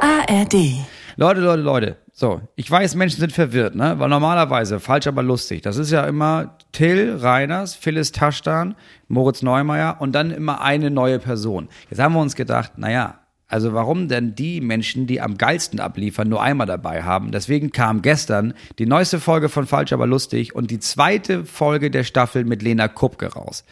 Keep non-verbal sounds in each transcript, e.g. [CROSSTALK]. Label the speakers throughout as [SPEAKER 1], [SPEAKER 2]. [SPEAKER 1] ARD.
[SPEAKER 2] Leute, Leute, Leute. So, ich weiß, Menschen sind verwirrt, ne? Weil normalerweise, falsch, aber lustig. Das ist ja immer Till Reiners, Phyllis Taschtan, Moritz Neumeier und dann immer eine neue Person. Jetzt haben wir uns gedacht, naja, also warum denn die Menschen, die am geilsten abliefern, nur einmal dabei haben? Deswegen kam gestern die neueste Folge von Falsch, aber lustig und die zweite Folge der Staffel mit Lena Kupke raus.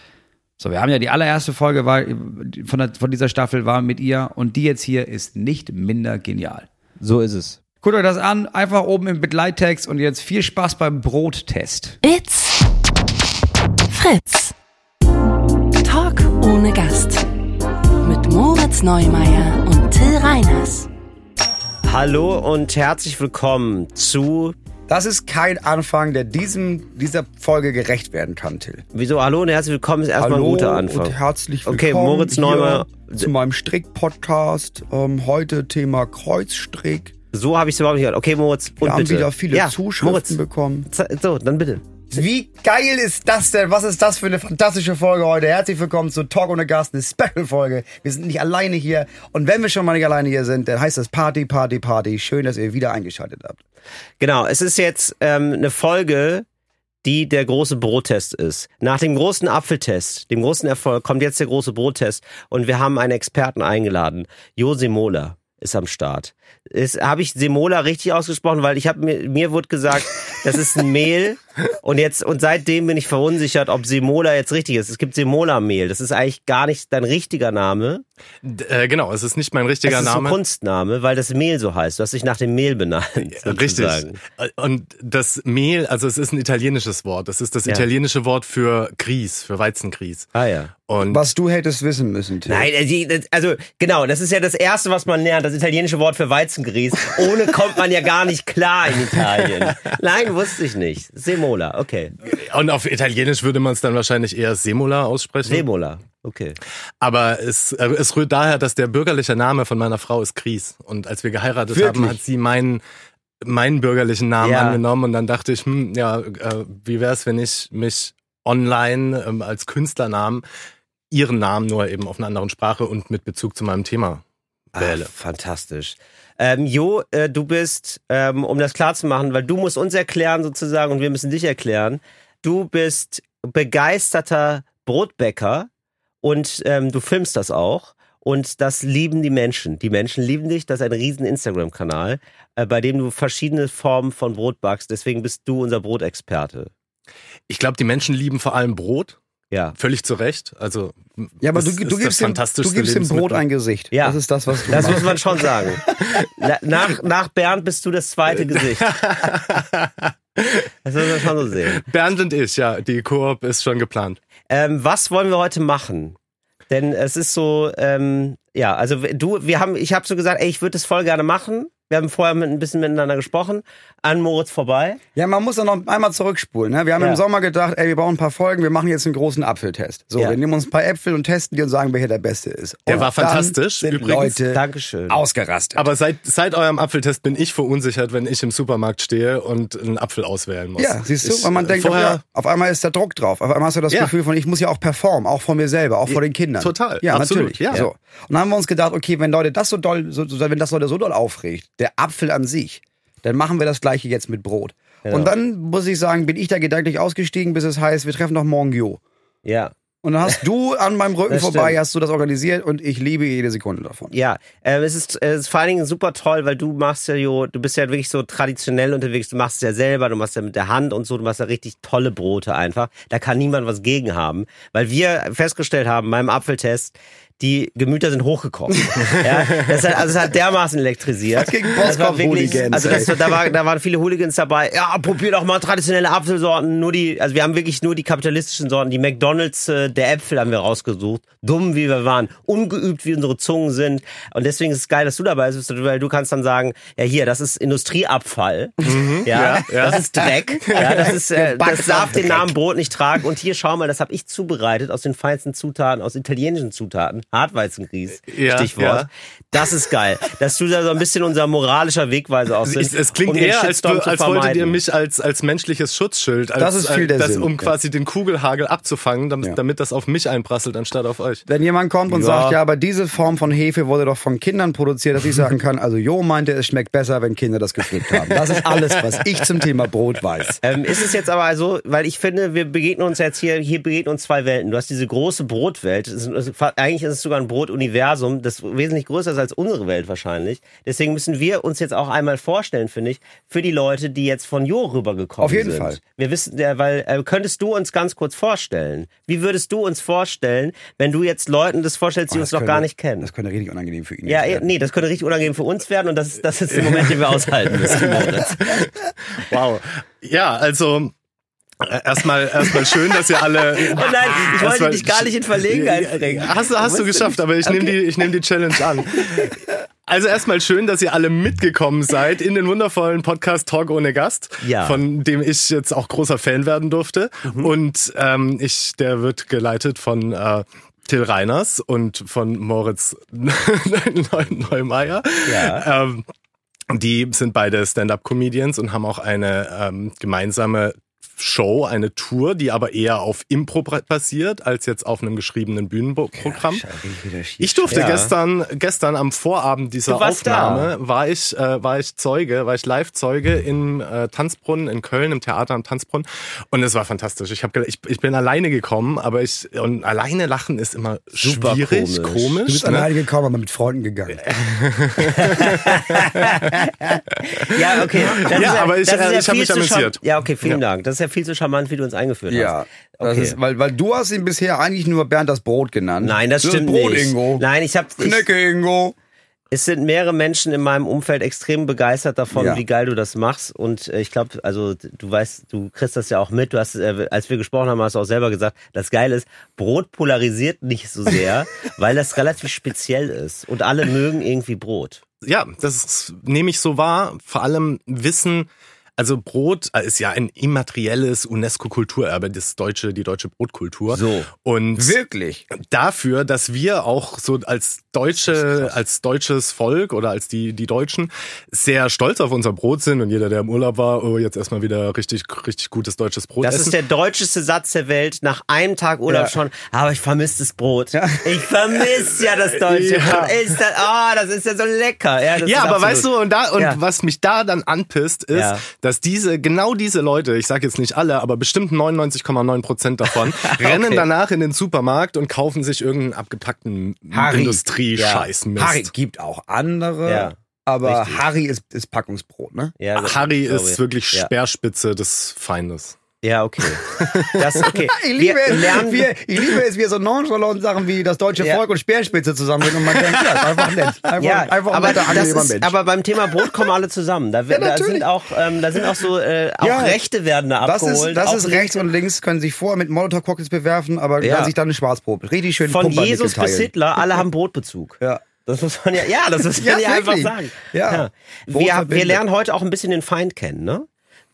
[SPEAKER 2] So, wir haben ja die allererste Folge war, von, der, von dieser Staffel war mit ihr und die jetzt hier ist nicht minder genial.
[SPEAKER 3] So ist es.
[SPEAKER 2] Guckt euch das an, einfach oben im Begleittext und jetzt viel Spaß beim Brottest.
[SPEAKER 1] It's Fritz. Talk ohne Gast. Mit Moritz Neumeier und Till Reiners.
[SPEAKER 3] Hallo und herzlich willkommen zu.
[SPEAKER 4] Das ist kein Anfang, der diesem, dieser Folge gerecht werden kann, Till.
[SPEAKER 3] Wieso? Hallo und herzlich willkommen ist erstmal
[SPEAKER 4] Hallo
[SPEAKER 3] ein guter Anfang.
[SPEAKER 4] und herzlich willkommen
[SPEAKER 3] Okay, Moritz Neumann.
[SPEAKER 4] hier zu meinem Strick-Podcast. Ähm, heute Thema Kreuzstrick.
[SPEAKER 3] So habe ich es überhaupt nicht gehört. Okay, Moritz. Und
[SPEAKER 4] Wir haben
[SPEAKER 3] bitte.
[SPEAKER 4] wieder viele
[SPEAKER 3] ja,
[SPEAKER 4] Zuschriften
[SPEAKER 3] Moritz.
[SPEAKER 4] bekommen.
[SPEAKER 3] Z- So, dann bitte.
[SPEAKER 4] Wie geil ist das denn? Was ist das für eine fantastische Folge heute? Herzlich willkommen zu Talk ohne Gast, eine Special-Folge. Wir sind nicht alleine hier. Und wenn wir schon mal nicht alleine hier sind, dann heißt das Party, Party, Party. Schön, dass ihr wieder eingeschaltet habt.
[SPEAKER 3] Genau, es ist jetzt ähm, eine Folge, die der große Brottest ist. Nach dem großen Apfeltest, dem großen Erfolg, kommt jetzt der große Brottest und wir haben einen Experten eingeladen. Jo Semola ist am Start. Ist- Habe ich Semola richtig ausgesprochen, weil ich habe mir mir wurde gesagt, das ist ein
[SPEAKER 5] [LAUGHS]
[SPEAKER 3] Mehl und jetzt und seitdem bin ich verunsichert, ob Semola jetzt richtig ist. Es gibt Semola Mehl, das ist eigentlich gar nicht dein richtiger Name.
[SPEAKER 5] D- Äh, genau, es ist nicht mein richtiger
[SPEAKER 3] Das ist ein
[SPEAKER 5] Name.
[SPEAKER 3] Kunstname, weil das Mehl so heißt. Du hast dich nach dem Mehl benannt.
[SPEAKER 5] Richtig.
[SPEAKER 3] sozusagen.
[SPEAKER 5] Äh, Und das Mehl, also es ist ein italienisches Wort. Es ist das
[SPEAKER 3] Ja.
[SPEAKER 5] italienische Wort für Grieß, für Weizengrieß.
[SPEAKER 3] Ah ja.
[SPEAKER 5] Und
[SPEAKER 4] Was du hättest wissen müssen, Till.
[SPEAKER 3] Nein, also, die- das- also genau, das ist ja das Erste, was man lernt, das italienische Wort für Weizengrieß. Ohne kommt man ja gar nicht klar in Italien. Nein, wusste ich nicht. Semola, okay.
[SPEAKER 5] Und auf Italienisch würde man es dann wahrscheinlich eher Semola aussprechen.
[SPEAKER 3] Semola, okay.
[SPEAKER 5] Aber es, äh, es rührt daher, dass der bürgerliche Name von meiner Frau ist Gries. Und als wir geheiratet haben,
[SPEAKER 4] Wirklich?
[SPEAKER 5] hat sie meinen meinen bürgerlichen Namen
[SPEAKER 3] Ja.
[SPEAKER 5] angenommen und dann dachte ich, hm, ja, äh, wie wär's, wenn ich mich online ähm, als Künstlernamen ihren Namen nur eben auf einer anderen Sprache und mit Bezug zu meinem Thema
[SPEAKER 3] Ah,
[SPEAKER 5] wähle.
[SPEAKER 3] fantastisch. Ähm, jo, äh, du bist, ähm, um das klar zu machen, weil du musst uns erklären sozusagen und wir müssen dich erklären. Du bist begeisterter Brotbäcker und ähm, du filmst das auch. Und das lieben die Menschen. Die Menschen lieben dich. Das ist ein riesen Instagram-Kanal, äh, bei dem du verschiedene Formen von Brot backst. Deswegen bist du unser Brotexperte.
[SPEAKER 5] Ich glaube, die Menschen lieben vor allem Brot.
[SPEAKER 3] Ja.
[SPEAKER 5] Völlig zu Recht. Also,
[SPEAKER 4] Ja, aber
[SPEAKER 5] das
[SPEAKER 4] du,
[SPEAKER 5] ist
[SPEAKER 4] du,
[SPEAKER 5] das
[SPEAKER 4] gibst, dem, du
[SPEAKER 5] fantastischste
[SPEAKER 4] gibst dem Brot
[SPEAKER 5] Lebensmittel.
[SPEAKER 4] ein Gesicht.
[SPEAKER 3] Ja.
[SPEAKER 4] Das ist das, was du
[SPEAKER 3] Das
[SPEAKER 4] machst.
[SPEAKER 3] muss man schon sagen. Na- Nach, nach Bernd bist du das zweite Gesicht. Das muss man schon so sehen.
[SPEAKER 5] Bernd und ich, ja, die Koop ist schon geplant.
[SPEAKER 3] Ähm, was wollen wir heute machen? Denn es ist so, ähm, ja, also w- du, wir haben, ich habe so gesagt, ey, ich würde das voll gerne machen. Wir haben vorher mit, ein bisschen miteinander gesprochen. An Moritz vorbei.
[SPEAKER 4] Ja, man muss dann noch einmal zurückspulen. Ne? Wir haben
[SPEAKER 3] Ja.
[SPEAKER 4] im Sommer gedacht, ey, wir brauchen ein paar Folgen, wir machen jetzt einen großen Apfeltest. So,
[SPEAKER 3] Ja.
[SPEAKER 4] wir nehmen uns ein paar Äpfel und testen die und sagen, welcher der beste ist.
[SPEAKER 5] Der
[SPEAKER 4] und
[SPEAKER 5] war
[SPEAKER 4] dann
[SPEAKER 5] fantastisch,
[SPEAKER 4] Sind
[SPEAKER 5] übrigens.
[SPEAKER 4] Leute
[SPEAKER 3] Dankeschön.
[SPEAKER 4] ausgerastet.
[SPEAKER 5] Aber seit, seit eurem Apfeltest bin ich verunsichert, wenn ich im Supermarkt stehe und einen Apfel auswählen muss.
[SPEAKER 4] ja, siehst
[SPEAKER 5] Ich,
[SPEAKER 4] du, weil man
[SPEAKER 5] äh,
[SPEAKER 4] denkt, ja,
[SPEAKER 5] vorher,
[SPEAKER 4] auf einmal ist der Druck drauf. Auf einmal hast du das
[SPEAKER 5] Ja.
[SPEAKER 4] Gefühl von, ich muss ja auch performen, auch vor mir selber, auch vor den Kindern.
[SPEAKER 5] total,
[SPEAKER 4] Ja,
[SPEAKER 5] absolut,
[SPEAKER 4] natürlich.
[SPEAKER 5] ja.
[SPEAKER 4] So. Und dann haben wir uns gedacht, okay, wenn Leute das so doll, so, so- wenn das Leute so doll aufregt, der Apfel an sich, dann machen wir das gleiche jetzt mit Brot.
[SPEAKER 3] Genau.
[SPEAKER 4] Und dann muss ich sagen, bin ich da gedanklich ausgestiegen, bis es heißt, wir treffen noch morgen Jo.
[SPEAKER 3] Ja.
[SPEAKER 4] Und
[SPEAKER 3] [LAUGHS]
[SPEAKER 4] dann hast du an meinem Rücken
[SPEAKER 3] Das
[SPEAKER 4] vorbei,
[SPEAKER 3] stimmt.
[SPEAKER 4] hast du das organisiert und ich liebe jede Sekunde davon.
[SPEAKER 3] Ja, ähm, es, ist, es ist vor allen Dingen super toll, weil du machst ja, jo, du bist ja halt wirklich so traditionell unterwegs, du machst es ja selber, du machst ja mit der Hand und so, du machst ja richtig tolle Brote einfach. Da kann niemand was gegen haben, weil wir festgestellt haben beim Apfeltest, die Gemüter sind hochgekommen. ja, das hat, also es hat dermaßen elektrisiert.
[SPEAKER 4] Fucking
[SPEAKER 3] Das war wirklich,
[SPEAKER 4] Boskop-Hooligans,
[SPEAKER 3] also das,
[SPEAKER 4] ey.
[SPEAKER 3] da, war, da waren viele Hooligans dabei. Ja, probier doch mal traditionelle Apfelsorten. Nur die, also wir haben wirklich nur die kapitalistischen Sorten, die McDonalds äh, der Äpfel haben wir rausgesucht. Dumm wie wir waren, ungeübt wie unsere Zungen sind. Und deswegen ist es geil, dass du dabei bist, weil du kannst dann sagen, ja hier, das ist Industrieabfall. ja, das ist Dreck. Ja, das ist, äh, das darf den Namen Brot nicht tragen. Und hier schau mal, das habe ich zubereitet aus den feinsten Zutaten, aus italienischen Zutaten. Hartweizengrieß,
[SPEAKER 5] Ja,
[SPEAKER 3] Stichwort.
[SPEAKER 5] ja.
[SPEAKER 3] Das ist geil. Dass du da so ein bisschen unser moralischer Wegweiser auch
[SPEAKER 5] Es,
[SPEAKER 3] bist.
[SPEAKER 5] es klingt
[SPEAKER 3] um den
[SPEAKER 5] eher, als,
[SPEAKER 3] Shitstorm zu
[SPEAKER 5] als wolltet ihr
[SPEAKER 3] vermeiden.
[SPEAKER 5] mich als, als menschliches Schutzschild, als,
[SPEAKER 4] Das ist viel
[SPEAKER 5] als-
[SPEAKER 4] der
[SPEAKER 5] das,
[SPEAKER 4] Sinn,
[SPEAKER 5] um
[SPEAKER 4] ja.
[SPEAKER 5] quasi den Kugelhagel abzufangen, damit,
[SPEAKER 4] Ja.
[SPEAKER 5] damit das auf mich einprasselt, anstatt auf euch.
[SPEAKER 4] Wenn jemand kommt und
[SPEAKER 5] Ja.
[SPEAKER 4] sagt, ja, aber diese Form von Hefe wurde doch von Kindern produziert,
[SPEAKER 3] [LAUGHS]
[SPEAKER 4] dass ich sagen kann, also Jo meinte, es schmeckt besser, wenn Kinder das gepflückt haben. Das ist alles, was ich zum Thema Brot weiß.
[SPEAKER 3] Ähm, ist es jetzt aber so, weil ich finde, wir begegnen uns jetzt hier, hier begegnen uns zwei Welten. Du hast diese große Brotwelt. Es ist- es ist fa- Eigentlich ist es sogar ein Brotuniversum, das wesentlich größer ist als unsere Welt wahrscheinlich. Deswegen müssen wir uns jetzt auch einmal vorstellen, finde ich, für die Leute, die jetzt von Jo rübergekommen
[SPEAKER 4] Auf jeden
[SPEAKER 3] sind.
[SPEAKER 4] Fall.
[SPEAKER 3] Wir wissen, ja, weil äh, könntest du uns ganz kurz vorstellen? Wie würdest du uns vorstellen, wenn du jetzt Leuten das vorstellst, die uns noch
[SPEAKER 4] Oh, Das
[SPEAKER 3] gar
[SPEAKER 4] könnte-
[SPEAKER 3] nicht kennen?
[SPEAKER 4] Das könnte richtig unangenehm für ihn
[SPEAKER 3] Ja,
[SPEAKER 4] jetzt
[SPEAKER 3] eh,
[SPEAKER 4] werden.
[SPEAKER 3] nee, das könnte richtig unangenehm für uns werden und das ist, das ist der Moment, den wir aushalten müssen. Moritz.
[SPEAKER 5] Wow. Ja, also äh, erstmal erstmal schön, dass ihr alle.
[SPEAKER 3] [LAUGHS] Oh
[SPEAKER 5] [LAUGHS]
[SPEAKER 3] nein, ich wollte
[SPEAKER 5] Erstmal-
[SPEAKER 3] dich gar nicht in Verlegenheit bringen.
[SPEAKER 5] Hast, du- hast du geschafft, aber ich nehme die, ich nehm die Challenge an. Also erstmal schön, dass ihr alle mitgekommen seid in den wundervollen Podcast Talk ohne Gast,
[SPEAKER 3] Ja. Mhm.
[SPEAKER 5] von dem ich jetzt auch großer Fan werden durfte. Und ähm, ich, der wird geleitet von äh, Till Reiners und von Moritz [LAUGHS] Neu- Neumeier.
[SPEAKER 3] Ja.
[SPEAKER 5] Ähm, die sind beide Stand-up-Comedians und haben auch eine ähm, gemeinsame Show, eine Tour, die aber eher auf Impro basiert als jetzt auf einem geschriebenen Bühnenprogramm. ich durfte
[SPEAKER 3] Ja.
[SPEAKER 5] gestern, gestern am Vorabend dieser
[SPEAKER 3] Du warst
[SPEAKER 5] Aufnahme war ich, äh, war ich Zeuge, war ich Live-Zeuge im äh, Tanzbrunnen in Köln, im Theater am Tanzbrunnen und es war fantastisch. Ich, hab, ge- ich, ich bin alleine gekommen, aber ich und alleine lachen ist immer
[SPEAKER 3] Super komisch.
[SPEAKER 5] schwierig,
[SPEAKER 3] Äh,
[SPEAKER 4] Du
[SPEAKER 5] komisch.
[SPEAKER 4] bist
[SPEAKER 5] ne?
[SPEAKER 4] alleine gekommen, aber mit Freunden gegangen.
[SPEAKER 3] Ja, okay. Das
[SPEAKER 5] Ja, aber ich,
[SPEAKER 3] das ist
[SPEAKER 5] äh, ich hab
[SPEAKER 3] viel
[SPEAKER 5] mich
[SPEAKER 3] zu charm-
[SPEAKER 5] amüsiert.
[SPEAKER 3] Ja, okay, vielen Dank. Das ist ja viel zu charmant, wie du uns eingeführt
[SPEAKER 4] Ja,
[SPEAKER 3] hast.
[SPEAKER 4] das
[SPEAKER 3] Okay.
[SPEAKER 4] ist, weil, weil du hast ihn bisher eigentlich nur Bernd das Brot genannt.
[SPEAKER 3] Nein, das
[SPEAKER 4] Du
[SPEAKER 3] stimmt
[SPEAKER 4] Brot,
[SPEAKER 3] nicht.
[SPEAKER 4] Ingo.
[SPEAKER 3] Nein, ich habe
[SPEAKER 4] Knecke, Ingo.
[SPEAKER 3] es sind mehrere Menschen in meinem Umfeld extrem begeistert davon,
[SPEAKER 4] Ja.
[SPEAKER 3] wie geil du das machst und äh, ich glaube, also du weißt, du kriegst das ja auch mit. Du hast äh, als wir gesprochen haben, hast du auch selber gesagt, das geile ist, Brot polarisiert nicht so sehr, weil das relativ speziell ist und alle mögen irgendwie Brot.
[SPEAKER 5] ja, das ist- nehme ich so wahr. Vor allem Wissen, also Brot äh, ist ja ein immaterielles UNESCO-Kulturerbe, das deutsche, die deutsche Brotkultur.
[SPEAKER 3] So.
[SPEAKER 5] Und
[SPEAKER 4] Wirklich.
[SPEAKER 5] dafür, dass wir auch so als deutsche, als deutsches Volk oder als die, die Deutschen sehr stolz auf unser Brot sind und jeder, der im Urlaub war, oh, jetzt erstmal wieder richtig, richtig gutes deutsches Brot
[SPEAKER 3] Das
[SPEAKER 5] essen.
[SPEAKER 3] ist der deutscheste Satz der Welt. Nach einem Tag Urlaub
[SPEAKER 4] Ja.
[SPEAKER 3] schon, aber ich vermisse das Brot. Ich vermisse ja das deutsche
[SPEAKER 5] Ja.
[SPEAKER 3] Brot. Ist das, ah, das ist ja so lecker. Ja, das
[SPEAKER 5] ja,
[SPEAKER 3] ist
[SPEAKER 5] aber
[SPEAKER 3] absolut-
[SPEAKER 5] weißt du, und da und
[SPEAKER 3] Ja.
[SPEAKER 5] was mich da dann anpisst, ist,
[SPEAKER 3] Ja.
[SPEAKER 5] dass diese genau diese Leute, ich sage jetzt nicht alle, aber bestimmt 99,9 Prozent davon rennen danach in den Supermarkt und kaufen sich irgendeinen abgepackten
[SPEAKER 4] Harry.
[SPEAKER 5] Industriescheißmist. Also,
[SPEAKER 4] Harry gibt auch andere,
[SPEAKER 3] Ja,
[SPEAKER 4] aber
[SPEAKER 3] richtig.
[SPEAKER 4] Harry ist, ist Packungsbrot, ne?
[SPEAKER 3] Ja, so-
[SPEAKER 5] Harry
[SPEAKER 3] sorry.
[SPEAKER 5] ist wirklich
[SPEAKER 3] Also, Ja,
[SPEAKER 5] Speerspitze des Feindes.
[SPEAKER 3] ja okay. Das okay.
[SPEAKER 4] [LAUGHS] Ich liebe,
[SPEAKER 3] wir
[SPEAKER 4] es,
[SPEAKER 3] lernen,
[SPEAKER 4] wir, ich liebe es, wir so nonchalant Sachen wie das deutsche
[SPEAKER 3] Ja.
[SPEAKER 4] Volk und Speerspitze zusammen sind und man denkt, ja, ist einfach nett. Einfach,
[SPEAKER 3] ja,
[SPEAKER 4] einfach ein
[SPEAKER 3] aber,
[SPEAKER 4] netter,
[SPEAKER 3] das
[SPEAKER 4] angenehmer
[SPEAKER 3] ist,
[SPEAKER 4] Mensch.
[SPEAKER 3] aber beim Thema Brot kommen alle zusammen. Da,
[SPEAKER 4] Ja,
[SPEAKER 3] da sind
[SPEAKER 4] natürlich.
[SPEAKER 3] auch, ähm, da sind auch so äh, auch
[SPEAKER 4] Ja.
[SPEAKER 3] Rechte werden da
[SPEAKER 4] das
[SPEAKER 3] abgeholt.
[SPEAKER 4] ist, das
[SPEAKER 3] auch
[SPEAKER 4] ist rechts und links, können sich vorher mit Molotow-Cocktails bewerfen, aber
[SPEAKER 3] Ja.
[SPEAKER 4] kann sich dann ein Schwarzbrot. Richtig schön
[SPEAKER 3] von
[SPEAKER 4] Pumpernickel
[SPEAKER 3] Jesus bis
[SPEAKER 4] teilen.
[SPEAKER 3] Hitler, alle haben Brotbezug.
[SPEAKER 4] Ja.
[SPEAKER 3] Das muss man ja, ja, das muss
[SPEAKER 4] Ja,
[SPEAKER 3] man ja, einfach
[SPEAKER 4] wirklich.
[SPEAKER 3] sagen.
[SPEAKER 4] Ja.
[SPEAKER 3] Wir,
[SPEAKER 4] Brot
[SPEAKER 3] wir
[SPEAKER 4] verbindet.
[SPEAKER 3] lernen heute auch ein bisschen den Feind kennen, ne?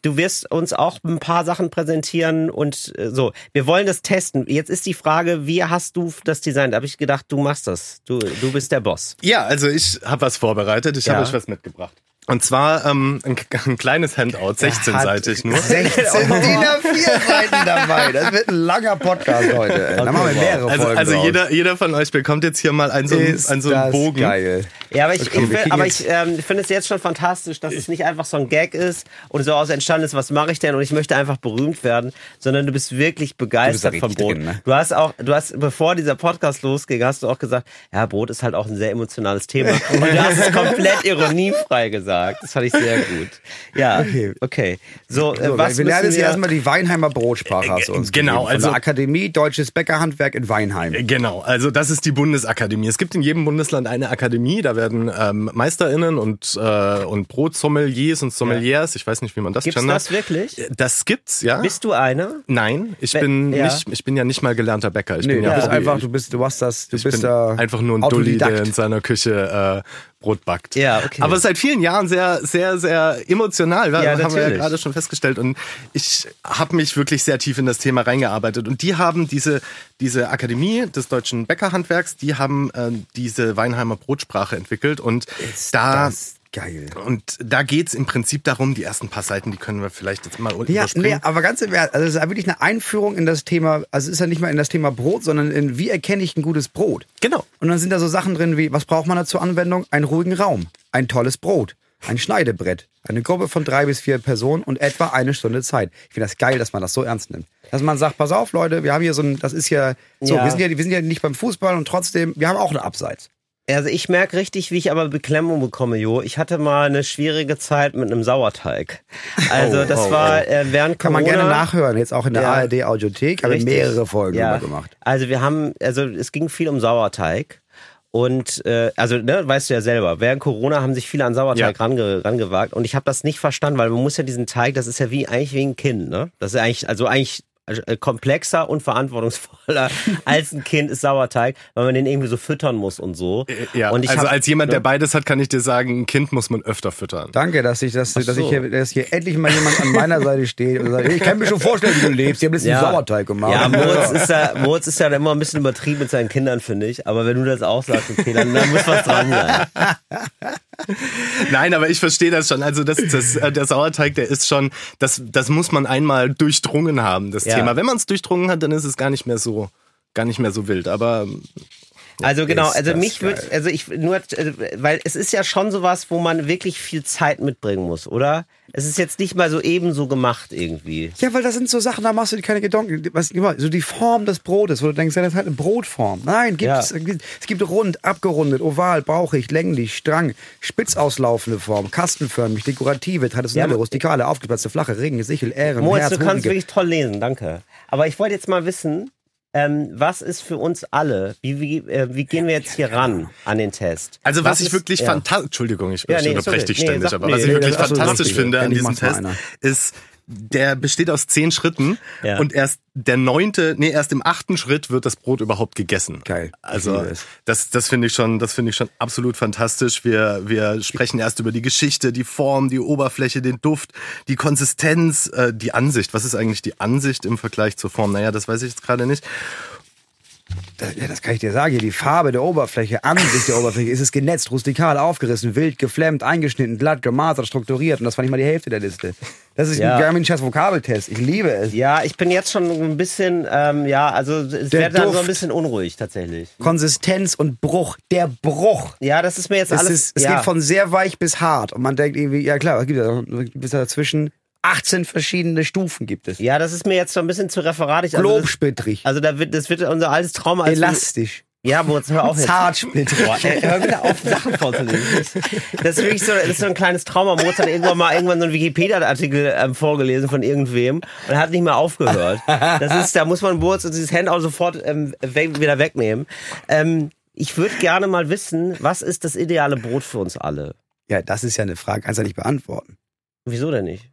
[SPEAKER 3] Du wirst uns auch ein paar Sachen präsentieren und äh, so. Wir wollen das testen. Jetzt ist die Frage, wie hast du das designt? Da habe ich gedacht, du machst das. Du, du bist der Boss.
[SPEAKER 5] Ja, also ich habe was vorbereitet, ich
[SPEAKER 3] Ja.
[SPEAKER 5] habe euch was mitgebracht. Und zwar ähm, ein, [LAUGHS] ein kleines Handout, 16-seitig
[SPEAKER 4] [LAUGHS]
[SPEAKER 5] nur.
[SPEAKER 4] 16
[SPEAKER 3] [LAUGHS]
[SPEAKER 4] DIN A4 Seiten dabei. Das wird ein langer Podcast heute. ey. Da machen wir mehrere
[SPEAKER 5] Also,
[SPEAKER 4] Folgen
[SPEAKER 5] also
[SPEAKER 4] draus.
[SPEAKER 5] jeder, jeder von euch bekommt jetzt hier mal einen so einen,
[SPEAKER 4] ist
[SPEAKER 5] einen, so einen
[SPEAKER 4] das
[SPEAKER 5] Bogen.
[SPEAKER 4] geil.
[SPEAKER 3] Ja, aber ich,
[SPEAKER 4] Okay,
[SPEAKER 3] ich,
[SPEAKER 4] wir
[SPEAKER 3] will-
[SPEAKER 4] kriegen
[SPEAKER 3] aber
[SPEAKER 4] jetzt-
[SPEAKER 3] ich ähm, ich finde es jetzt schon fantastisch, dass es nicht einfach so ein Gag ist und so aus entstanden ist, was mache ich denn und ich möchte einfach berühmt werden, sondern du bist wirklich begeistert
[SPEAKER 4] da
[SPEAKER 3] vom
[SPEAKER 4] richtig
[SPEAKER 3] Brot.
[SPEAKER 4] drin, ne?
[SPEAKER 3] Du hast auch, du hast, bevor dieser Podcast losging, hast du auch gesagt, ja, Brot ist halt auch ein sehr emotionales
[SPEAKER 4] [LAUGHS]
[SPEAKER 3] Thema. Und du hast es komplett ironiefrei gesagt. Das fand ich sehr gut. Ja, okay. So, äh,
[SPEAKER 4] So,
[SPEAKER 3] was müssen
[SPEAKER 4] wir lernen jetzt
[SPEAKER 3] wir-
[SPEAKER 4] hier erstmal die Weinheimer Brotsprache hast du uns
[SPEAKER 5] Genau,
[SPEAKER 4] gegeben. Von
[SPEAKER 5] also-
[SPEAKER 4] der Akademie Deutsches Bäckerhandwerk in Weinheim.
[SPEAKER 5] Genau, also das ist die Bundesakademie. Es gibt in jedem Bundesland eine Akademie, da werden ähm, MeisterInnen und, äh, und Brotsommeliers und Sommeliers, ich weiß nicht, wie man das
[SPEAKER 3] Gibt's
[SPEAKER 5] gendert.
[SPEAKER 3] das wirklich?
[SPEAKER 5] Das gibt's, ja.
[SPEAKER 3] Bist du einer?
[SPEAKER 5] Nein, ich
[SPEAKER 3] Wenn-
[SPEAKER 5] bin,
[SPEAKER 3] ja.
[SPEAKER 5] nicht, ich bin ja nicht mal gelernter Bäcker. Ich
[SPEAKER 4] Nee,
[SPEAKER 5] bin
[SPEAKER 4] du
[SPEAKER 5] genau. ja
[SPEAKER 4] bist
[SPEAKER 5] Hobby.
[SPEAKER 4] einfach, du bist, du hast das, du
[SPEAKER 5] ich
[SPEAKER 4] bist
[SPEAKER 5] bin
[SPEAKER 4] da
[SPEAKER 5] einfach nur ein Dulli, der in
[SPEAKER 4] Autodidakt.
[SPEAKER 5] seiner Küche äh, Brot backt.
[SPEAKER 3] Ja, okay.
[SPEAKER 5] Aber seit vielen Jahren sehr, sehr, sehr emotional, ja,
[SPEAKER 3] Ja,
[SPEAKER 5] haben wir ja
[SPEAKER 3] natürlich.
[SPEAKER 5] gerade schon festgestellt. Und ich habe mich wirklich sehr tief in das Thema reingearbeitet. Und die haben diese, diese Akademie des deutschen Bäckerhandwerks, die haben äh, diese Weinheimer Brotsprache entwickelt. Und da
[SPEAKER 4] Das ist geil.
[SPEAKER 5] und da geht's im Prinzip darum, die ersten paar Seiten, die können wir vielleicht jetzt mal
[SPEAKER 4] Ja, nee,
[SPEAKER 5] überspringen.
[SPEAKER 4] aber ganz im Ernst, also es ist ja wirklich eine Einführung in das Thema, also es ist ja nicht mal in das Thema Brot, sondern in wie erkenne ich ein gutes Brot.
[SPEAKER 5] Genau.
[SPEAKER 4] Und dann sind da so Sachen drin wie, was braucht man da zur Anwendung? Einen ruhigen Raum, ein tolles Brot, ein Schneidebrett, eine Gruppe von drei bis vier Personen und etwa eine Stunde Zeit. Ich finde das geil, dass man das so ernst nimmt. Dass man sagt, pass auf, Leute, wir haben hier so ein, das ist ja, so,
[SPEAKER 3] Ja.
[SPEAKER 4] Wir, sind ja wir sind ja nicht beim Fußball und trotzdem, wir haben auch einen Abseits.
[SPEAKER 3] Also ich merke richtig, wie ich aber Beklemmung bekomme, Jo. Ich hatte mal eine schwierige Zeit mit einem
[SPEAKER 4] [LAUGHS]
[SPEAKER 3] Sauerteig. Also das war äh, während
[SPEAKER 4] Kann man
[SPEAKER 3] Corona.
[SPEAKER 4] gerne nachhören, jetzt auch in der
[SPEAKER 3] Ja.
[SPEAKER 4] ARD Audiothek, habe ich
[SPEAKER 3] Richtig.
[SPEAKER 4] mehrere Folgen
[SPEAKER 3] Ja.
[SPEAKER 4] drüber gemacht.
[SPEAKER 3] Also wir haben, also es ging viel um Sauerteig. Und äh, also, ne, weißt du ja selber, während Corona haben sich viele an Sauerteig
[SPEAKER 5] Ja.
[SPEAKER 3] range, rangewagt und ich habe das nicht verstanden, weil man muss ja diesen Teig, das ist ja wie eigentlich wie ein Kind, ne? Das ist ja eigentlich, also eigentlich äh, komplexer und
[SPEAKER 4] [LAUGHS]
[SPEAKER 3] verantwortungsvoller als ein Kind ist Sauerteig, weil man den irgendwie so füttern muss und so.
[SPEAKER 4] Äh,
[SPEAKER 5] Ja,
[SPEAKER 3] und ich
[SPEAKER 5] also
[SPEAKER 3] hab-
[SPEAKER 5] als jemand,
[SPEAKER 3] ne?
[SPEAKER 5] der beides hat, kann ich dir sagen, ein Kind muss man öfter füttern.
[SPEAKER 4] Danke, dass ich, das, dass
[SPEAKER 3] so.
[SPEAKER 4] ich hier, dass hier endlich mal jemand an meiner Seite steht und sagt, ich kann mir schon vorstellen, wie du lebst. Die haben jetzt einen Sauerteig gemacht.
[SPEAKER 3] Ja, Moritz ist ja, Moritz ist ja immer ein bisschen übertrieben mit seinen Kindern, finde ich. Aber wenn du das auch sagst, okay, dann, dann muss was dran sein.
[SPEAKER 5] Nein, aber ich verstehe das schon. Also das, das, äh, der Sauerteig, der ist schon, das, das muss man einmal durchdrungen haben, das
[SPEAKER 3] Ja.
[SPEAKER 5] Thema. Wenn man es durchdrungen hat, dann ist es gar nicht mehr so, gar nicht mehr so wild. Aber ähm,
[SPEAKER 3] Also genau,
[SPEAKER 5] Ist
[SPEAKER 3] also
[SPEAKER 5] das
[SPEAKER 3] mich würde, also ich nur, äh, weil es ist ja schon sowas, wo man wirklich viel Zeit mitbringen muss, oder? Es ist jetzt nicht mal so ebenso gemacht irgendwie.
[SPEAKER 4] Ja, weil das sind so Sachen, da machst du dir keine Gedanken. Was, immer, so die Form des Brotes, wo du denkst, ja, das ist halt eine Brotform. Nein, gibt's,
[SPEAKER 3] Ja.
[SPEAKER 4] es gibt rund, abgerundet, oval, bauchig, länglich, strang, spitz auslaufende Form, kastenförmig, dekorative, traditionelle,
[SPEAKER 3] Ja,
[SPEAKER 4] rustikale, aufgeplatzte, flache, Ring, Sichel, Ähren,
[SPEAKER 3] Moritz,
[SPEAKER 4] Herz,
[SPEAKER 3] du kannst
[SPEAKER 4] Hodengift.
[SPEAKER 3] wirklich toll lesen, danke. Aber ich wollte jetzt mal wissen, ähm, was ist für uns alle? Wie, wie, äh, wie gehen wir jetzt hier ran an den Test?
[SPEAKER 5] also was, ich
[SPEAKER 3] ist-
[SPEAKER 5] wirklich
[SPEAKER 3] ja.
[SPEAKER 5] fantastisch, Entschuldigung, ich
[SPEAKER 3] Ja, nee, ist
[SPEAKER 5] unterbreche
[SPEAKER 3] okay.
[SPEAKER 5] dich
[SPEAKER 3] Nee,
[SPEAKER 5] ständig,
[SPEAKER 3] sag-
[SPEAKER 5] aber
[SPEAKER 3] nee,
[SPEAKER 5] was ich
[SPEAKER 3] nee,
[SPEAKER 5] wirklich
[SPEAKER 4] das ist so
[SPEAKER 5] fantastisch
[SPEAKER 4] lustig.
[SPEAKER 5] finde an
[SPEAKER 4] Endlich
[SPEAKER 5] diesem
[SPEAKER 4] macht's mal
[SPEAKER 5] Test
[SPEAKER 4] einer.
[SPEAKER 5] ist, der besteht aus zehn Schritten
[SPEAKER 3] Ja.
[SPEAKER 5] und erst der neunte, nee, erst im achten Schritt wird das Brot überhaupt gegessen.
[SPEAKER 4] Geil. Ich
[SPEAKER 5] Also
[SPEAKER 4] liebe es.
[SPEAKER 5] das, das finde ich schon, das finde ich schon absolut fantastisch. Wir, wir sprechen erst über die Geschichte, die Form, die Oberfläche, den Duft, die Konsistenz, äh, die Ansicht. Was ist eigentlich die Ansicht im Vergleich zur Form? Naja, das weiß ich jetzt gerade nicht.
[SPEAKER 4] Das, ja, das kann ich dir sagen. Hier die Farbe der Oberfläche, Ansicht der Oberfläche. Ist es genetzt, rustikal, aufgerissen, wild, geflammt, eingeschnitten, glatt, gemasert, strukturiert. Und das war nicht mal die Hälfte der Liste. Das ist
[SPEAKER 3] Ja.
[SPEAKER 4] ein Garmin-Schatz Vokabeltest. Ich liebe es.
[SPEAKER 3] Ja, ich bin jetzt schon ein bisschen, ähm, ja, also es
[SPEAKER 4] Der
[SPEAKER 3] wird dann so ein
[SPEAKER 4] Duft.
[SPEAKER 3] bisschen unruhig tatsächlich.
[SPEAKER 4] Konsistenz und Bruch. Der Bruch.
[SPEAKER 3] Ja, das ist mir jetzt
[SPEAKER 4] Es,
[SPEAKER 3] alles.
[SPEAKER 4] ist, es
[SPEAKER 3] ja.
[SPEAKER 4] geht von sehr weich bis hart. Und man denkt irgendwie, ja klar, was gibt es da? Was gibt es da dazwischen? 18 verschiedene Stufen gibt es.
[SPEAKER 3] ja, das ist mir jetzt schon ein bisschen zu referatig. Also, das,
[SPEAKER 4] Globsplittrig,
[SPEAKER 3] also da wird, das wird unser altes Trauma. als- [LAUGHS]
[SPEAKER 4] elastisch,
[SPEAKER 3] Ja, Moritz, hör auf jetzt.
[SPEAKER 4] zartsplittrig.
[SPEAKER 3] Boah, ey, hör wieder auf, Sachen vorzunehmen. Das ist wirklich so, das ist so ein kleines Trauma. Moritz hat irgendwann mal irgendwann so einen Wikipedia-Artikel ähm, vorgelesen von irgendwem und hat nicht mehr aufgehört. Das ist, da muss man Moritz und dieses Handout sofort ähm, weg, wieder wegnehmen. Ähm, ich würde gerne mal wissen, was ist das ideale Brot für uns alle?
[SPEAKER 4] Ja, das ist ja eine Frage, kannst du ja nicht beantworten.
[SPEAKER 3] Wieso denn nicht?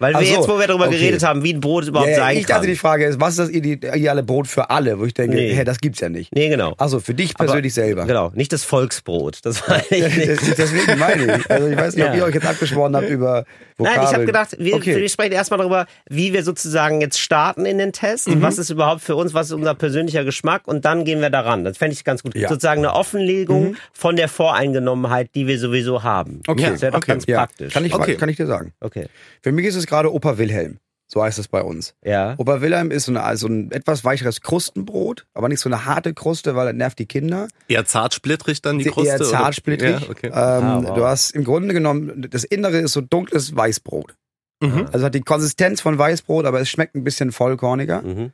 [SPEAKER 3] Weil wir
[SPEAKER 4] Ach so,
[SPEAKER 3] jetzt, wo wir darüber
[SPEAKER 4] okay.
[SPEAKER 3] geredet haben, wie ein Brot überhaupt
[SPEAKER 4] Ja, ja,
[SPEAKER 3] sein
[SPEAKER 4] ich
[SPEAKER 3] kann.
[SPEAKER 4] dachte, die Frage ist, was ist das ide- ideale Brot für alle? Wo ich denke,
[SPEAKER 3] Nee.
[SPEAKER 4] hä, das gibt's ja nicht.
[SPEAKER 3] nee, genau.
[SPEAKER 4] Also für dich persönlich selber. [LAUGHS]
[SPEAKER 3] Genau, nicht das Volksbrot. Das war ich nicht.
[SPEAKER 4] Das- Deswegen meine ich. Also ich weiß nicht, ob
[SPEAKER 3] Ja.
[SPEAKER 4] ihr euch jetzt abgeschworen habt über Vokabeln.
[SPEAKER 3] Nein, ich habe gedacht, wir,
[SPEAKER 4] Okay.
[SPEAKER 3] wir sprechen erstmal darüber, wie wir sozusagen jetzt starten in den Test.
[SPEAKER 4] Mhm.
[SPEAKER 3] Was ist überhaupt für uns, was ist unser persönlicher Geschmack und dann gehen wir daran. Das fände ich ganz gut.
[SPEAKER 4] Ja. Mhm.
[SPEAKER 3] Sozusagen eine Offenlegung von der Voreingenommenheit, die wir sowieso haben.
[SPEAKER 4] Okay.
[SPEAKER 3] Das wäre doch
[SPEAKER 5] Okay.
[SPEAKER 3] ganz
[SPEAKER 4] ja,
[SPEAKER 3] praktisch.
[SPEAKER 4] kann ich,
[SPEAKER 5] Okay.
[SPEAKER 4] kann ich dir sagen.
[SPEAKER 3] okay.
[SPEAKER 4] Für mich ist es gerade Opa Wilhelm. So heißt es bei uns.
[SPEAKER 3] Ja.
[SPEAKER 4] Opa Wilhelm ist so, eine, also ein etwas weicheres Krustenbrot, aber nicht so eine harte Kruste, weil das nervt die Kinder.
[SPEAKER 5] Eher zartsplittrig dann die
[SPEAKER 4] Sie-
[SPEAKER 5] Kruste?
[SPEAKER 4] eher
[SPEAKER 5] oder?
[SPEAKER 4] zartsplittrig.
[SPEAKER 5] Ja, okay.
[SPEAKER 4] ähm,
[SPEAKER 3] Ah, wow.
[SPEAKER 4] Du hast im Grunde genommen, das Innere ist so dunkles Weißbrot.
[SPEAKER 5] Mhm.
[SPEAKER 4] Also hat die Konsistenz von Weißbrot, aber es schmeckt ein bisschen vollkorniger.
[SPEAKER 3] Mhm.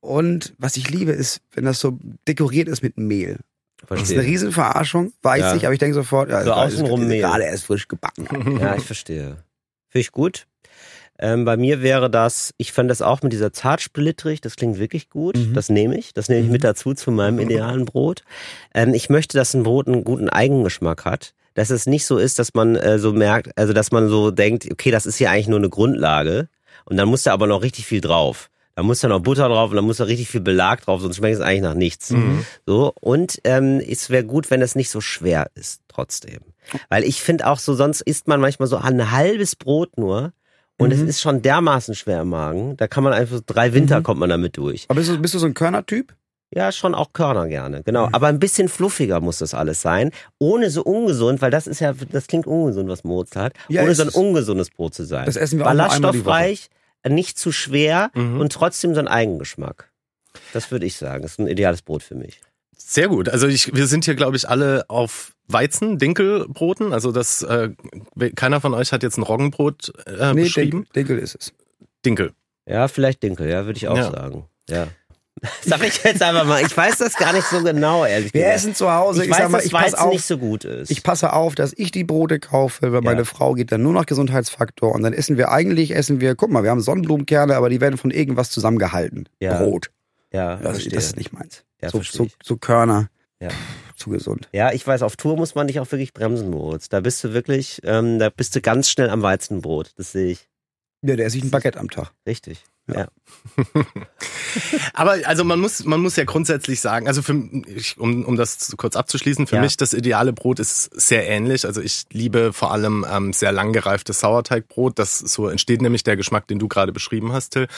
[SPEAKER 4] Und was ich liebe, ist, wenn das so dekoriert ist mit Mehl. Das ist eine
[SPEAKER 3] Verstehe.
[SPEAKER 4] Riesenverarschung, weiß
[SPEAKER 3] Ja.
[SPEAKER 4] ich, aber ich denke sofort, ja,
[SPEAKER 3] So
[SPEAKER 4] das ist
[SPEAKER 3] außenrum Mehl.
[SPEAKER 4] gerade erst frisch
[SPEAKER 3] [LAUGHS]
[SPEAKER 4] gebacken.
[SPEAKER 3] Ja, ich verstehe. Finde ich gut. Ähm, bei mir wäre das, ich fand das auch mit dieser zartsplittrig, das klingt wirklich gut. Das nehme ich. Das nehme ich mit dazu zu meinem idealen Brot. Ähm, ich möchte, dass ein Brot einen guten Eigengeschmack hat. Dass es nicht so ist, dass man äh, so merkt, also dass man so denkt, okay, das ist hier eigentlich nur eine Grundlage. Und dann muss da aber noch richtig viel drauf. Da muss dann noch Butter drauf und da muss da richtig viel Belag drauf, sonst schmeckt es eigentlich nach nichts. So, und ähm, es wäre gut, wenn das nicht so schwer ist, trotzdem. Weil ich finde auch so, sonst isst man manchmal so ein halbes Brot nur und
[SPEAKER 4] Mhm.
[SPEAKER 3] es ist schon dermaßen schwer im Magen. Da kann man einfach, drei Winter kommt man damit durch.
[SPEAKER 4] Aber bist du, bist du so ein Körnertyp?
[SPEAKER 3] Ja, schon auch Körner gerne, genau. Aber ein bisschen fluffiger muss das alles sein. Ohne so ungesund, weil das ist ja, das klingt ungesund, was Moritz hat.
[SPEAKER 4] Ja,
[SPEAKER 3] ohne
[SPEAKER 4] es
[SPEAKER 3] so ein
[SPEAKER 4] ist-
[SPEAKER 3] ungesundes Brot zu sein.
[SPEAKER 4] Das essen wir auch nur einmal die Woche. Mhm.
[SPEAKER 3] Ballaststoffreich, nicht zu schwer und trotzdem so einen Eigengeschmack. Das würde ich sagen. Das ist ein ideales Brot für mich.
[SPEAKER 5] Sehr gut. Also ich, wir sind hier, glaube ich, alle auf Weizen, Dinkelbroten. Also das, äh, keiner von euch hat jetzt ein Roggenbrot äh, beschrieben.
[SPEAKER 4] Dinkel, Dinkel ist es.
[SPEAKER 5] Dinkel.
[SPEAKER 3] Ja, vielleicht Dinkel, ja, würde ich auch
[SPEAKER 5] Ja.
[SPEAKER 3] sagen. Ja. [LAUGHS] Sag ich jetzt einfach mal. Ich weiß das gar nicht so genau, ehrlich
[SPEAKER 4] Wir
[SPEAKER 3] gesagt.
[SPEAKER 4] essen zu Hause, ich,
[SPEAKER 3] ich weiß,
[SPEAKER 4] sag mal,
[SPEAKER 3] dass
[SPEAKER 4] ich pass
[SPEAKER 3] Weizen
[SPEAKER 4] auf.
[SPEAKER 3] nicht so gut ist.
[SPEAKER 4] Ich passe auf, dass ich die Brote kaufe, weil meine Frau geht dann nur nach Gesundheitsfaktor und dann essen wir eigentlich, essen wir, guck mal, wir haben Sonnenblumenkerne, aber die werden von irgendwas zusammengehalten.
[SPEAKER 3] Ja,
[SPEAKER 4] Brot.
[SPEAKER 3] ja,
[SPEAKER 4] Das,
[SPEAKER 3] verstehe.
[SPEAKER 4] Also, das ist nicht meins.
[SPEAKER 3] Ja,
[SPEAKER 4] so,
[SPEAKER 3] verstehe
[SPEAKER 4] so,
[SPEAKER 3] ich.
[SPEAKER 4] so Körner.
[SPEAKER 3] Ja.
[SPEAKER 4] Pff, zu gesund.
[SPEAKER 3] Ja, ich weiß, auf Tour muss man dich auch wirklich bremsen, Moritz. Da bist du wirklich, ähm, da bist du ganz schnell am Weizenbrot. Das sehe ich.
[SPEAKER 4] Ja, der esse ich ein Baguette am Tag.
[SPEAKER 3] Richtig. Ja.
[SPEAKER 5] Aber also man muss, man muss ja grundsätzlich sagen, also für, ich, um, um das zu- kurz abzuschließen, für
[SPEAKER 3] Ja.
[SPEAKER 5] mich das ideale Brot ist sehr ähnlich. Also ich liebe vor allem ähm, sehr lang gereiftes Sauerteigbrot. Das so entsteht nämlich der Geschmack, den du gerade beschrieben hast, Till.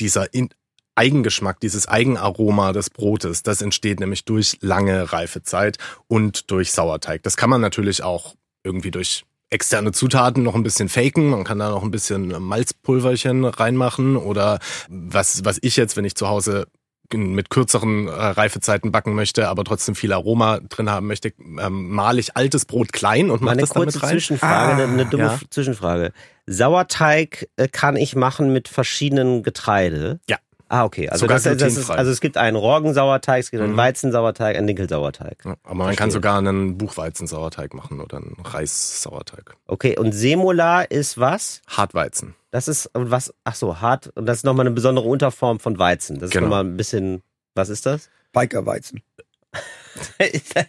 [SPEAKER 5] Dieser in Eigengeschmack, dieses Eigenaroma des Brotes, das entsteht nämlich durch lange Reifezeit und durch Sauerteig. Das kann man natürlich auch irgendwie durch externe Zutaten noch ein bisschen faken. Man kann da noch ein bisschen Malzpulverchen reinmachen oder was, was ich jetzt, wenn ich zu Hause mit kürzeren äh, Reifezeiten backen möchte, aber trotzdem viel Aroma drin haben möchte, ähm, male ich altes Brot klein und
[SPEAKER 3] Mal
[SPEAKER 5] mache
[SPEAKER 3] eine
[SPEAKER 5] das
[SPEAKER 3] kurze
[SPEAKER 5] damit rein.
[SPEAKER 4] Ah,
[SPEAKER 3] Zwischenfrage, eine, eine dumme
[SPEAKER 5] ja.
[SPEAKER 3] F- Zwischenfrage. Sauerteig äh, kann ich machen mit verschiedenen Getreide.
[SPEAKER 5] Ja.
[SPEAKER 3] Ah, okay. Also,
[SPEAKER 5] Sogar
[SPEAKER 3] das, das ist,
[SPEAKER 5] glutenfrei.
[SPEAKER 3] also es gibt einen Roggensauerteig, es gibt
[SPEAKER 4] Mhm.
[SPEAKER 3] einen Weizensauerteig, einen Dinkelsauerteig.
[SPEAKER 5] Ja, Aber man
[SPEAKER 3] Verstehe.
[SPEAKER 5] kann sogar einen Buchweizensauerteig machen oder einen Reissauerteig.
[SPEAKER 3] Okay, und Semola ist was?
[SPEAKER 5] Hartweizen.
[SPEAKER 3] Das ist und was, ach so, hart. Und das ist nochmal eine besondere Unterform von Weizen. Das ist
[SPEAKER 5] Genau.
[SPEAKER 3] nochmal ein bisschen, was ist das?
[SPEAKER 4] Bikerweizen.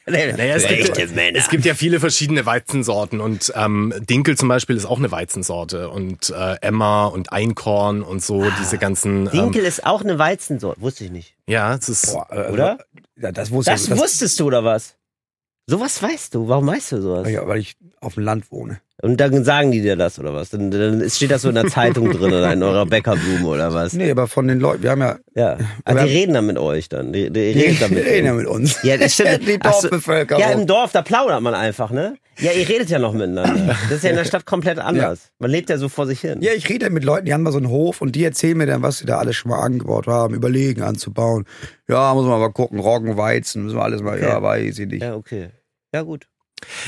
[SPEAKER 3] naja,
[SPEAKER 5] es gibt- Es gibt ja viele verschiedene Weizensorten und ähm, Dinkel zum Beispiel ist auch eine Weizensorte und äh, Emma und Einkorn und so, diese ganzen. Ähm,
[SPEAKER 3] Dinkel ist auch eine Weizensorte, wusste ich nicht.
[SPEAKER 5] ja, es ist.
[SPEAKER 4] Boah, äh,
[SPEAKER 3] Oder?
[SPEAKER 4] Ja, das wusste
[SPEAKER 3] Das,
[SPEAKER 4] ich.
[SPEAKER 3] wusstest du oder was? Sowas weißt du. Warum weißt du sowas?
[SPEAKER 4] ja, weil ich auf dem Land wohne.
[SPEAKER 3] Und dann sagen die dir das oder was? Dann, dann ist- steht das so in der Zeitung drin oder in eurer Bäckerblume oder was?
[SPEAKER 4] Nee, aber von den Leuten, wir haben ja.
[SPEAKER 3] Ja. Aber
[SPEAKER 4] Oder-
[SPEAKER 3] die reden dann mit euch dann. Die, die reden
[SPEAKER 4] [LAUGHS]
[SPEAKER 3] dann mit
[SPEAKER 4] reden ja
[SPEAKER 3] euch.
[SPEAKER 4] mit uns.
[SPEAKER 3] um. Ja,
[SPEAKER 4] [LAUGHS]
[SPEAKER 3] das stimmt.
[SPEAKER 4] Die
[SPEAKER 3] Ach so.
[SPEAKER 4] Dorfbevölkerung.
[SPEAKER 3] Ja, im Dorf, da plaudert man einfach, ne? Ja, ihr redet ja noch miteinander. Das ist ja in der Stadt komplett anders. Man lebt ja so vor sich hin.
[SPEAKER 4] Ja, ich rede mit Leuten, die haben mal so einen Hof und die erzählen mir dann, was sie da alles schon mal angebaut haben, überlegen anzubauen. Ja, muss man mal gucken, Roggen, Weizen, müssen wir alles mal, ja, weiß ich nicht.
[SPEAKER 3] Ja, okay. Ja, gut.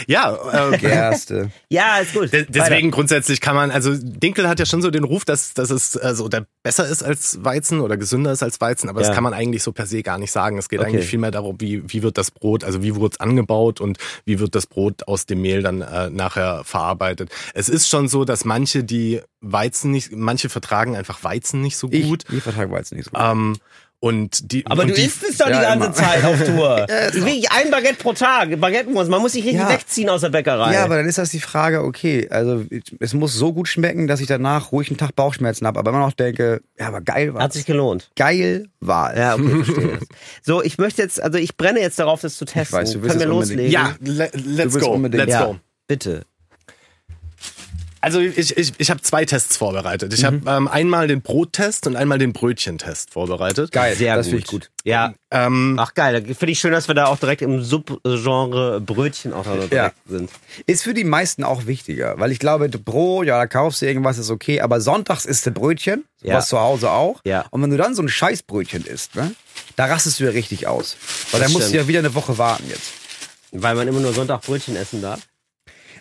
[SPEAKER 5] Ja, äh,
[SPEAKER 4] Gerste.
[SPEAKER 3] Ja, ist gut.
[SPEAKER 5] De-
[SPEAKER 3] Weiter.
[SPEAKER 5] Deswegen grundsätzlich kann man, also Dinkel hat ja schon so den Ruf, dass, dass es also der besser ist als Weizen oder gesünder ist als Weizen, aber
[SPEAKER 3] Ja.
[SPEAKER 5] das kann man eigentlich so per se gar nicht sagen. Es geht
[SPEAKER 3] Okay.
[SPEAKER 5] eigentlich vielmehr darum, wie, wie wird das Brot, also wie wurde es angebaut und wie wird das Brot aus dem Mehl dann äh, nachher verarbeitet. Es ist schon so, dass manche, die Weizen nicht, manche vertragen einfach Weizen nicht so
[SPEAKER 4] Ich,
[SPEAKER 5] gut.
[SPEAKER 4] ich vertrage Weizen nicht so. gut.
[SPEAKER 5] Ähm, und die,
[SPEAKER 3] Aber
[SPEAKER 5] und
[SPEAKER 3] du
[SPEAKER 5] die,
[SPEAKER 3] isst es doch die
[SPEAKER 4] ja,
[SPEAKER 3] ganze
[SPEAKER 4] immer.
[SPEAKER 3] Zeit auf
[SPEAKER 4] [LAUGHS]
[SPEAKER 3] Tour. Wirklich ein Baguette pro Tag. Baguette muss, man muss sich richtig
[SPEAKER 4] Ja.
[SPEAKER 3] wegziehen aus der Bäckerei.
[SPEAKER 4] Ja, aber dann ist das die Frage, okay, also es muss so gut schmecken, dass ich danach ruhig einen Tag Bauchschmerzen habe, aber immer noch denke, ja, aber geil war
[SPEAKER 3] Hat sich gelohnt.
[SPEAKER 4] Geil war es.
[SPEAKER 3] Ja, [LAUGHS] okay, verstehe. so, ich möchte jetzt, also ich brenne jetzt darauf, das zu testen.
[SPEAKER 4] weiß, du willst
[SPEAKER 3] Können wir
[SPEAKER 4] es
[SPEAKER 3] loslegen?
[SPEAKER 4] unbedingt.
[SPEAKER 5] Ja, le let's
[SPEAKER 4] Du willst
[SPEAKER 5] go.
[SPEAKER 4] unbedingt-
[SPEAKER 5] Let's
[SPEAKER 3] Ja,
[SPEAKER 5] go.
[SPEAKER 3] bitte.
[SPEAKER 5] Also ich, ich, ich habe zwei Tests vorbereitet. Ich
[SPEAKER 3] Mhm.
[SPEAKER 5] habe ähm, einmal den Brottest und einmal den Brötchentest vorbereitet.
[SPEAKER 4] Geil,
[SPEAKER 3] Sehr
[SPEAKER 4] das
[SPEAKER 3] gut.
[SPEAKER 4] finde ich gut.
[SPEAKER 3] Ja,
[SPEAKER 5] Ähm,
[SPEAKER 3] ach geil. da Finde ich schön, dass wir da auch direkt im Subgenre Brötchen auch noch direkt
[SPEAKER 4] Ja.
[SPEAKER 3] sind.
[SPEAKER 4] Ist für die meisten auch wichtiger, weil ich glaube, Brot, ja, da kaufst du irgendwas, ist okay, aber sonntags isst du Brötchen,
[SPEAKER 3] Ja.
[SPEAKER 4] was zu Hause auch.
[SPEAKER 3] Ja.
[SPEAKER 4] Und wenn du dann so ein Scheißbrötchen isst, ne, da rastest du ja richtig aus. Weil
[SPEAKER 3] Das
[SPEAKER 4] dann musst du
[SPEAKER 3] stimmt.
[SPEAKER 4] ja wieder eine Woche warten jetzt.
[SPEAKER 3] Weil man immer nur Sonntag Brötchen essen darf.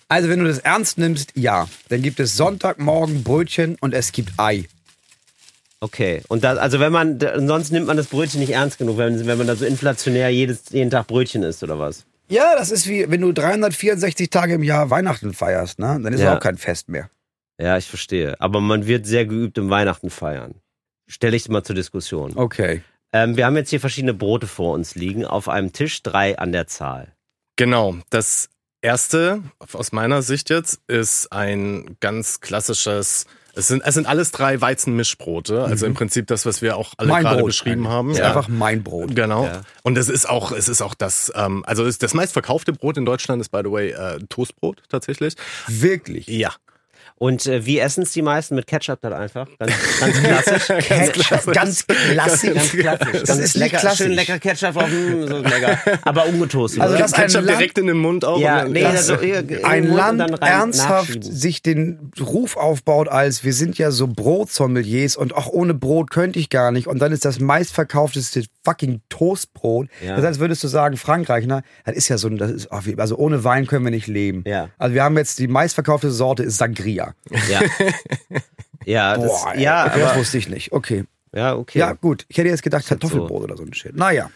[SPEAKER 4] Also, wenn du das ernst nimmst, ja, dann gibt es Sonntagmorgen Brötchen und es gibt Ei.
[SPEAKER 3] Okay. Und das, also wenn man, d- sonst nimmt man das Brötchen nicht ernst genug, wenn, wenn man da so inflationär jedes, jeden Tag Brötchen isst oder was.
[SPEAKER 4] Ja, das ist wie, wenn du 364 Tage im Jahr Weihnachten feierst, ne, dann ist
[SPEAKER 3] Ja.
[SPEAKER 4] auch kein Fest mehr.
[SPEAKER 3] Ja, ich verstehe. Aber man wird sehr geübt im Weihnachten feiern. Stelle ich mal zur Diskussion.
[SPEAKER 4] Okay.
[SPEAKER 3] Ähm, wir haben jetzt hier verschiedene Brote vor uns liegen, auf einem Tisch, drei an der Zahl.
[SPEAKER 5] Genau, das erste aus meiner Sicht jetzt ist ein ganz klassisches Es sind, es sind alles drei Weizenmischbrote, also im Prinzip das, was wir auch alle
[SPEAKER 2] Mein
[SPEAKER 5] gerade
[SPEAKER 2] Brot
[SPEAKER 5] beschrieben
[SPEAKER 2] eigentlich.
[SPEAKER 5] haben.
[SPEAKER 2] Ist einfach mein Brot.
[SPEAKER 5] Genau. Und das ist auch, es ist auch das, ähm, also das, das meistverkaufte Brot in Deutschland ist by the way äh, Toastbrot tatsächlich.
[SPEAKER 2] Wirklich.
[SPEAKER 5] Ja.
[SPEAKER 3] Und äh, wie essen es die meisten? Mit Ketchup dann einfach. Ganz, ganz
[SPEAKER 4] [LAUGHS]
[SPEAKER 3] klassisch.
[SPEAKER 4] Ketchup, ganz klassisch.
[SPEAKER 3] Ganz klassisch.
[SPEAKER 4] Das
[SPEAKER 3] Ganz
[SPEAKER 4] ist nicht
[SPEAKER 3] lecker,
[SPEAKER 4] klassisch.
[SPEAKER 3] Schön lecker Ketchup auf, mm, so lecker. Aber ungetoastet.
[SPEAKER 4] Also
[SPEAKER 3] oder?
[SPEAKER 4] das- ein
[SPEAKER 5] Ketchup
[SPEAKER 4] Land-
[SPEAKER 5] direkt in den Mund auch.
[SPEAKER 3] ja,
[SPEAKER 5] und dann-
[SPEAKER 3] nee,
[SPEAKER 5] das-
[SPEAKER 3] also, ir-
[SPEAKER 4] ein
[SPEAKER 3] irgendwo und
[SPEAKER 4] Land
[SPEAKER 3] dann rein
[SPEAKER 4] ernsthaft
[SPEAKER 3] nachschieben.
[SPEAKER 4] sich den Ruf aufbaut als wir sind ja so Brotsommeliers und auch ohne Brot könnte ich gar nicht und dann ist das meistverkaufteste fucking Toastbrot.
[SPEAKER 3] Ja.
[SPEAKER 4] Das heißt, würdest du sagen Frankreich, ne? Das ist ja so ein- das ist auf jeden- also ohne Wein können wir nicht leben.
[SPEAKER 3] Ja.
[SPEAKER 4] Also wir haben jetzt die meistverkaufte Sorte ist Sangria.
[SPEAKER 3] Ja.
[SPEAKER 4] [LAUGHS]
[SPEAKER 3] Ja, das,
[SPEAKER 4] Boah, ey,
[SPEAKER 3] ja,
[SPEAKER 4] okay, das
[SPEAKER 3] aber, Genau. halt
[SPEAKER 4] wusste ich nicht. Okay.
[SPEAKER 3] ja, okay.
[SPEAKER 4] Ja, gut. Ich hätte jetzt gedacht Kartoffelbrot oder so ein Shit. Naja.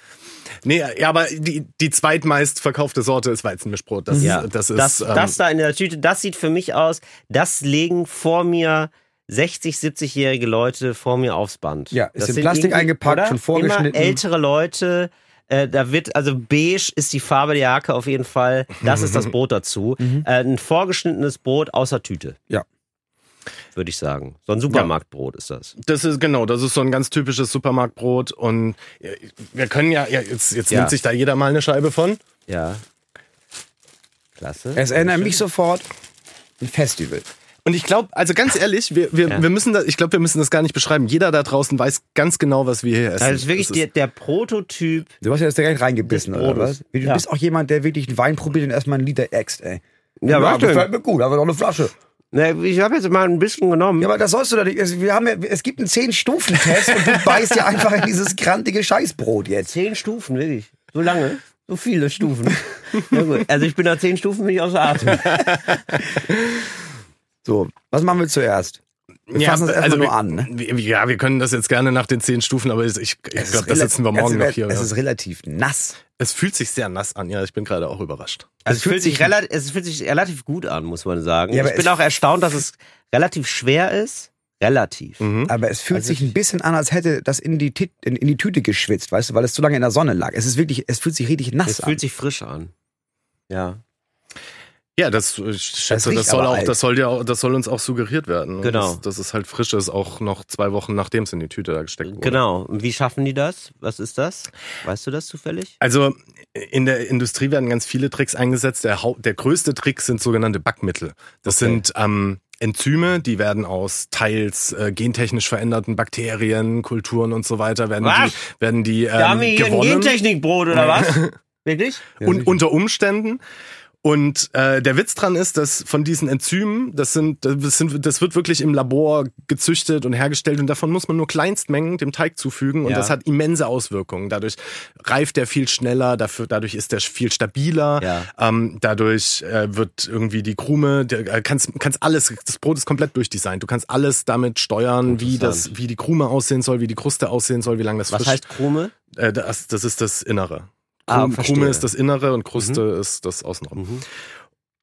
[SPEAKER 5] nee, ja, aber die, die zweitmeist verkaufte Sorte ist Weizenmischbrot. Das,
[SPEAKER 3] Ja,
[SPEAKER 5] das ist.
[SPEAKER 3] das,
[SPEAKER 5] ähm,
[SPEAKER 3] das da in der Tüte, das sieht für mich aus, das legen vor mir 60, 70-jährige Leute vor mir aufs Band.
[SPEAKER 4] Ja, ist
[SPEAKER 3] das
[SPEAKER 4] in
[SPEAKER 3] sind
[SPEAKER 4] Plastik
[SPEAKER 3] irgendwie-
[SPEAKER 4] eingepackt,
[SPEAKER 3] oder?
[SPEAKER 4] schon vorgeschnitten.
[SPEAKER 3] Immer ältere Leute, äh, da wird, also beige ist die Farbe der Jacke auf jeden Fall, das ist das Brot
[SPEAKER 4] [LAUGHS]
[SPEAKER 3] dazu.
[SPEAKER 4] Mhm.
[SPEAKER 3] Äh, ein vorgeschnittenes Brot außer Tüte.
[SPEAKER 4] Ja.
[SPEAKER 3] Würde ich sagen. So ein Supermarktbrot ist das.
[SPEAKER 5] Das ist genau, das ist so ein ganz typisches Supermarktbrot und äh, wir können ja, ja jetzt, jetzt
[SPEAKER 3] Ja.
[SPEAKER 5] nimmt sich da jeder mal eine Scheibe von.
[SPEAKER 3] Ja. Klasse.
[SPEAKER 4] Es erinnert
[SPEAKER 3] halt
[SPEAKER 4] mich sofort ein Festival.
[SPEAKER 5] Und ich glaube, also ganz ehrlich, wir, wir,
[SPEAKER 3] Ja.
[SPEAKER 5] wir müssen das, ich glaube, wir müssen das gar nicht beschreiben. Jeder da draußen weiß ganz genau, was wir hier essen.
[SPEAKER 3] also es ist wirklich
[SPEAKER 5] Das
[SPEAKER 3] der, der Prototyp
[SPEAKER 4] Du hast ja jetzt direkt reingebissen,
[SPEAKER 3] Des
[SPEAKER 4] oder
[SPEAKER 3] Brotes.
[SPEAKER 4] was? Wie, Du
[SPEAKER 3] Ja.
[SPEAKER 4] bist auch jemand, der wirklich einen Wein probiert und erstmal einen Liter äxt, ey.
[SPEAKER 3] Ja, was
[SPEAKER 4] das
[SPEAKER 3] denn?
[SPEAKER 4] fällt mir gut, aber noch eine Flasche.
[SPEAKER 3] Na, ich habe jetzt mal ein bisschen genommen.
[SPEAKER 4] Ja, aber das sollst du doch nicht. Es- Wir haben ja, es gibt einen 10-Stufen-Test
[SPEAKER 3] [LAUGHS]
[SPEAKER 4] und du beißt ja einfach in dieses krantige Scheißbrot jetzt.
[SPEAKER 3] Zehn Stufen, wirklich. So lange. So viele Stufen. [LAUGHS] Na gut. Also ich bin nach zehn Stufen bin ich außer [LAUGHS] Atem.
[SPEAKER 4] So, was machen wir zuerst? Wir
[SPEAKER 5] Ja,
[SPEAKER 4] fassen das erstmal
[SPEAKER 5] also
[SPEAKER 4] nur
[SPEAKER 5] wir-
[SPEAKER 4] an, ne?
[SPEAKER 5] wir- Ja, wir können das jetzt gerne nach den zehn Stufen, aber ich, ich
[SPEAKER 4] Es ist
[SPEAKER 5] glaube, da
[SPEAKER 4] rela-
[SPEAKER 5] sitzen wir morgen
[SPEAKER 4] es ist,
[SPEAKER 5] noch hier.
[SPEAKER 4] Es
[SPEAKER 5] ja.
[SPEAKER 4] ist relativ nass.
[SPEAKER 5] es fühlt sich sehr nass an, ja, ich bin gerade auch überrascht.
[SPEAKER 3] Also es fühlt sich relativ, es fühlt sich relativ gut an, muss man sagen.
[SPEAKER 4] Ja, aber
[SPEAKER 3] ich bin
[SPEAKER 4] es-
[SPEAKER 3] auch erstaunt, dass es relativ schwer ist. Relativ.
[SPEAKER 4] Aber es
[SPEAKER 3] Also
[SPEAKER 4] fühlt sich ein bisschen an, als hätte das in die, Tit in, in die Tüte geschwitzt, weißt du, weil es so lange in der Sonne lag. Es ist wirklich, es fühlt sich richtig nass
[SPEAKER 3] Es
[SPEAKER 4] an.
[SPEAKER 3] fühlt sich frisch an. Ja,
[SPEAKER 5] Ja, das äh, ich schätze,
[SPEAKER 4] riecht
[SPEAKER 5] das, soll
[SPEAKER 4] aber
[SPEAKER 5] auch,
[SPEAKER 4] alt.
[SPEAKER 5] das soll ja, auch- das soll uns auch suggeriert werden. Und
[SPEAKER 3] Genau.
[SPEAKER 5] Das, dass es halt frisch ist, auch noch zwei Wochen nachdem es in die Tüte da gesteckt wurde.
[SPEAKER 3] genau. Und wie schaffen die das? Was ist das? Weißt du das zufällig?
[SPEAKER 5] Also in der Industrie werden ganz viele Tricks eingesetzt. Der, Hau- der größte Trick sind sogenannte Backmittel. Das sind ähm, Enzyme, die werden aus teils äh, gentechnisch veränderten Bakterien, Kulturen und so weiter, werden
[SPEAKER 3] Was?
[SPEAKER 5] die, werden die
[SPEAKER 3] Da haben wir
[SPEAKER 5] ähm,
[SPEAKER 3] hier ein
[SPEAKER 5] gewonnen
[SPEAKER 3] Gentechnikbrot oder [LAUGHS] was? Wirklich?
[SPEAKER 5] und unter Umständen. Und äh, der Witz dran ist, dass von diesen Enzymen, das sind, das sind, das wird wirklich im Labor gezüchtet und hergestellt und davon muss man nur Kleinstmengen dem Teig zufügen und
[SPEAKER 3] Ja.
[SPEAKER 5] das hat immense Auswirkungen. Dadurch reift der viel schneller, dafür, dadurch ist der
[SPEAKER 3] [LAUGHS]
[SPEAKER 5] viel stabiler,
[SPEAKER 3] Ja.
[SPEAKER 5] ähm, dadurch äh, wird irgendwie die Krume, der, äh, kannst, kannst alles, das Brot ist komplett durchdesignt. Du kannst alles damit steuern, wie das, wie die Krume aussehen soll, wie die Kruste aussehen soll, wie lange das
[SPEAKER 3] Was
[SPEAKER 5] frisch
[SPEAKER 3] heißt Krume?
[SPEAKER 5] äh, das, das ist das Innere.
[SPEAKER 3] Ah,
[SPEAKER 5] Krum,
[SPEAKER 3] verstehe. Mhm.
[SPEAKER 5] Krume ist das Innere und Kruste ist das Außenrum.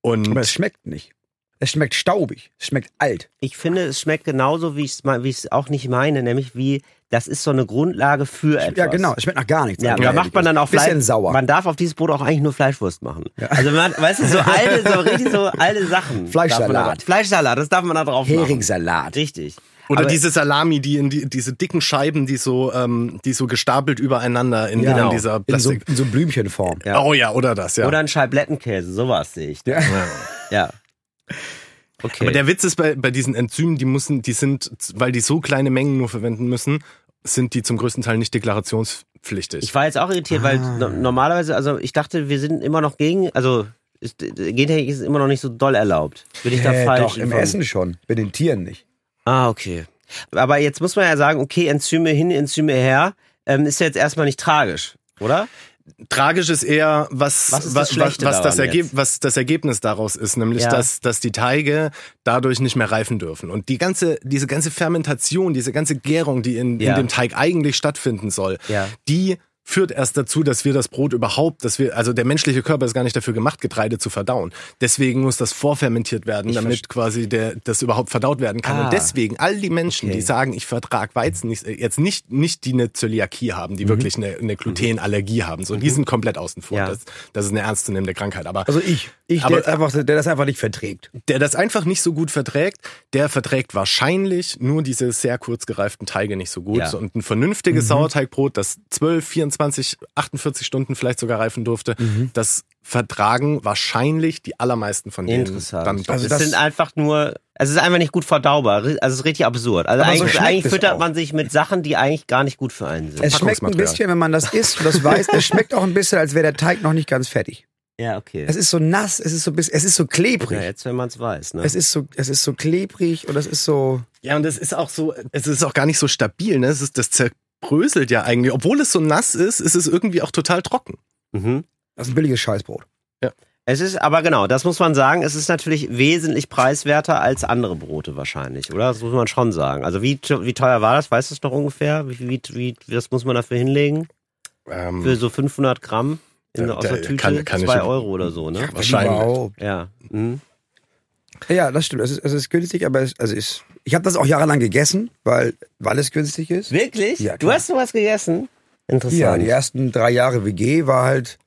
[SPEAKER 4] Aber es
[SPEAKER 5] Und
[SPEAKER 4] schmeckt nicht. Es schmeckt staubig. Es schmeckt alt.
[SPEAKER 3] Ich finde, es schmeckt genauso, wie ich es wie ich's auch nicht meine, nämlich wie, das ist so eine Grundlage für etwas.
[SPEAKER 4] Ja, genau. Es schmeckt nach gar nichts.
[SPEAKER 3] Ja, da macht man dann auch
[SPEAKER 4] Bisschen
[SPEAKER 3] Fleisch-
[SPEAKER 4] sauer.
[SPEAKER 3] Man darf auf dieses Brot auch eigentlich nur Fleischwurst machen. Also man, weißt du, so alte, so richtig so alte Sachen.
[SPEAKER 4] Fleischsalat.
[SPEAKER 3] darf man da- Fleischsalat, das darf man da drauf machen.
[SPEAKER 4] Heringssalat.
[SPEAKER 3] Richtig.
[SPEAKER 5] oder
[SPEAKER 3] Aber-
[SPEAKER 5] diese Salami, die in die, diese dicken Scheiben, die so, ähm, die so gestapelt übereinander in,
[SPEAKER 4] Genau.
[SPEAKER 5] in dieser
[SPEAKER 4] In so,
[SPEAKER 5] Plastik.
[SPEAKER 4] in so Blümchenform.
[SPEAKER 3] Ja.
[SPEAKER 5] Oh ja, oder das, ja.
[SPEAKER 3] Oder ein Scheiblettenkäse, sowas sehe ich.
[SPEAKER 4] Ja.
[SPEAKER 3] Ja. Okay.
[SPEAKER 5] Aber der Witz ist bei, bei diesen Enzymen, die müssen, die sind, weil die so kleine Mengen nur verwenden müssen, sind die zum größten Teil nicht deklarationspflichtig.
[SPEAKER 3] ich war jetzt auch irritiert, weil
[SPEAKER 4] Ah.
[SPEAKER 3] no normalerweise, also ich dachte, wir sind immer noch gegen, also ist, Gentechnik ist immer noch nicht so doll erlaubt. Bin ich da
[SPEAKER 4] Äh,
[SPEAKER 3] falsch?
[SPEAKER 4] doch, im
[SPEAKER 3] informiert?
[SPEAKER 4] Essen schon, bei den Tieren nicht.
[SPEAKER 3] Ah, okay. Aber jetzt muss man ja sagen, okay, Enzyme hin, Enzyme her, ähm, ist ja jetzt erstmal nicht tragisch, oder?
[SPEAKER 5] Tragisch ist eher,
[SPEAKER 3] Was
[SPEAKER 5] was,
[SPEAKER 3] ist
[SPEAKER 5] was,
[SPEAKER 3] das
[SPEAKER 5] was,
[SPEAKER 3] Schlechte
[SPEAKER 5] was, das,
[SPEAKER 3] daran
[SPEAKER 5] Ergeb
[SPEAKER 3] jetzt?
[SPEAKER 5] was das Ergebnis daraus ist, nämlich
[SPEAKER 3] Ja.
[SPEAKER 5] dass, dass die Teige dadurch nicht mehr reifen dürfen. Und die ganze, diese ganze Fermentation, diese ganze Gärung, die in,
[SPEAKER 3] Ja.
[SPEAKER 5] in dem Teig eigentlich stattfinden soll,
[SPEAKER 3] Ja.
[SPEAKER 5] die führt erst dazu, dass wir das Brot überhaupt, dass wir, also der menschliche Körper ist gar nicht dafür gemacht, Getreide zu verdauen. Deswegen muss das vorfermentiert werden, damit quasi der, das überhaupt verdaut werden kann.
[SPEAKER 3] Ah.
[SPEAKER 5] Und deswegen, all die Menschen,
[SPEAKER 3] Okay.
[SPEAKER 5] die sagen, ich vertrag Weizen nicht, jetzt nicht, nicht die eine Zöliakie haben, die wirklich eine, eine Glutenallergie haben, so, die sind komplett außen vor.
[SPEAKER 3] Mhm. Ja.
[SPEAKER 5] Das, das ist eine ernstzunehmende Krankheit. Aber
[SPEAKER 4] Also ich. Ich, der,
[SPEAKER 5] Aber-
[SPEAKER 4] jetzt einfach, der das einfach nicht verträgt.
[SPEAKER 5] der das einfach nicht so gut verträgt, der verträgt wahrscheinlich nur diese sehr kurz gereiften Teige nicht so gut.
[SPEAKER 3] Ja.
[SPEAKER 5] So, Und ein vernünftiges Sauerteigbrot, das 12, 24, 48 Stunden vielleicht sogar reifen durfte, das vertragen wahrscheinlich die allermeisten von denen.
[SPEAKER 3] Interessant.
[SPEAKER 5] Dann
[SPEAKER 4] Also
[SPEAKER 5] also
[SPEAKER 4] das-
[SPEAKER 3] es sind einfach nur, es ist einfach nicht gut verdaubar. Also es ist richtig absurd. Also
[SPEAKER 4] Aber so
[SPEAKER 3] eigentlich,
[SPEAKER 4] schmeckt
[SPEAKER 3] eigentlich
[SPEAKER 4] es
[SPEAKER 3] füttert
[SPEAKER 4] auch.
[SPEAKER 3] man sich mit Sachen, die eigentlich gar nicht gut für einen sind.
[SPEAKER 4] Es schmeckt ein
[SPEAKER 5] Packungsmaterial.
[SPEAKER 4] bisschen, wenn man das isst und das weiß, es schmeckt auch ein bisschen, als wäre der Teig noch nicht ganz fertig.
[SPEAKER 3] ja, okay.
[SPEAKER 4] Es ist so nass, es ist so bis, es ist so klebrig.
[SPEAKER 3] ja, jetzt, wenn man es weiß. Ne?
[SPEAKER 4] Es ist so, es ist so klebrig und es ist so.
[SPEAKER 5] ja, und es ist auch so, es ist auch gar nicht so stabil, ne? Es ist, das zerbröselt ja eigentlich. Obwohl es so nass ist, ist es irgendwie auch total trocken.
[SPEAKER 3] mhm.
[SPEAKER 4] Das ist ein billiges Scheißbrot.
[SPEAKER 3] Es ist, aber genau, das muss man sagen, es ist natürlich wesentlich preiswerter als andere Brote wahrscheinlich, oder? Das muss man schon sagen. Also wie, t- wie teuer war das? Weißt du es noch ungefähr? Wie, wie, wie, das muss man dafür hinlegen?
[SPEAKER 5] Ähm,
[SPEAKER 4] Hm.
[SPEAKER 3] Für so 500 Gramm in,
[SPEAKER 5] Ja,
[SPEAKER 3] aus der
[SPEAKER 5] da
[SPEAKER 3] Tüte?
[SPEAKER 5] kann- kann ich-
[SPEAKER 3] zwei Euro oder so, ne?
[SPEAKER 5] wahrscheinlich.
[SPEAKER 4] Also Überhaupt.
[SPEAKER 3] Ja. Mhm.
[SPEAKER 4] Ja, das stimmt. Es ist, es ist günstig, aber es, also ist, ich habe das auch jahrelang gegessen, weil, weil es günstig ist.
[SPEAKER 3] Wirklich?
[SPEAKER 4] Ja,
[SPEAKER 3] du
[SPEAKER 4] klar.
[SPEAKER 3] hast sowas gegessen?
[SPEAKER 4] Ja,
[SPEAKER 3] Interessant.
[SPEAKER 4] die ersten drei Jahre WG war halt,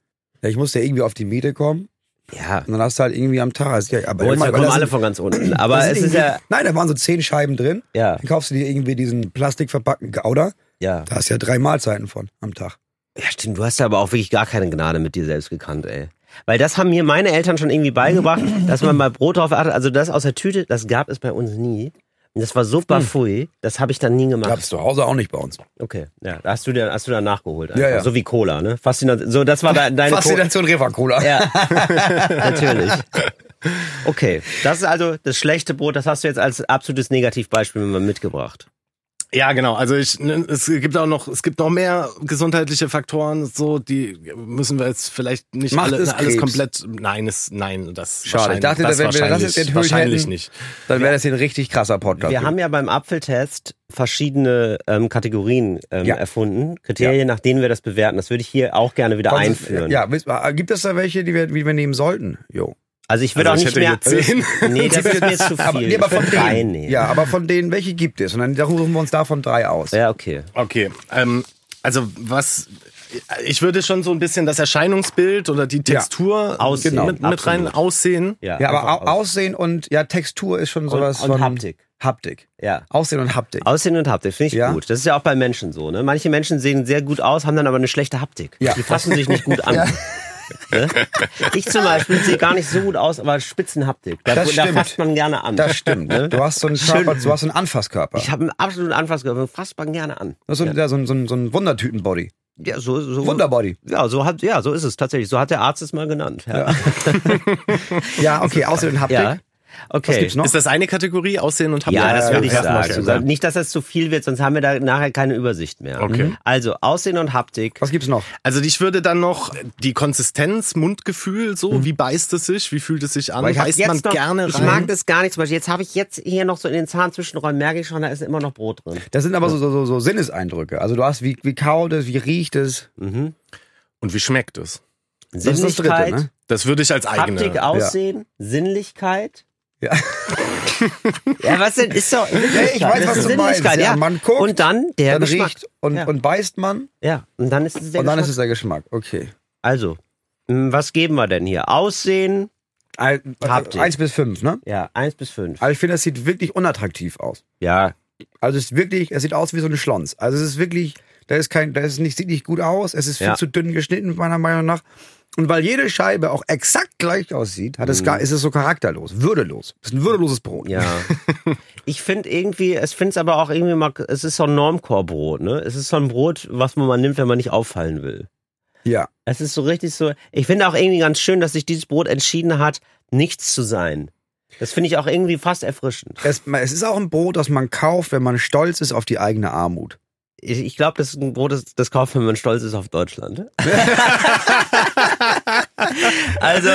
[SPEAKER 4] ja, ich musste ja irgendwie auf die Miete kommen
[SPEAKER 3] ja.
[SPEAKER 4] und dann hast du halt irgendwie am Tag, also, ja, aber
[SPEAKER 3] Obwohl,
[SPEAKER 4] immer-
[SPEAKER 3] da
[SPEAKER 4] weil
[SPEAKER 3] kommen
[SPEAKER 4] das
[SPEAKER 3] alle
[SPEAKER 4] sind-
[SPEAKER 3] von ganz
[SPEAKER 4] [CLEARS THROAT]
[SPEAKER 3] unten. Aber
[SPEAKER 4] das sind
[SPEAKER 3] es ist
[SPEAKER 4] irgendwie-
[SPEAKER 3] ja,
[SPEAKER 4] Nein, da waren so zehn Scheiben drin.
[SPEAKER 3] ja,
[SPEAKER 4] Dann kaufst du dir irgendwie diesen plastikverpackten Gouda.
[SPEAKER 3] ja.
[SPEAKER 4] Da hast du ja drei Mahlzeiten von am Tag.
[SPEAKER 3] Ja, stimmt. Du hast ja aber auch wirklich gar keine Gnade mit dir selbst gekannt, ey. Weil das haben mir meine Eltern schon irgendwie
[SPEAKER 4] [CLEARS THROAT]
[SPEAKER 3] beigebracht, dass man mal Brot drauf achtet. Also das aus der Tüte, das gab es bei uns nie. Und das war so barfui, das habe ich dann nie gemacht.
[SPEAKER 4] Hm. Gab's zu Hause auch nicht bei uns.
[SPEAKER 3] Okay, ja, da hast du dir, hast du dann nachgeholt. Einfach.
[SPEAKER 4] Ja, ja.
[SPEAKER 3] So wie Cola, ne? Faszination. So, das war de deine Cola.
[SPEAKER 4] Faszination Refa-Cola.
[SPEAKER 3] Ja, natürlich. Okay, das ist also das schlechte Brot, das hast du jetzt als absolutes Negativbeispiel mal mitgebracht.
[SPEAKER 5] Ja, genau. Also ich, ne, es gibt auch noch, es gibt noch mehr gesundheitliche Faktoren, so die müssen wir jetzt vielleicht nicht
[SPEAKER 4] Macht
[SPEAKER 5] alle, ne,
[SPEAKER 4] es
[SPEAKER 5] alles
[SPEAKER 4] Krebs?
[SPEAKER 5] komplett. Nein, es, nein, das
[SPEAKER 4] [LAUGHS] Schade. Ich dachte,
[SPEAKER 5] das
[SPEAKER 4] wenn wir das
[SPEAKER 5] wahrscheinlich-
[SPEAKER 4] jetzt enthüllt
[SPEAKER 5] wahrscheinlich
[SPEAKER 4] hätten.
[SPEAKER 5] nicht.
[SPEAKER 4] Dann wäre das hier ein richtig krasser Podcast.
[SPEAKER 3] Wir haben ja beim Apfeltest verschiedene ähm, Kategorien ähm,
[SPEAKER 4] Ja.
[SPEAKER 3] erfunden, Kriterien, nach denen wir das bewerten. Das würde ich hier auch gerne wieder
[SPEAKER 4] Konsistenz-
[SPEAKER 3] einführen.
[SPEAKER 4] Ja, wisst- ah, gibt es da welche, die wir, die wir nehmen sollten? Jo.
[SPEAKER 3] Also ich würde
[SPEAKER 5] Also
[SPEAKER 3] auch
[SPEAKER 5] ich
[SPEAKER 3] nicht mehr.
[SPEAKER 5] hätte hier
[SPEAKER 3] [LAUGHS]
[SPEAKER 5] zehn.
[SPEAKER 3] Nee, das ist mir
[SPEAKER 4] [LAUGHS]
[SPEAKER 3] jetzt zu viel.
[SPEAKER 4] Aber, nee, aber
[SPEAKER 3] Ich würde
[SPEAKER 4] von
[SPEAKER 3] drei
[SPEAKER 4] denen.
[SPEAKER 3] nehmen.
[SPEAKER 4] Ja, aber von denen, welche gibt es? Und dann suchen wir uns davon drei aus.
[SPEAKER 3] ja, okay.
[SPEAKER 5] Okay, ähm, also was, ich würde schon so ein bisschen das Erscheinungsbild oder die Textur
[SPEAKER 3] Aussehen,
[SPEAKER 5] mit, mit rein
[SPEAKER 3] genau. absolut.
[SPEAKER 5] aussehen.
[SPEAKER 3] Ja,
[SPEAKER 4] Ja, aber
[SPEAKER 3] einfach
[SPEAKER 4] au- Aussehen und ja, Textur ist schon sowas
[SPEAKER 3] und
[SPEAKER 4] von
[SPEAKER 3] Haptik.
[SPEAKER 4] Haptik.
[SPEAKER 3] Ja.
[SPEAKER 4] Aussehen und Haptik.
[SPEAKER 3] Aussehen und Haptik finde ich
[SPEAKER 4] Ja.
[SPEAKER 3] gut. Das ist ja auch bei Menschen so. Ne? Manche Menschen sehen sehr gut aus, haben dann aber eine schlechte Haptik.
[SPEAKER 4] Ja.
[SPEAKER 3] Die fassen sich nicht
[SPEAKER 4] [LAUGHS]
[SPEAKER 3] gut an. Ne? Ich zum Beispiel sehe gar nicht so gut aus, aber Spitzenhaptik. Da,
[SPEAKER 4] Das
[SPEAKER 3] da
[SPEAKER 4] stimmt.
[SPEAKER 3] fasst man gerne an.
[SPEAKER 4] Das stimmt. Ne? Du hast
[SPEAKER 3] [LAUGHS]
[SPEAKER 4] so einen Körper, du hast so einen Anfasskörper.
[SPEAKER 3] Ich habe einen absoluten Anfassgehör, fasst man gerne an.
[SPEAKER 4] Du hast so, einen- ja. so, einen- so, einen- so einen Wundertütenbody.
[SPEAKER 3] Ja, so, so
[SPEAKER 4] Wunderbody.
[SPEAKER 3] Ja, so hat, ja, so ist es tatsächlich. So hat der Arzt es mal genannt. Ja.
[SPEAKER 4] Ja, okay, Aussehen und Haptik.
[SPEAKER 3] ja. Okay.
[SPEAKER 4] Was gibt's noch?
[SPEAKER 5] Ist das eine Kategorie, Aussehen und Haptik?
[SPEAKER 3] Ja, das würde ich
[SPEAKER 5] ja,
[SPEAKER 3] sagen.
[SPEAKER 5] okay.
[SPEAKER 3] Also Nicht, dass das zu viel wird, sonst haben wir da nachher keine Übersicht mehr.
[SPEAKER 5] Okay.
[SPEAKER 3] Also Aussehen und Haptik.
[SPEAKER 4] Was gibt's noch?
[SPEAKER 5] Also ich würde dann noch die Konsistenz, Mundgefühl, so wie beißt es sich, wie fühlt es sich an,
[SPEAKER 3] Weil Mhm. ich hab
[SPEAKER 5] beißt
[SPEAKER 3] jetzt
[SPEAKER 5] man
[SPEAKER 3] noch,
[SPEAKER 5] gerne rein.
[SPEAKER 3] Ich mag das gar nicht. Zum Beispiel, jetzt habe ich jetzt hier noch so in den Zahnzwischenräumen, merke ich schon, da ist immer noch Brot drin.
[SPEAKER 4] Das sind aber so, so, so, so Sinneseindrücke. Also du hast, wie, wie kaut es, wie riecht es.
[SPEAKER 5] Und wie schmeckt es?
[SPEAKER 4] Mhm. das Dritte,
[SPEAKER 3] Sinnlichkeit,
[SPEAKER 4] ne?
[SPEAKER 5] Das würde ich als eigene.
[SPEAKER 3] Haptik, Aussehen, Sinnlichkeit.
[SPEAKER 4] Ja.
[SPEAKER 3] [LAUGHS] Ja, was denn? Ist doch.
[SPEAKER 4] ich weiß, was
[SPEAKER 3] Das ist
[SPEAKER 4] du meinst.
[SPEAKER 3] Sinnlichkeit,
[SPEAKER 4] Ja,
[SPEAKER 3] ja.
[SPEAKER 4] man guckt,
[SPEAKER 3] und dann der
[SPEAKER 4] dann
[SPEAKER 3] Geschmack.
[SPEAKER 4] riecht und,
[SPEAKER 3] ja.
[SPEAKER 4] und beißt man
[SPEAKER 3] ja, und dann ist es der
[SPEAKER 4] und dann
[SPEAKER 3] Geschmack.
[SPEAKER 4] ist es der Geschmack. Okay.
[SPEAKER 3] also, mh, was geben wir denn hier? Aussehen,
[SPEAKER 4] Ein,
[SPEAKER 3] Haptik.
[SPEAKER 4] eins bis fünf, ne?
[SPEAKER 3] ja, 1 bis 5.
[SPEAKER 4] Aber ich finde, das sieht wirklich unattraktiv aus.
[SPEAKER 3] Ja,
[SPEAKER 4] Also es ist wirklich, es sieht aus wie so eine Schlons. Also es ist wirklich, da ist kein, da ist nicht, sieht nicht gut aus, es ist viel
[SPEAKER 3] Ja.
[SPEAKER 4] zu dünn geschnitten, meiner Meinung nach. Und weil jede Scheibe auch exakt gleich aussieht, hat es gar, ist es so charakterlos, würdelos. Es ist ein würdeloses Brot.
[SPEAKER 3] Mhm.
[SPEAKER 4] [LAUGHS]
[SPEAKER 3] Ja. Ich finde irgendwie, es finde es aber auch irgendwie mal, es ist so ein Normcore-Brot, ne? Es ist so ein Brot, was man mal nimmt, wenn man nicht auffallen will.
[SPEAKER 4] Ja.
[SPEAKER 3] Es ist so richtig so, ich finde auch irgendwie ganz schön, dass sich dieses Brot entschieden hat, nichts zu sein. Das finde ich auch irgendwie fast erfrischend.
[SPEAKER 4] Es, es ist auch ein Brot, das man kauft, wenn man stolz ist auf die eigene Armut.
[SPEAKER 3] Ich, ich glaube, das ist ein Brot, das, das kauft, wenn man stolz ist auf Deutschland. [LAUGHS] Also,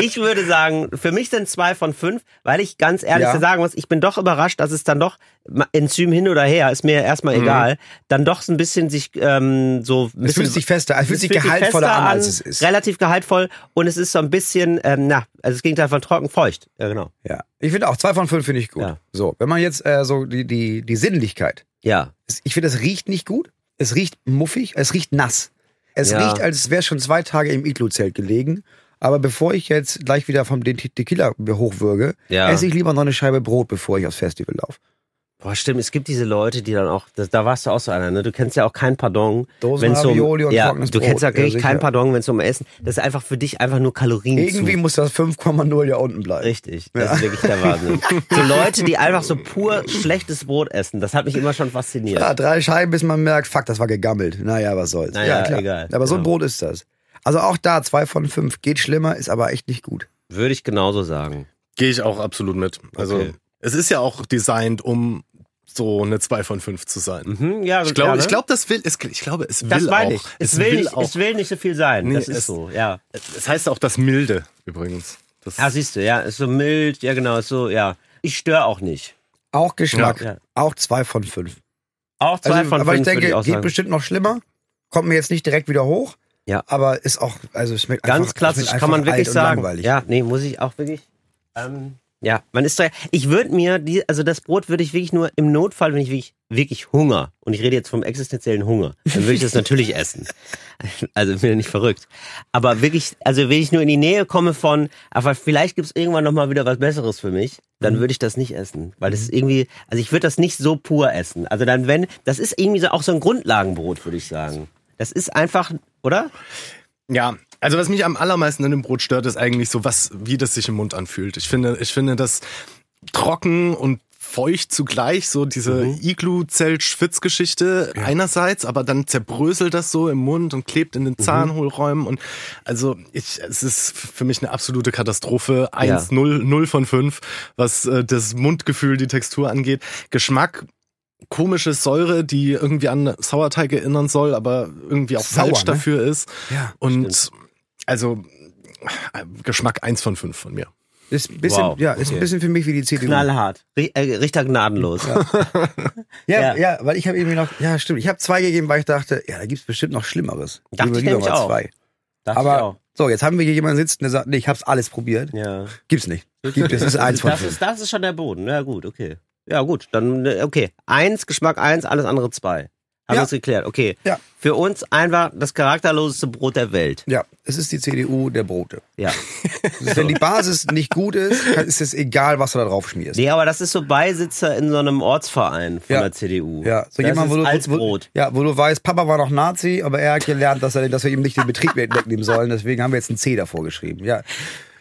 [SPEAKER 3] ich würde sagen, für mich sind zwei von fünf, weil ich ganz ehrlich
[SPEAKER 4] Ja.
[SPEAKER 3] sagen muss, ich bin doch überrascht, dass es dann doch ma- Enzym hin oder her, ist mir erstmal egal, dann doch so ein bisschen sich ähm, so ein
[SPEAKER 4] Mhm. Es
[SPEAKER 3] bisschen
[SPEAKER 4] fühlt sich fester, es fühlt sich
[SPEAKER 3] fühlt
[SPEAKER 4] gehaltvoller
[SPEAKER 3] fester
[SPEAKER 4] an, als es ist.
[SPEAKER 3] Relativ gehaltvoll und es ist so ein bisschen, ähm, na, also das Gegenteil von trocken, feucht. Ja, genau.
[SPEAKER 4] Ja. Ich finde auch, zwei von fünf finde ich gut.
[SPEAKER 3] Ja.
[SPEAKER 4] So, wenn man jetzt äh, so die, die, die Sinnlichkeit.
[SPEAKER 3] Ja.
[SPEAKER 4] Es- Ich finde, es riecht nicht gut. Es riecht muffig, es riecht nass. Es
[SPEAKER 3] Ja.
[SPEAKER 4] riecht, als wäre schon zwei Tage im Iglu-Zelt gelegen. Aber bevor ich jetzt gleich wieder vom den Te- Tequila hochwürge,
[SPEAKER 3] Ja.
[SPEAKER 4] esse ich lieber noch eine Scheibe Brot, bevor ich aufs Festival laufe.
[SPEAKER 3] Boah, stimmt, es gibt diese Leute, die dann auch, das, da warst du auch so einer, ne? Du kennst ja auch kein Pardon.
[SPEAKER 4] Dosen
[SPEAKER 3] wenn's um,
[SPEAKER 4] Ravioli und
[SPEAKER 3] ja,
[SPEAKER 4] trockenes
[SPEAKER 3] Du kennst ja
[SPEAKER 4] Brot, ja,
[SPEAKER 3] wirklich
[SPEAKER 4] sicher.
[SPEAKER 3] kein Pardon, wenn es um Essen, das ist einfach für dich einfach nur Kalorien
[SPEAKER 4] Irgendwie
[SPEAKER 3] zu.
[SPEAKER 4] muss das 5,0 ja unten bleiben.
[SPEAKER 3] Richtig, das ist wirklich der Wahnsinn. so Leute, die einfach so pur schlechtes Brot essen, das hat mich immer schon fasziniert.
[SPEAKER 4] Ja, Ah, drei Scheiben, bis man merkt, fuck, das war gegammelt. Naja, was soll's.
[SPEAKER 3] Naja, egal.
[SPEAKER 4] Aber so ein
[SPEAKER 3] Ja.
[SPEAKER 4] Brot ist das. Also auch da, zwei von fünf. Geht schlimmer, ist aber echt nicht gut.
[SPEAKER 3] Würde ich genauso sagen.
[SPEAKER 5] Gehe ich auch absolut mit. Also
[SPEAKER 3] Okay.
[SPEAKER 5] es ist ja auch designt, um so eine 2 von 5 zu sein.
[SPEAKER 3] Mhm, ja,
[SPEAKER 5] Ich glaube,
[SPEAKER 3] ja, ne?
[SPEAKER 5] ich glaube, das will, es, ich glaube, es will
[SPEAKER 3] das meine
[SPEAKER 5] auch.
[SPEAKER 3] ich. Es, will, nicht,
[SPEAKER 5] auch.
[SPEAKER 3] es will nicht so viel sein.
[SPEAKER 5] Nee,
[SPEAKER 3] das ist
[SPEAKER 5] es-
[SPEAKER 3] so, ja.
[SPEAKER 5] Es heißt auch das Milde übrigens. Das
[SPEAKER 3] Ah, siehst du, ja, ist so mild, ja genau, ist so, ja. Ich störe auch nicht.
[SPEAKER 4] Auch Geschmack,
[SPEAKER 3] Ja, ja.
[SPEAKER 4] auch zwei von fünf.
[SPEAKER 3] Auch zwei
[SPEAKER 4] Also,
[SPEAKER 3] von
[SPEAKER 4] aber
[SPEAKER 3] fünf
[SPEAKER 4] ich denke,
[SPEAKER 3] würde ich auch
[SPEAKER 4] geht
[SPEAKER 3] sagen.
[SPEAKER 4] bestimmt noch schlimmer. Kommt mir jetzt nicht direkt wieder hoch.
[SPEAKER 3] Ja.
[SPEAKER 4] Aber ist auch, also es schmeckt
[SPEAKER 3] Ganz
[SPEAKER 4] einfach,
[SPEAKER 3] klassisch,
[SPEAKER 4] es schmeckt
[SPEAKER 3] kann man
[SPEAKER 4] einfach
[SPEAKER 3] wirklich
[SPEAKER 4] alt
[SPEAKER 3] sagen.
[SPEAKER 4] Und langweilig.
[SPEAKER 3] Ja, nee, muss ich auch wirklich. Ähm, ja, man ist da. Ich würde mir, die, also das Brot würde ich wirklich nur im Notfall, wenn ich wirklich, wirklich Hunger, und ich rede jetzt vom existenziellen Hunger, dann würde ich das natürlich essen. [LAUGHS] Also ich bin ja nicht verrückt. Aber wirklich, also wenn ich nur in die Nähe komme von, aber vielleicht gibt's irgendwann nochmal wieder was Besseres für mich, dann
[SPEAKER 4] Mhm.
[SPEAKER 3] würde ich das nicht essen. Weil das ist irgendwie, also ich würde das nicht so pur essen. Also dann, wenn, das ist irgendwie so auch so ein Grundlagenbrot, würde ich sagen. Das ist einfach, oder?
[SPEAKER 5] Ja, also was mich am allermeisten an dem Brot stört, ist eigentlich so, was, wie das sich im Mund anfühlt. Ich finde, ich finde das trocken und feucht zugleich, so diese
[SPEAKER 4] Mhm.
[SPEAKER 5] Iglu-Zelt-Schwitzgeschichte einerseits, aber dann zerbröselt das so im Mund und klebt in den
[SPEAKER 4] Mhm.
[SPEAKER 5] Zahnhohlräumen und also ich, es ist für mich eine absolute Katastrophe. 1, 0, 0 von 5, was äh, das Mundgefühl, die Textur angeht. Geschmack, komische Säure, die irgendwie an Sauerteig erinnern soll, aber irgendwie auch
[SPEAKER 4] Sauer,
[SPEAKER 5] falsch
[SPEAKER 4] ne?
[SPEAKER 5] dafür ist.
[SPEAKER 4] Ja,
[SPEAKER 5] Und also äh, Geschmack eins von fünf von mir.
[SPEAKER 4] Ist ein bisschen,
[SPEAKER 3] Wow,
[SPEAKER 4] ja, ist ein bisschen für mich wie die CDU.
[SPEAKER 3] Knallhart. Ri- äh, Richter gnadenlos.
[SPEAKER 4] Ja,
[SPEAKER 3] Ja.
[SPEAKER 4] ja, weil ich habe irgendwie noch, ja, stimmt. Ich habe zwei gegeben, weil ich dachte, ja, da gibt's bestimmt noch Schlimmeres.
[SPEAKER 3] Dachte
[SPEAKER 4] Lieber-
[SPEAKER 3] ich
[SPEAKER 4] lieber
[SPEAKER 3] nämlich
[SPEAKER 4] mal
[SPEAKER 3] auch.
[SPEAKER 4] zwei.
[SPEAKER 3] [LAUGHS] Dachte ich
[SPEAKER 4] Aber
[SPEAKER 3] auch.
[SPEAKER 4] so, jetzt haben wir hier jemanden sitzen, der sagt, nee, ich hab's alles probiert.
[SPEAKER 3] Ja.
[SPEAKER 4] Gibt's nicht. Gibt es, ist eins von
[SPEAKER 3] das,
[SPEAKER 4] fünf.
[SPEAKER 3] ist, das ist schon der Boden. Ja, gut, okay. Ja, gut, dann, äh, okay. Eins, Geschmack eins, alles andere zwei. Haben
[SPEAKER 4] Ja.
[SPEAKER 3] wir es geklärt. Okay.
[SPEAKER 4] Ja.
[SPEAKER 3] Für uns einfach das charakterloseste Brot der Welt.
[SPEAKER 4] Ja, es ist die CDU der Brote. [LAUGHS]
[SPEAKER 3] Ja.
[SPEAKER 4] Wenn die Basis nicht gut ist, kann- ist es egal, was du da drauf schmierst.
[SPEAKER 3] nee, aber das ist so Beisitzer in so einem Ortsverein von
[SPEAKER 4] Ja.
[SPEAKER 3] der CDU.
[SPEAKER 4] Ja, so
[SPEAKER 3] das
[SPEAKER 4] jemand, wo
[SPEAKER 3] ist
[SPEAKER 4] du,
[SPEAKER 3] als
[SPEAKER 4] wo,
[SPEAKER 3] Brot.
[SPEAKER 4] Ja, wo du weißt, Papa war noch Nazi, aber er hat gelernt, dass, er, dass wir ihm nicht den Betrieb wegnehmen sollen. Deswegen haben wir jetzt ein C davor geschrieben. Ja,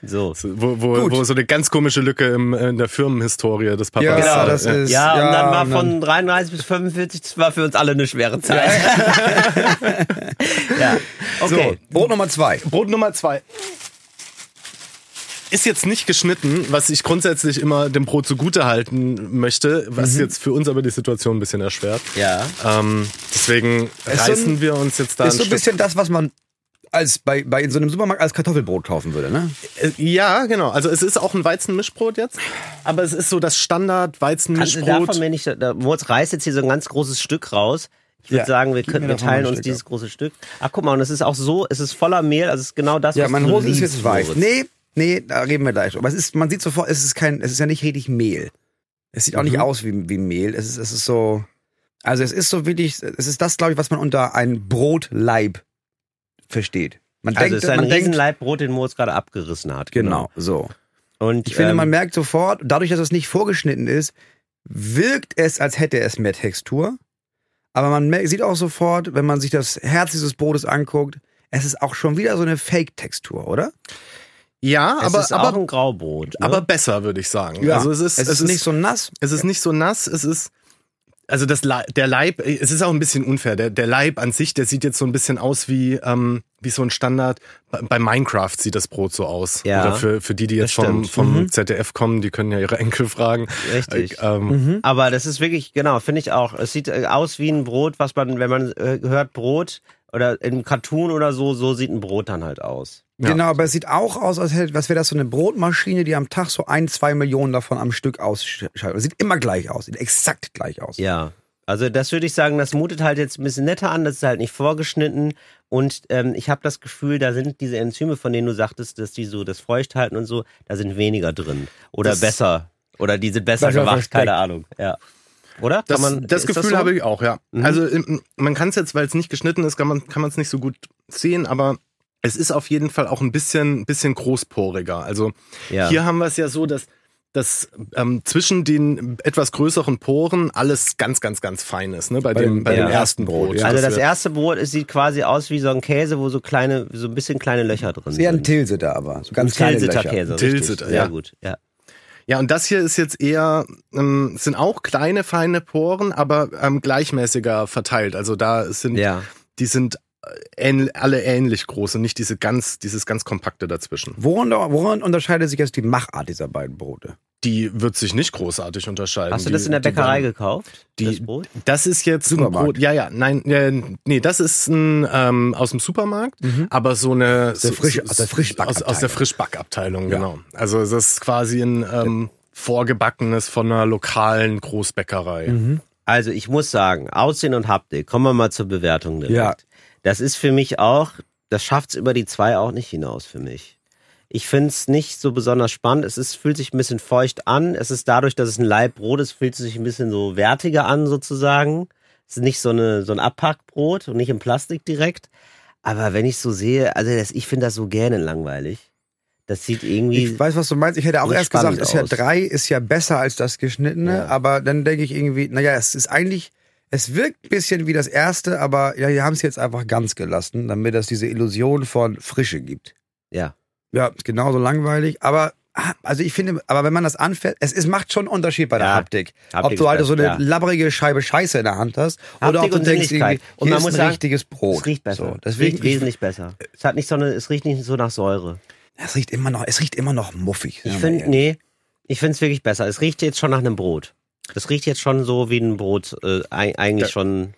[SPEAKER 3] So.
[SPEAKER 5] Wo, wo, wo so eine ganz komische Lücke im, äh, in der Firmenhistorie des Papas.
[SPEAKER 4] [LAUGHS] ja
[SPEAKER 5] war.
[SPEAKER 4] das ist.
[SPEAKER 3] Ja, und dann war
[SPEAKER 4] und
[SPEAKER 3] von 33 bis 45, das war für uns alle eine schwere Zeit. [LAUGHS] Ja. Okay.
[SPEAKER 4] So, Brot Nummer zwei.
[SPEAKER 5] Brot Nummer zwei. Ist jetzt nicht geschnitten, was ich grundsätzlich immer dem Brot zugute halten möchte, was jetzt für uns aber die Situation ein bisschen erschwert.
[SPEAKER 3] Ja.
[SPEAKER 5] Ähm, deswegen
[SPEAKER 4] Ist so
[SPEAKER 5] reißen
[SPEAKER 4] ein-
[SPEAKER 5] wir uns jetzt da
[SPEAKER 4] ist so ein
[SPEAKER 5] Stück
[SPEAKER 4] bisschen das, was man als bei, bei in so einem Supermarkt als Kartoffelbrot kaufen würde, ne?
[SPEAKER 5] Äh, Ja, genau. Also es ist auch ein Weizenmischbrot jetzt, aber es ist so das Standard
[SPEAKER 3] Kannst du Also davon
[SPEAKER 5] Weizenmischbrot.
[SPEAKER 3] mir nicht, da, Moritz reißt jetzt hier so ein ganz großes Stück raus. Ich würde
[SPEAKER 4] Ja,
[SPEAKER 3] sagen, wir,
[SPEAKER 4] gib
[SPEAKER 3] können,
[SPEAKER 4] mir
[SPEAKER 3] wir
[SPEAKER 4] davon mal ein
[SPEAKER 3] teilen uns
[SPEAKER 4] Stück
[SPEAKER 3] dieses
[SPEAKER 4] ab.
[SPEAKER 3] große Stück. Ach, guck mal, und es ist auch so, es ist voller Mehl, also es ist genau das,
[SPEAKER 4] Ja,
[SPEAKER 3] was
[SPEAKER 4] meine
[SPEAKER 3] du
[SPEAKER 4] Hose ist
[SPEAKER 3] liebst,
[SPEAKER 4] jetzt weich.
[SPEAKER 3] Moritz.
[SPEAKER 4] Nee, nee, da reden wir gleich. Aber es ist, man sieht sofort, es ist kein, es ist ja nicht richtig Mehl. Es sieht auch
[SPEAKER 3] Mhm.
[SPEAKER 4] nicht aus wie, wie Mehl. Es ist, es ist so, also es ist so wirklich, es ist das, glaube ich, was man unter ein Brotleib versteht. Man
[SPEAKER 3] Also
[SPEAKER 4] denkt,
[SPEAKER 3] es ist ein
[SPEAKER 4] man denkt,
[SPEAKER 3] Riesenleibbrot, den Moritz gerade abgerissen hat.
[SPEAKER 4] genau, so.
[SPEAKER 3] Und
[SPEAKER 4] Ich finde,
[SPEAKER 3] ähm,
[SPEAKER 4] man merkt sofort, dadurch, dass es nicht vorgeschnitten ist, wirkt es, als hätte es mehr Textur. Aber man mer- sieht auch sofort, wenn man sich das Herz dieses Brotes anguckt, es ist auch schon wieder so eine Fake-Textur, oder?
[SPEAKER 5] Ja,
[SPEAKER 3] es
[SPEAKER 5] aber
[SPEAKER 3] ist auch
[SPEAKER 5] aber
[SPEAKER 3] ein Graubrot. Ne?
[SPEAKER 5] aber besser würde ich sagen. Also es ist
[SPEAKER 4] es ist nicht so nass.
[SPEAKER 5] es ist nicht so nass, es ist also das Le der Leib, äh, es ist auch ein bisschen unfair. Der, der Leib an sich, der sieht jetzt so ein bisschen aus wie ähm, wie so ein Standard. Bei, bei Minecraft sieht das Brot so aus.
[SPEAKER 3] Ja.
[SPEAKER 5] Oder für für die, die jetzt
[SPEAKER 3] Das
[SPEAKER 5] vom
[SPEAKER 3] stimmt. Mhm.
[SPEAKER 5] vom ZDF kommen, die können ja ihre Enkel fragen.
[SPEAKER 3] Richtig. Mhm.
[SPEAKER 5] Äh, ähm,
[SPEAKER 3] Aber das ist wirklich, genau, finde ich auch. Es sieht äh, aus wie ein Brot, was man, wenn man äh, hört Brot, oder im Cartoon oder so, so sieht ein Brot dann halt aus.
[SPEAKER 4] Genau, aber es sieht auch aus, als, hätte- als wäre das so eine Brotmaschine, die am Tag so ein, zwei Millionen davon am Stück ausschaltet. Das sieht immer gleich aus, sieht exakt gleich aus.
[SPEAKER 3] Ja. Also das würde ich sagen, das mutet halt jetzt ein bisschen netter an, das ist halt nicht vorgeschnitten. Und ähm, ich habe das Gefühl, da sind diese Enzyme, von denen du sagtest, dass die so das feucht halten und so, da sind weniger drin. Oder
[SPEAKER 4] Das-
[SPEAKER 3] besser. Oder die sind besser,
[SPEAKER 4] Besser
[SPEAKER 3] gemacht,
[SPEAKER 4] versteckt.
[SPEAKER 3] keine Ahnung. Ja. Oder?
[SPEAKER 5] Das,
[SPEAKER 3] Kann man,
[SPEAKER 5] das
[SPEAKER 3] ist
[SPEAKER 5] Gefühl
[SPEAKER 3] so? Mhm.
[SPEAKER 5] habe ich auch, ja. Also ähm, man kann es jetzt, weil es nicht geschnitten ist, kann man kann man es nicht so gut sehen, aber es ist auf jeden Fall auch ein bisschen bisschen großporiger. Also
[SPEAKER 3] Ja.
[SPEAKER 5] hier haben wir es ja so, dass dass ähm, zwischen den etwas größeren Poren alles ganz, ganz, ganz fein ist, ne? Bei,
[SPEAKER 4] Bei
[SPEAKER 5] dem,
[SPEAKER 4] dem-
[SPEAKER 5] bei
[SPEAKER 3] ja.
[SPEAKER 5] dem ersten Brot.
[SPEAKER 4] Ja.
[SPEAKER 3] Also
[SPEAKER 5] dass
[SPEAKER 3] das
[SPEAKER 5] wir-
[SPEAKER 3] erste Brot es sieht quasi aus wie so ein Käse, wo so kleine, so ein bisschen kleine Löcher drin
[SPEAKER 4] Eher ein
[SPEAKER 3] sind.
[SPEAKER 4] Tilsiter aber, so ganz kleine
[SPEAKER 3] Tilsiter
[SPEAKER 4] Löcher.
[SPEAKER 3] Käse.
[SPEAKER 5] Tilsiter,
[SPEAKER 3] Tilsiter, ja.
[SPEAKER 5] ja.
[SPEAKER 3] gut. Ja.
[SPEAKER 5] Ja, und das hier ist jetzt eher, ähm, sind auch kleine, feine Poren, aber ähm, gleichmäßiger verteilt. Also da sind,
[SPEAKER 3] ja.
[SPEAKER 5] die sind ähnl alle ähnlich groß und nicht diese ganz, dieses ganz kompakte dazwischen.
[SPEAKER 4] Woran, woran unterscheidet sich jetzt die Machart dieser beiden Brote?
[SPEAKER 5] Die wird sich nicht großartig unterscheiden.
[SPEAKER 3] Hast du
[SPEAKER 5] die,
[SPEAKER 3] das in der
[SPEAKER 5] die
[SPEAKER 3] Bäckerei
[SPEAKER 5] waren-
[SPEAKER 3] gekauft?
[SPEAKER 5] die-
[SPEAKER 3] das Brot?
[SPEAKER 5] Das ist jetzt ein
[SPEAKER 4] Supermarkt.
[SPEAKER 5] Brot. Ja, ja, nein, äh, nee, das ist ein ähm, aus dem Supermarkt, aber so eine
[SPEAKER 4] Mhm. der
[SPEAKER 5] so-
[SPEAKER 4] Frisch-
[SPEAKER 5] so-
[SPEAKER 4] aus der
[SPEAKER 5] aus, aus der
[SPEAKER 4] Frischbackabteilung.
[SPEAKER 5] Frischbackabteilung, genau. Also das ist quasi ein ähm, vorgebackenes von einer lokalen Großbäckerei.
[SPEAKER 4] Mhm.
[SPEAKER 3] Also ich muss sagen, Aussehen und Haptik, kommen wir mal zur Bewertung direkt.
[SPEAKER 4] Ja.
[SPEAKER 3] Das ist für mich auch, das schafft's über die zwei auch nicht hinaus für mich. Ich find's nicht so besonders spannend. Es ist, fühlt sich ein bisschen feucht an. Es ist dadurch, dass es ein Leibbrot ist, fühlt es sich ein bisschen so wertiger an sozusagen. Es ist nicht so, eine, so ein Abpackbrot und nicht im Plastik direkt. Aber wenn ich so sehe, also das, ich finde das so gerne langweilig. Das sieht irgendwie...
[SPEAKER 4] Ich weiß, was du meinst. Ich hätte auch
[SPEAKER 3] Sieht
[SPEAKER 4] erst gesagt,
[SPEAKER 3] spannend
[SPEAKER 4] ist ja
[SPEAKER 3] aus.
[SPEAKER 4] drei ist ja besser als das geschnittene,
[SPEAKER 3] Ja.
[SPEAKER 4] aber dann denke ich irgendwie, naja, es ist eigentlich, es wirkt ein bisschen wie das erste, aber ja, die haben es jetzt einfach ganz gelassen, damit es diese Illusion von Frische gibt.
[SPEAKER 3] ja.
[SPEAKER 4] Ja, ist genauso langweilig, aber ah, also ich finde, aber wenn man das anfährt, es ist, macht schon einen Unterschied bei der
[SPEAKER 3] Ja,
[SPEAKER 4] Haptik.
[SPEAKER 3] Haptik
[SPEAKER 4] Ob du
[SPEAKER 3] ist
[SPEAKER 4] halt so eine
[SPEAKER 3] besser, ja.
[SPEAKER 4] labbrige Scheibe Scheiße in der Hand hast oder
[SPEAKER 3] Haptik
[SPEAKER 4] ob du
[SPEAKER 3] und
[SPEAKER 4] denkst,
[SPEAKER 3] Sinnlichkeit.
[SPEAKER 4] irgendwie,
[SPEAKER 3] Und
[SPEAKER 4] hier
[SPEAKER 3] man
[SPEAKER 4] ist
[SPEAKER 3] muss
[SPEAKER 4] ein
[SPEAKER 3] sagen,
[SPEAKER 4] richtiges Brot.
[SPEAKER 3] Es riecht besser.
[SPEAKER 4] So,
[SPEAKER 3] es
[SPEAKER 4] deswegen,
[SPEAKER 3] riecht wesentlich besser. Es hat nicht so eine, es riecht nicht so nach Säure.
[SPEAKER 4] es riecht immer noch, es riecht immer noch muffig.
[SPEAKER 3] Ich
[SPEAKER 4] sagen wir
[SPEAKER 3] finde,
[SPEAKER 4] ehrlich.
[SPEAKER 3] nee, ich finde es wirklich besser. Es riecht jetzt schon nach einem Brot. Das riecht jetzt schon so wie ein Brot, äh, eig- eigentlich schon.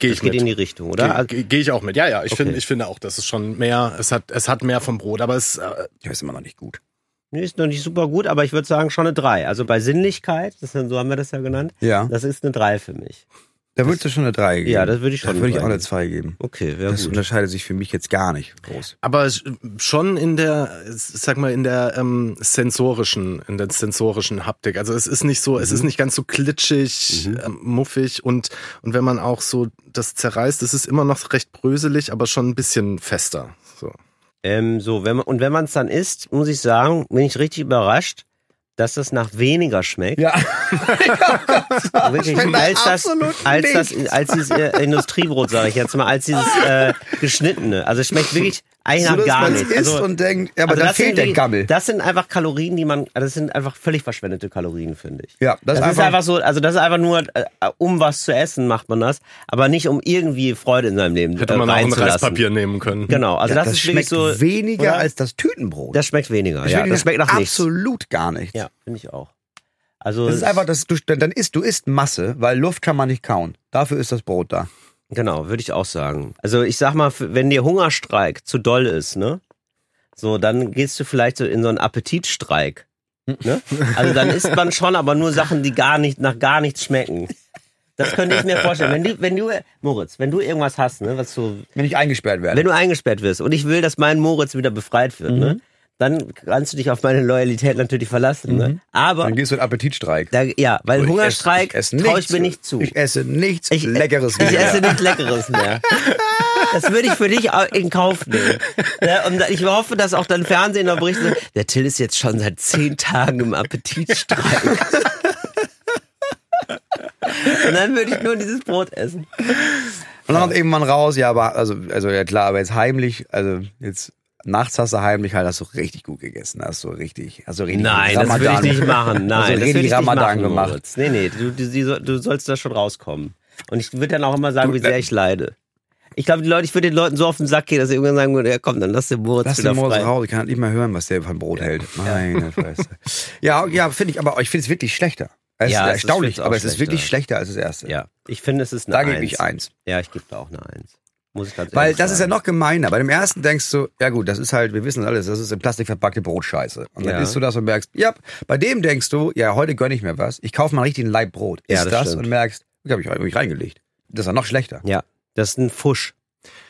[SPEAKER 5] Gehe
[SPEAKER 3] Das
[SPEAKER 5] ich
[SPEAKER 3] geht
[SPEAKER 5] mit.
[SPEAKER 3] in die Richtung, oder? Also,
[SPEAKER 5] Gehe geh ich auch mit. Ja, ja, ich
[SPEAKER 3] Okay.
[SPEAKER 5] finde ich finde auch, das ist schon mehr, es hat, es hat mehr vom Brot, aber es, äh,
[SPEAKER 4] Ja, ist immer noch nicht gut.
[SPEAKER 3] Nee, ist noch nicht super gut, aber ich würde sagen schon eine 3. Also bei Sinnlichkeit, das, so haben wir das ja genannt,
[SPEAKER 4] Ja.
[SPEAKER 3] das ist eine 3 für mich.
[SPEAKER 4] Da würdest du schon eine 3 geben.
[SPEAKER 3] Ja, das würde ich schon
[SPEAKER 4] Da würde ich
[SPEAKER 3] eine
[SPEAKER 4] auch
[SPEAKER 3] drei
[SPEAKER 4] eine 2 geben.
[SPEAKER 3] Okay, wäre
[SPEAKER 4] Das
[SPEAKER 3] gut.
[SPEAKER 4] unterscheidet sich für mich jetzt gar nicht groß.
[SPEAKER 5] aber sch- schon in der, äh, sag mal, in der ähm, sensorischen, in der sensorischen Haptik. Also es ist nicht so, es
[SPEAKER 3] Mhm.
[SPEAKER 5] ist nicht ganz so klitschig, ähm, muffig und, und wenn man auch so das zerreißt, es ist immer noch recht bröselig, aber schon ein bisschen fester. So.
[SPEAKER 3] Ähm, so, wenn man, und wenn man es dann isst, muss ich sagen, bin ich richtig überrascht, dass das nach weniger schmeckt. [LAUGHS]
[SPEAKER 4] Ja.
[SPEAKER 3] Wirklich,
[SPEAKER 4] schmeckt nach
[SPEAKER 3] als das,
[SPEAKER 4] absolut
[SPEAKER 3] als das, als dieses äh, Industriebrot, sage ich jetzt mal, als dieses äh, geschnittene. Also es schmeckt wirklich eigentlich
[SPEAKER 4] So,
[SPEAKER 3] nach
[SPEAKER 4] dass
[SPEAKER 3] gar
[SPEAKER 4] man
[SPEAKER 3] nichts.
[SPEAKER 4] isst
[SPEAKER 3] Also,
[SPEAKER 4] und denkt, ja, aber
[SPEAKER 3] also
[SPEAKER 4] da
[SPEAKER 3] das sind
[SPEAKER 4] fehlt der
[SPEAKER 3] wirklich-
[SPEAKER 4] Gammel.
[SPEAKER 3] Das sind einfach Kalorien, die man, also das sind einfach völlig verschwendete Kalorien, finde ich.
[SPEAKER 4] Ja, das
[SPEAKER 3] das
[SPEAKER 4] ist
[SPEAKER 3] ist
[SPEAKER 4] einfach-
[SPEAKER 3] einfach so, also das ist einfach nur, äh, um was zu essen macht man das, aber nicht um irgendwie Freude in seinem Leben
[SPEAKER 5] Hätte
[SPEAKER 3] äh,
[SPEAKER 5] man auch ein
[SPEAKER 3] reinzulassen.
[SPEAKER 5] Reispapier nehmen können.
[SPEAKER 3] Genau, also
[SPEAKER 4] Ja,
[SPEAKER 3] das, ist wirklich
[SPEAKER 4] schmeckt
[SPEAKER 3] so.
[SPEAKER 4] weniger
[SPEAKER 3] oder?
[SPEAKER 4] als das Tütenbrot.
[SPEAKER 3] Das schmeckt weniger, ja. Das schmeckt nach nichts.
[SPEAKER 4] absolut gar nichts.
[SPEAKER 3] Ja, finde ich auch. Also
[SPEAKER 4] Das ist einfach,
[SPEAKER 3] das.
[SPEAKER 4] dass du dann isst, du isst Masse, weil Luft kann man nicht kauen. Dafür ist das Brot da.
[SPEAKER 3] Genau, würde ich auch sagen. Also ich sag mal, wenn dir Hungerstreik zu doll ist, ne? So, dann gehst du vielleicht so in so einen Appetitstreik. Ne? Also dann isst man schon, aber nur Sachen, die gar nicht, nach gar nichts schmecken. Das könnte ich mir vorstellen. Wenn du, wenn du, Moritz, wenn du irgendwas hast, ne, was so,
[SPEAKER 4] Wenn ich eingesperrt werde.
[SPEAKER 3] wenn du eingesperrt wirst und ich will, dass mein Moritz wieder befreit wird,
[SPEAKER 4] Mhm.
[SPEAKER 3] ne, dann kannst du dich auf meine Loyalität natürlich verlassen, ne? Aber,
[SPEAKER 4] Mhm. dann gehst du in Appetitstreik.
[SPEAKER 3] da, ja, weil
[SPEAKER 4] Ich
[SPEAKER 3] Hungerstreik
[SPEAKER 4] ess- ess
[SPEAKER 3] traue ich
[SPEAKER 4] nichts.
[SPEAKER 3] mir nicht zu.
[SPEAKER 4] Ich esse nichts
[SPEAKER 3] Ich- äh,
[SPEAKER 4] Leckeres.
[SPEAKER 3] Ich
[SPEAKER 4] mehr.
[SPEAKER 3] esse nicht Leckeres
[SPEAKER 4] [LAUGHS]
[SPEAKER 3] mehr. Das würde ich für dich au- in Kauf nehmen. Ne, Und ich hoffe, dass auch dann Fernsehen noch berichtet, der Till ist jetzt schon seit zehn Tagen im Appetitstreik.
[SPEAKER 4] [LAUGHS]
[SPEAKER 3] Und dann würde ich nur dieses Brot essen.
[SPEAKER 4] Und dann kommt irgendwann raus, ja, aber, also, also, ja klar, aber jetzt heimlich, also, jetzt, nachts hast du heimlich halt, hast du richtig gut gegessen, hast du richtig, hast du richtig
[SPEAKER 3] Nein, das würde ich nicht machen. Nein,
[SPEAKER 4] hast
[SPEAKER 3] das
[SPEAKER 4] du
[SPEAKER 3] würde
[SPEAKER 4] richtig
[SPEAKER 3] ich nicht
[SPEAKER 4] Ramadan
[SPEAKER 3] machen,
[SPEAKER 4] Also gemacht.
[SPEAKER 3] Moritz. Nee, nee, du, du, die so- du sollst da schon rauskommen. Und ich würde dann auch immer
[SPEAKER 4] äh
[SPEAKER 3] sagen, wie sehr ich leide. Ich glaube, die Leute, ich würde den Leuten so auf den Sack gehen, dass sie irgendwann sagen würden, ja komm, dann lass den Moritz
[SPEAKER 4] Lass
[SPEAKER 3] wieder
[SPEAKER 4] den Moritz
[SPEAKER 3] frei.
[SPEAKER 4] raus, ich kann halt nicht mehr hören, was der von Brot hält. Meine Fresse. Ja, ja, finde ich, aber ich finde es wirklich schlechter. Es
[SPEAKER 3] Ja,
[SPEAKER 4] ist
[SPEAKER 3] es ist-
[SPEAKER 4] erstaunlich,
[SPEAKER 3] find's auch
[SPEAKER 4] aber es ist wirklich
[SPEAKER 3] schlechter.
[SPEAKER 4] schlechter als das erste.
[SPEAKER 3] Ja, ich finde, es ist eine
[SPEAKER 4] Da
[SPEAKER 3] Eins.
[SPEAKER 4] gebe ich eins.
[SPEAKER 3] Ja, ich gebe da auch eine Eins. Muss ich ganz
[SPEAKER 4] Weil
[SPEAKER 3] ehrlich
[SPEAKER 4] das ist ja
[SPEAKER 3] sagen.
[SPEAKER 4] noch gemeiner. Bei dem ersten denkst du, ja gut, das ist halt, wir wissen alles, das ist in Plastik verpackte Brotscheiße. Und dann
[SPEAKER 3] Ja.
[SPEAKER 4] isst du das und merkst, ja, bei dem denkst du, ja, heute gönn ich mir was. Ich kaufe mal richtig einen Laib Brot.
[SPEAKER 3] Ja,
[SPEAKER 4] Isst
[SPEAKER 3] das
[SPEAKER 4] das,
[SPEAKER 3] stimmt.
[SPEAKER 4] und merkst, da habe ich eigentlich reingelegt. Das ist ja noch schlechter.
[SPEAKER 3] Ja, das ist ein Fusch.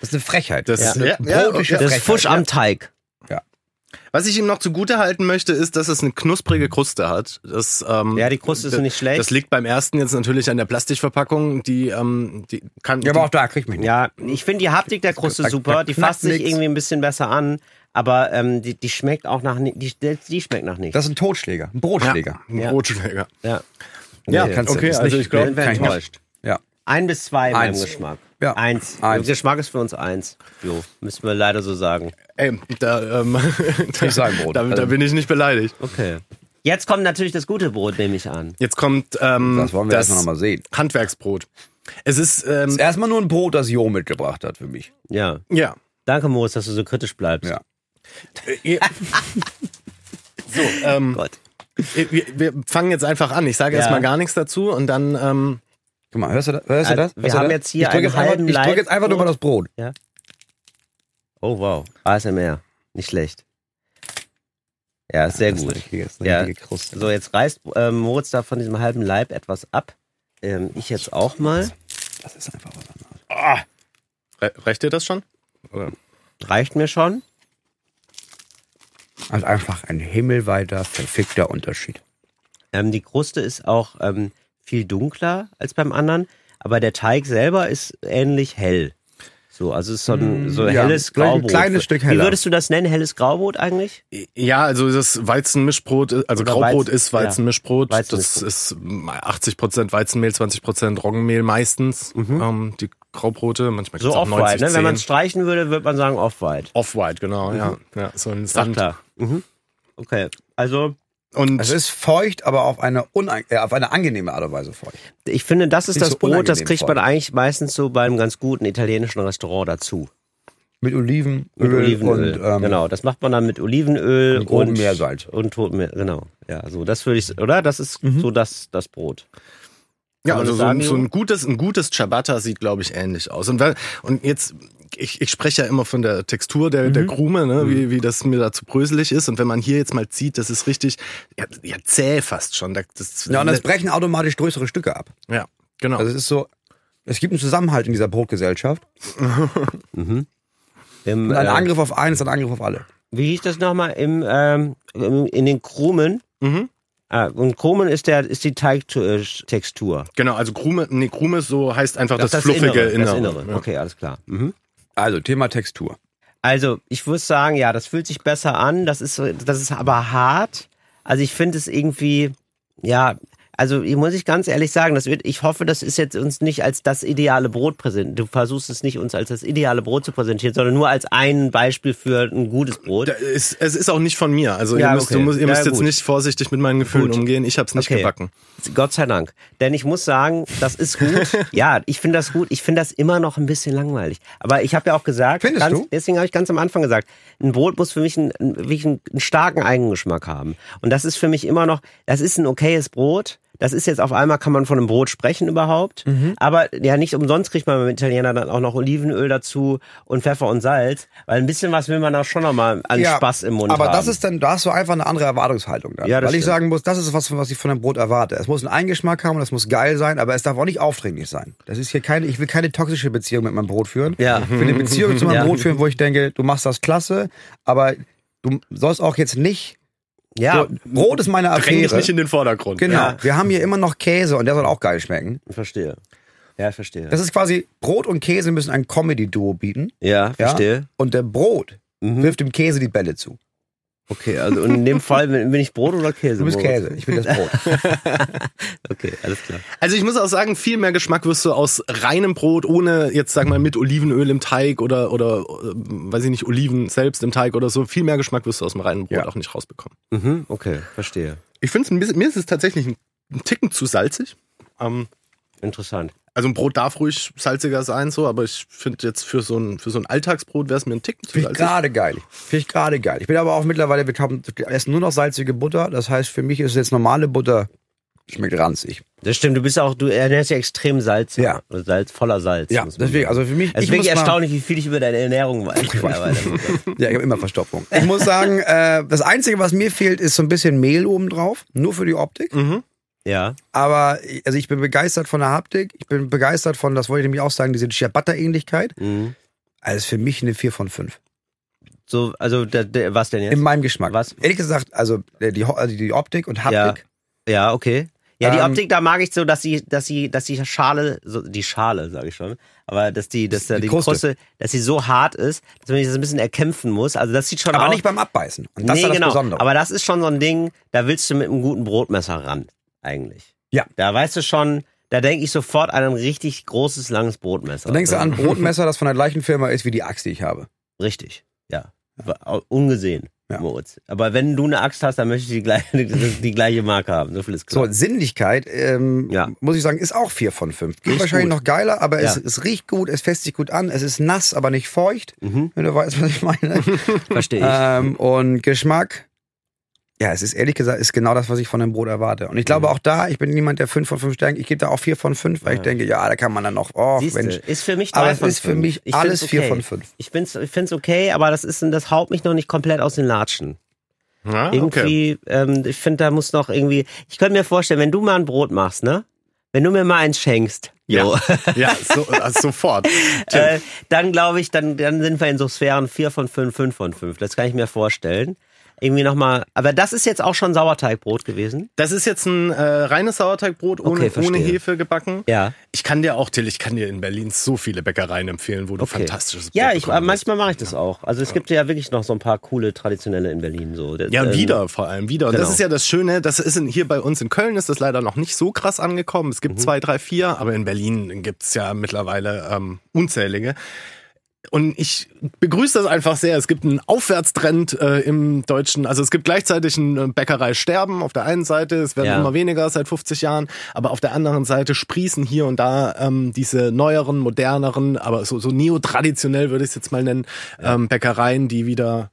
[SPEAKER 4] Das ist eine Frechheit.
[SPEAKER 5] Das-
[SPEAKER 4] das ist eine
[SPEAKER 5] ja,
[SPEAKER 4] brotische
[SPEAKER 3] Das ist
[SPEAKER 4] Frechheit.
[SPEAKER 3] Fusch am Teig.
[SPEAKER 5] Was ich ihm noch zugute halten möchte, ist, dass es eine knusprige Kruste hat. Das, ähm,
[SPEAKER 3] Ja, die Kruste ist
[SPEAKER 5] das-
[SPEAKER 3] nicht schlecht.
[SPEAKER 5] Das liegt beim ersten jetzt natürlich an der Plastikverpackung. Die, ähm, die kann.
[SPEAKER 4] Ja, aber auch da kriegt mich nicht.
[SPEAKER 3] Ja, ich finde die Haptik der Kruste
[SPEAKER 4] Da- da
[SPEAKER 3] super. Die
[SPEAKER 4] knackt
[SPEAKER 3] fasst sich
[SPEAKER 4] nix.
[SPEAKER 3] irgendwie ein bisschen besser an, aber ähm, die, die schmeckt auch nach ni- die, die schmeckt nach nichts.
[SPEAKER 4] Das ist ein Totschläger, ein Brotschläger.
[SPEAKER 5] die,
[SPEAKER 3] Ja.
[SPEAKER 5] ja. Brotschläger.
[SPEAKER 3] ja.
[SPEAKER 5] Ja,
[SPEAKER 4] kannst du-
[SPEAKER 5] okay,
[SPEAKER 4] ist
[SPEAKER 5] also
[SPEAKER 4] nicht-
[SPEAKER 5] ich glaube,
[SPEAKER 3] Dann wäre
[SPEAKER 4] kann ich
[SPEAKER 3] enttäuscht.
[SPEAKER 4] Ja.
[SPEAKER 3] Ein bis zwei beim
[SPEAKER 4] Eins.
[SPEAKER 3] Geschmack.
[SPEAKER 4] Ja.
[SPEAKER 3] Eins.
[SPEAKER 4] Eins.
[SPEAKER 3] Der Geschmack ist für uns eins. Jo, müssen wir leider so sagen.
[SPEAKER 5] ey, da, ähm, da,
[SPEAKER 4] sein Brot.
[SPEAKER 5] da, da
[SPEAKER 4] Also-
[SPEAKER 5] bin ich nicht beleidigt.
[SPEAKER 3] Okay. Jetzt kommt natürlich das gute Brot, nehme ich an.
[SPEAKER 5] Jetzt kommt ähm,
[SPEAKER 4] Das wollen wir erst mal noch mal sehen.
[SPEAKER 5] Handwerksbrot. Es ist ähm,
[SPEAKER 4] Ist erstmal nur ein Brot, das Jo mitgebracht hat für mich.
[SPEAKER 3] Ja.
[SPEAKER 5] ja.
[SPEAKER 3] Danke, Moritz, dass du so kritisch bleibst. Oh
[SPEAKER 4] Ja.
[SPEAKER 5] Äh, so, ähm,
[SPEAKER 3] Gott.
[SPEAKER 5] wir, wir fangen jetzt einfach an. Ich sage
[SPEAKER 3] Ja.
[SPEAKER 5] erst mal gar nichts dazu und dann ähm,
[SPEAKER 4] Guck mal, hörst du das? Hörst du
[SPEAKER 3] Also,
[SPEAKER 4] das?
[SPEAKER 3] wir
[SPEAKER 4] Hörst du
[SPEAKER 3] haben
[SPEAKER 4] das?
[SPEAKER 3] jetzt hier
[SPEAKER 4] ich drück
[SPEAKER 3] einen
[SPEAKER 4] jetzt einfach,
[SPEAKER 3] halben
[SPEAKER 4] Ich drücke jetzt einfach nur mal das Brot.
[SPEAKER 3] Oh, wow. ASMR. Nicht schlecht. Ja, sehr gut.
[SPEAKER 4] Das ist eine richtige- das ist eine
[SPEAKER 3] Ja.
[SPEAKER 4] richtige Kruste.
[SPEAKER 3] So, jetzt reißt ähm, Moritz da von diesem halben Leib etwas ab. Ähm, ich jetzt auch mal.
[SPEAKER 4] Das ist einfach was anderes.
[SPEAKER 5] re reicht dir das schon?
[SPEAKER 3] Reicht mir schon.
[SPEAKER 4] Also einfach ein himmelweiter, verfickter Unterschied.
[SPEAKER 3] Ähm, die Kruste ist auch ähm, viel dunkler als beim anderen, aber der Teig selber ist ähnlich hell. So, also es ist so ein so
[SPEAKER 4] Mm, ja,
[SPEAKER 3] helles
[SPEAKER 4] vielleicht ein
[SPEAKER 3] Graubrot.
[SPEAKER 4] kleines Stück
[SPEAKER 3] Wie
[SPEAKER 4] heller.
[SPEAKER 3] würdest du das nennen, helles Graubrot eigentlich?
[SPEAKER 5] Ja, also das Weizenmischbrot, also
[SPEAKER 3] Oder
[SPEAKER 5] Graubrot
[SPEAKER 3] Weizen-
[SPEAKER 5] ist Weizenmischbrot.
[SPEAKER 3] ja.
[SPEAKER 5] Das
[SPEAKER 3] Weizenmischbrot.
[SPEAKER 5] ist 80% Weizenmehl, 20% Roggenmehl meistens. Ähm, die Graubrote, manchmal
[SPEAKER 3] So
[SPEAKER 5] gibt's auch
[SPEAKER 3] off-white,
[SPEAKER 5] 90,
[SPEAKER 3] ne? Wenn man
[SPEAKER 5] 10.
[SPEAKER 3] streichen würde, würde man sagen off-white.
[SPEAKER 5] Off-White, genau, ja. ja. So ein
[SPEAKER 3] Ach
[SPEAKER 5] Sand.
[SPEAKER 3] klar. Mhm. Okay, also
[SPEAKER 5] Und
[SPEAKER 4] Es ist feucht, aber auf eine, unein- äh, auf eine angenehme Art und Weise feucht.
[SPEAKER 3] ich finde, das ist
[SPEAKER 4] Nicht
[SPEAKER 3] das
[SPEAKER 4] so
[SPEAKER 3] Brot, das
[SPEAKER 4] unangenehm
[SPEAKER 3] kriegt man
[SPEAKER 4] voll.
[SPEAKER 3] eigentlich meistens so bei einem ganz guten italienischen Restaurant dazu.
[SPEAKER 4] Mit Olivenöl,
[SPEAKER 3] Mit Olivenöl.
[SPEAKER 4] und ähm,
[SPEAKER 3] genau, das macht man dann mit Olivenöl
[SPEAKER 4] und
[SPEAKER 3] und,
[SPEAKER 4] grobem Meersalz. Mhm.
[SPEAKER 3] Und totem Meer, genau. Ja, so das würde ich, oder? Das ist so das, das Brot.
[SPEAKER 5] Ja,
[SPEAKER 3] Kann man
[SPEAKER 5] also
[SPEAKER 3] das
[SPEAKER 5] so,
[SPEAKER 3] sagen,
[SPEAKER 5] ein- so
[SPEAKER 3] Junge?
[SPEAKER 5] ein gutes, ein gutes Ciabatta sieht, glaube ich, ähnlich aus. Und, weil, und jetzt, ich, ich spreche ja immer von der Textur der,
[SPEAKER 3] Mhm.
[SPEAKER 5] der Krume, ne, wie, wie das mir da zu bröselig ist. Und wenn man hier jetzt mal zieht, das ist richtig, ja, ja zäh fast schon. Da- Das,
[SPEAKER 4] Ja, und das brechen automatisch größere Stücke ab.
[SPEAKER 5] ja, genau.
[SPEAKER 4] Also es ist so, es gibt einen Zusammenhalt in dieser Brotgesellschaft.
[SPEAKER 3] Im,
[SPEAKER 4] Und ein
[SPEAKER 3] äh,
[SPEAKER 4] Angriff auf einen ist ein Angriff auf alle.
[SPEAKER 3] wie hieß das nochmal? Im, ähm, im, in den Krumen.
[SPEAKER 5] Mhm.
[SPEAKER 3] Ah, und Krumen ist der ist die Teigtextur.
[SPEAKER 5] genau, also Krume, nee, Krume ist so heißt einfach das,
[SPEAKER 3] Ach,
[SPEAKER 5] fluffige Innere.
[SPEAKER 3] Das Innere.
[SPEAKER 5] Ja.
[SPEAKER 3] Okay, alles klar. Mhm.
[SPEAKER 4] Also Thema Textur.
[SPEAKER 3] Also, ich würde sagen, ja, das fühlt sich besser an. Das ist, so- das ist aber hart. Also, ich finde es irgendwie, ja, also, ich muss ich ganz ehrlich sagen, das wird, ich hoffe, das ist jetzt uns nicht als das ideale Brot präsentiert. Du versuchst es nicht uns als das ideale Brot zu präsentieren, sondern nur als ein Beispiel für ein gutes Brot.
[SPEAKER 5] Da ist, es ist auch nicht von mir. Also ihr
[SPEAKER 3] Ja,
[SPEAKER 5] müsst,
[SPEAKER 3] okay.
[SPEAKER 5] du musst, ihr
[SPEAKER 3] Ja,
[SPEAKER 5] müsst jetzt
[SPEAKER 3] gut.
[SPEAKER 5] nicht vorsichtig mit meinen Gefühlen umgehen. Ich habe es nicht
[SPEAKER 3] Okay.
[SPEAKER 5] gebacken.
[SPEAKER 3] Gott sei Dank. Denn ich muss sagen, das ist
[SPEAKER 4] [LAUGHS]
[SPEAKER 3] gut. ja, ich finde das gut. Ich finde das immer noch ein bisschen langweilig. Aber ich habe ja auch gesagt,
[SPEAKER 4] Findest
[SPEAKER 3] ganz,
[SPEAKER 4] du?
[SPEAKER 3] deswegen habe ich ganz am Anfang gesagt, ein Brot muss für mich einen, einen, wirklich einen, einen starken Eigengeschmack haben. Und das ist für mich immer noch, das ist ein okayes Brot. Das ist jetzt auf einmal, kann man von einem Brot sprechen überhaupt.
[SPEAKER 4] Mhm.
[SPEAKER 3] Aber ja, nicht umsonst kriegt man beim Italiener dann auch noch Olivenöl dazu und Pfeffer und Salz. Weil ein bisschen was will man da schon nochmal an Spaß im Mund
[SPEAKER 4] aber
[SPEAKER 3] haben.
[SPEAKER 4] das ist dann, da hast du einfach eine andere Erwartungshaltung. Dann,
[SPEAKER 3] Ja,
[SPEAKER 4] weil
[SPEAKER 3] das
[SPEAKER 4] ich
[SPEAKER 3] stimmt.
[SPEAKER 4] sagen muss, das ist was, was ich von einem Brot erwarte. Es muss einen Eingeschmack haben und es muss geil sein, aber es darf auch nicht aufdringlich sein. Das ist hier keine, ich will keine toxische Beziehung mit meinem Brot führen.
[SPEAKER 3] Ja.
[SPEAKER 4] Ich will eine Beziehung zu meinem
[SPEAKER 3] Ja.
[SPEAKER 4] Brot führen, wo ich denke, du machst das klasse, aber du sollst auch jetzt nicht.
[SPEAKER 3] ja,
[SPEAKER 4] So, Brot ist meine
[SPEAKER 5] Dräng dich
[SPEAKER 4] Affäre.
[SPEAKER 5] nicht in den Vordergrund.
[SPEAKER 4] Genau.
[SPEAKER 5] Ja.
[SPEAKER 4] Wir haben hier immer noch Käse und der soll auch geil schmecken.
[SPEAKER 3] verstehe. Ja, verstehe.
[SPEAKER 4] Das ist quasi, Brot und Käse müssen ein Comedy-Duo bieten.
[SPEAKER 3] ja,
[SPEAKER 4] Ja?
[SPEAKER 3] verstehe.
[SPEAKER 4] Und der Brot
[SPEAKER 3] Mhm.
[SPEAKER 4] wirft dem Käse die Bälle zu.
[SPEAKER 3] Okay, also und in dem Fall bin bin ich Brot oder Käse?
[SPEAKER 4] Du bist
[SPEAKER 3] Moritz?
[SPEAKER 4] Käse, ich bin das Brot.
[SPEAKER 3] Okay, alles klar.
[SPEAKER 5] Also ich muss auch sagen, viel mehr Geschmack wirst du aus reinem Brot, ohne jetzt sag mal mit Olivenöl im Teig oder oder äh, weiß ich nicht, Oliven selbst im Teig oder so, viel mehr Geschmack wirst du aus dem reinen Brot
[SPEAKER 4] Ja.
[SPEAKER 5] auch nicht rausbekommen.
[SPEAKER 3] Mhm, okay, verstehe.
[SPEAKER 5] Ich finde es mir ist es tatsächlich ein, ein Ticken zu salzig. Ähm,
[SPEAKER 3] Interessant.
[SPEAKER 5] also ein Brot darf ruhig salziger sein, so, aber ich finde jetzt für so ein für so ein Alltagsbrot wäre es mir ein Ticken zu
[SPEAKER 4] Finde ich
[SPEAKER 5] salzig.
[SPEAKER 4] gerade geil. Finde ich gerade geil. Ich bin aber auch mittlerweile, wir haben, wir essen nur noch salzige Butter. Das heißt, für mich ist jetzt normale Butter Schmeckt ranzig.
[SPEAKER 3] Das stimmt, du bist auch, du ernährst dich extrem salzig. Also
[SPEAKER 4] Ja.
[SPEAKER 3] Salz, voller Salz.
[SPEAKER 4] Ja,
[SPEAKER 3] muss man
[SPEAKER 4] deswegen,
[SPEAKER 3] sagen.
[SPEAKER 4] also für mich-
[SPEAKER 3] Es
[SPEAKER 4] ich
[SPEAKER 3] ist wirklich
[SPEAKER 4] muss mal-
[SPEAKER 3] erstaunlich, wie viel ich über deine Ernährung weiß.
[SPEAKER 4] [LAUGHS]
[SPEAKER 3] mittlerweile.
[SPEAKER 4] Ja, ich habe immer Verstopfung. Ich muss sagen, äh, das Einzige, was mir fehlt, ist so ein bisschen Mehl obendrauf. Nur für die Optik.
[SPEAKER 3] Mhm. ja.
[SPEAKER 4] Aber also ich bin begeistert von der Haptik. Ich bin begeistert von, das wollte ich nämlich auch sagen, diese Ciabatta-Ähnlichkeit.
[SPEAKER 3] Mhm.
[SPEAKER 4] Also für mich eine 4 von 5.
[SPEAKER 3] So, also, da, da, was denn jetzt?
[SPEAKER 4] In meinem Geschmack.
[SPEAKER 3] Was?
[SPEAKER 4] Ehrlich gesagt, also äh, die, Ho- also die Optik und Haptik.
[SPEAKER 3] Ja, okay. Ja, die
[SPEAKER 4] Ähm,
[SPEAKER 3] Optik, da mag ich so, dass sie, dass sie, dass die Schale, so, die Schale, sage ich schon, aber dass die, dass da
[SPEAKER 4] Die
[SPEAKER 3] die
[SPEAKER 4] Kruste.
[SPEAKER 3] Kruste. dass sie so hart ist, dass man sich das ein bisschen erkämpfen muss. Also das sieht schon
[SPEAKER 4] Aber
[SPEAKER 3] aus.
[SPEAKER 4] nicht beim Abbeißen. Und das ist ja das
[SPEAKER 3] genau.
[SPEAKER 4] Besondere.
[SPEAKER 3] Aber das ist schon so ein Ding, da willst du mit einem guten Brotmesser ran, eigentlich.
[SPEAKER 4] Ja.
[SPEAKER 3] Da weißt du schon, da denke ich sofort an ein richtig großes, langes Brotmesser.
[SPEAKER 4] Dann
[SPEAKER 3] [LAUGHS]
[SPEAKER 4] denkst du an ein
[SPEAKER 3] Also,
[SPEAKER 4] Brotmesser, das von der gleichen Firma ist wie die Axt, die ich habe.
[SPEAKER 3] Richtig, ja. Wa- Ungesehen,
[SPEAKER 4] Ja.
[SPEAKER 3] Moritz. Aber wenn du eine Axt hast, dann möchte ich die [LAUGHS] gleiche, die gleiche Marke haben. So viel ist
[SPEAKER 4] So,
[SPEAKER 3] klar.
[SPEAKER 4] Sinnlichkeit, ähm,
[SPEAKER 3] Ja.
[SPEAKER 4] muss ich sagen, ist auch 4 von 5. Geht
[SPEAKER 3] Riecht
[SPEAKER 4] wahrscheinlich
[SPEAKER 3] gut.
[SPEAKER 4] noch geiler, aber es,
[SPEAKER 3] Ja.
[SPEAKER 4] es riecht gut, es fässt sich gut an, es ist nass, aber nicht feucht,
[SPEAKER 3] Mhm.
[SPEAKER 4] wenn du weißt, [LAUGHS] was
[SPEAKER 3] [LAUGHS]
[SPEAKER 4] ich meine.
[SPEAKER 3] Verstehe ich.
[SPEAKER 4] ähm, und Geschmack, ja, es ist ehrlich gesagt, ist genau das, was ich von einem Brot erwarte. Und ich
[SPEAKER 3] Mhm.
[SPEAKER 4] glaube auch da, ich bin niemand, der 5 von 5 Stärken, ich gebe da auch 4 von 5, weil ich denke, ja, da kann man dann noch, oh,
[SPEAKER 3] Siehste,
[SPEAKER 4] Mensch.
[SPEAKER 3] ist für mich drei
[SPEAKER 4] Aber es
[SPEAKER 3] von
[SPEAKER 4] ist für
[SPEAKER 3] fünf.
[SPEAKER 4] mich
[SPEAKER 3] Ich
[SPEAKER 4] alles
[SPEAKER 3] find's
[SPEAKER 4] vier
[SPEAKER 3] okay.
[SPEAKER 4] von fünf.
[SPEAKER 3] Ich find's, ich find's okay, aber das ist, das haut mich noch nicht komplett aus den Latschen.
[SPEAKER 5] Ja, Ah, okay.
[SPEAKER 3] Irgendwie, ähm, ich finde, da muss noch irgendwie, ich könnte mir vorstellen, wenn du mal ein Brot machst, ne? Wenn du mir mal eins schenkst, jo,
[SPEAKER 5] Ja, [LAUGHS] ja so, also sofort. Tim.
[SPEAKER 3] äh, dann glaube ich, dann, dann sind wir in so Sphären 4 von 5, 5 von 5. Das kann ich mir vorstellen. Irgendwie nochmal, aber das ist jetzt auch schon Sauerteigbrot gewesen.
[SPEAKER 5] Das ist jetzt ein äh, reines Sauerteigbrot ohne,
[SPEAKER 3] Okay, verstehe.
[SPEAKER 5] ohne Hefe gebacken.
[SPEAKER 3] Ja.
[SPEAKER 5] Ich kann dir auch, Till, ich kann dir in Berlin so viele Bäckereien empfehlen, wo du
[SPEAKER 3] Okay.
[SPEAKER 5] fantastisches
[SPEAKER 3] Ja,
[SPEAKER 5] Brot
[SPEAKER 3] ich,
[SPEAKER 5] bekommen wirst.
[SPEAKER 3] manchmal mache ich das auch. Also es gibt ja wirklich noch so ein paar coole traditionelle in Berlin. So.
[SPEAKER 5] Ja,
[SPEAKER 3] Ähm,
[SPEAKER 5] und wieder vor allem, wieder. Und das
[SPEAKER 3] genau.
[SPEAKER 5] ist ja das Schöne, das ist in, hier bei uns in Köln ist das leider noch nicht so krass angekommen. Es gibt
[SPEAKER 4] Mhm.
[SPEAKER 5] zwei, drei, vier, aber in Berlin gibt's ja mittlerweile ähm, unzählige. Und ich begrüße das einfach sehr. Es gibt einen Aufwärtstrend äh, im deutschen, also es gibt gleichzeitig ein Bäckerei-Sterben auf der einen Seite, es werden
[SPEAKER 3] Ja.
[SPEAKER 5] immer weniger seit 50 Jahren, aber auf der anderen Seite sprießen hier und da ähm, diese neueren, moderneren, aber so, so neotraditionell würde ich es jetzt mal nennen, ähm, Bäckereien, die wieder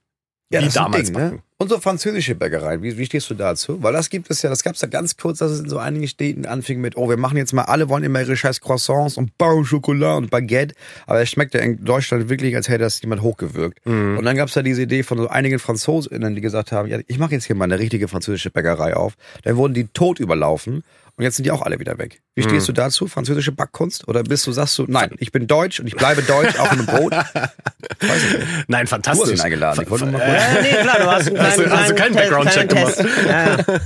[SPEAKER 4] Ja,
[SPEAKER 5] wie
[SPEAKER 4] das ist ein
[SPEAKER 5] damals
[SPEAKER 4] Ding,
[SPEAKER 5] backen.
[SPEAKER 4] ne? Und so französische Bäckereien, wie, wie stehst du dazu? Weil das gibt es ja, das gab es ja ganz kurz, dass es in so einigen Städten anfing mit, oh, wir machen jetzt mal, alle wollen immer ihre scheiß Croissants und Pain au Chocolat und Baguette, aber es schmeckt ja in Deutschland wirklich, als hätte das jemand hochgewirkt.
[SPEAKER 5] Mhm.
[SPEAKER 4] Und dann gab es ja diese Idee von so einigen Franzosinnen, die gesagt haben, ja, ich mache jetzt hier mal eine richtige französische Bäckerei auf. Dann wurden die tot überlaufen und jetzt sind die auch alle wieder weg. Wie
[SPEAKER 5] Mhm.
[SPEAKER 4] stehst du dazu, französische Backkunst? Oder bist du, sagst du, nein, ich bin deutsch und ich bleibe deutsch, auch in
[SPEAKER 5] [LAUGHS]
[SPEAKER 4] einem Brot?
[SPEAKER 5] Nein,
[SPEAKER 4] Du hast
[SPEAKER 5] fantastisch.
[SPEAKER 4] ihn eingeladen. Ich wollte nur mal kurz
[SPEAKER 3] Ja, Äh, nee, klar, du hast einen kleinen,
[SPEAKER 5] [LAUGHS] Hast du- hast du keinen
[SPEAKER 3] kleinen
[SPEAKER 5] Background-Check
[SPEAKER 3] Test- kleinen Test. Ja,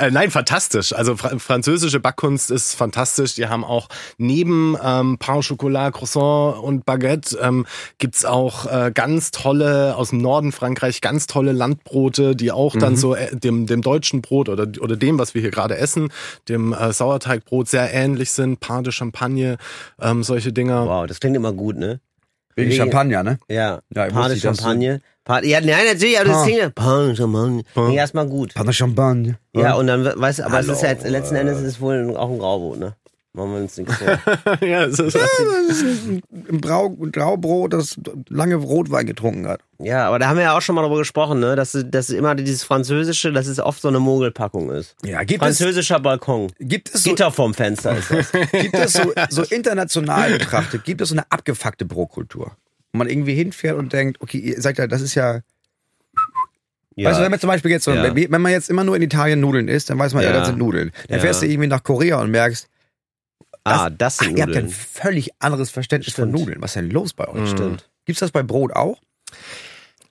[SPEAKER 5] Äh, nein, fantastisch. Also fra französische Backkunst ist fantastisch. Die haben auch neben ähm, Pain au Chocolat, Croissant und Baguette ähm, gibt's auch äh, ganz tolle, aus dem Norden Frankreich, ganz tolle Landbrote, die auch dann so äh, dem, dem deutschen Brot oder, oder dem, was wir hier gerade essen, dem äh, Sauerteigbrot sehr ähnlich sind. Pain de Champagne, ähm, solche Dinger.
[SPEAKER 3] Wow, das klingt immer gut, ne?
[SPEAKER 5] äh,
[SPEAKER 4] wegen
[SPEAKER 3] Nee.
[SPEAKER 4] Champagner, ne?
[SPEAKER 3] Ja,
[SPEAKER 4] Ja,
[SPEAKER 3] Pain
[SPEAKER 4] ich
[SPEAKER 3] de
[SPEAKER 4] wusste, dass du-
[SPEAKER 3] Champagne. Pain- ja, nein, natürlich, aber das
[SPEAKER 4] Pain.
[SPEAKER 3] klingt ja. Pain de Champagne. Nee, erstmal gut.
[SPEAKER 4] Pain au Champagne.
[SPEAKER 3] Ja, und dann, weißt du, aber es ist ja
[SPEAKER 4] Hallo,
[SPEAKER 3] jetzt, letzten Endes ist es wohl auch ein Grauboot, ne? Machen wir uns nichts vor.
[SPEAKER 5] [LAUGHS]
[SPEAKER 4] [LAUGHS]
[SPEAKER 5] ja, es ist,
[SPEAKER 4] Das ist ein ein Brau, ein Graubrot, das lange Rotwein getrunken hat.
[SPEAKER 3] ja, aber da haben wir ja auch schon mal drüber gesprochen, ne? Dass, dass immer dieses Französische, dass es oft so eine Mogelpackung ist.
[SPEAKER 4] Ja, gibt es,
[SPEAKER 3] Französischer Balkon.
[SPEAKER 4] gibt es, so,
[SPEAKER 3] Gitter vorm Fenster ist das.
[SPEAKER 4] gibt
[SPEAKER 3] [LAUGHS]
[SPEAKER 4] es so, so international betrachtet, gibt es so eine abgefuckte Brotkultur? Wo man irgendwie hinfährt und denkt, okay, ihr sagt ja, das ist ja.
[SPEAKER 3] Ja.
[SPEAKER 4] Weißt du, wenn man zum Beispiel jetzt, so,
[SPEAKER 3] Ja.
[SPEAKER 4] wenn man jetzt immer nur in Italien Nudeln isst, dann weiß man, ja,
[SPEAKER 3] Ja.
[SPEAKER 4] das sind Nudeln. Dann
[SPEAKER 3] Ja.
[SPEAKER 4] fährst du irgendwie nach Korea und merkst,
[SPEAKER 3] ah, das
[SPEAKER 4] ach,
[SPEAKER 3] sind
[SPEAKER 4] ihr habt ja ein
[SPEAKER 3] Nudeln.
[SPEAKER 4] völlig anderes Verständnis von
[SPEAKER 3] Stimmt. Mhm.
[SPEAKER 4] Nudeln. Was ist denn los bei euch?
[SPEAKER 3] Stimmt.
[SPEAKER 4] Gibt es das bei Brot auch?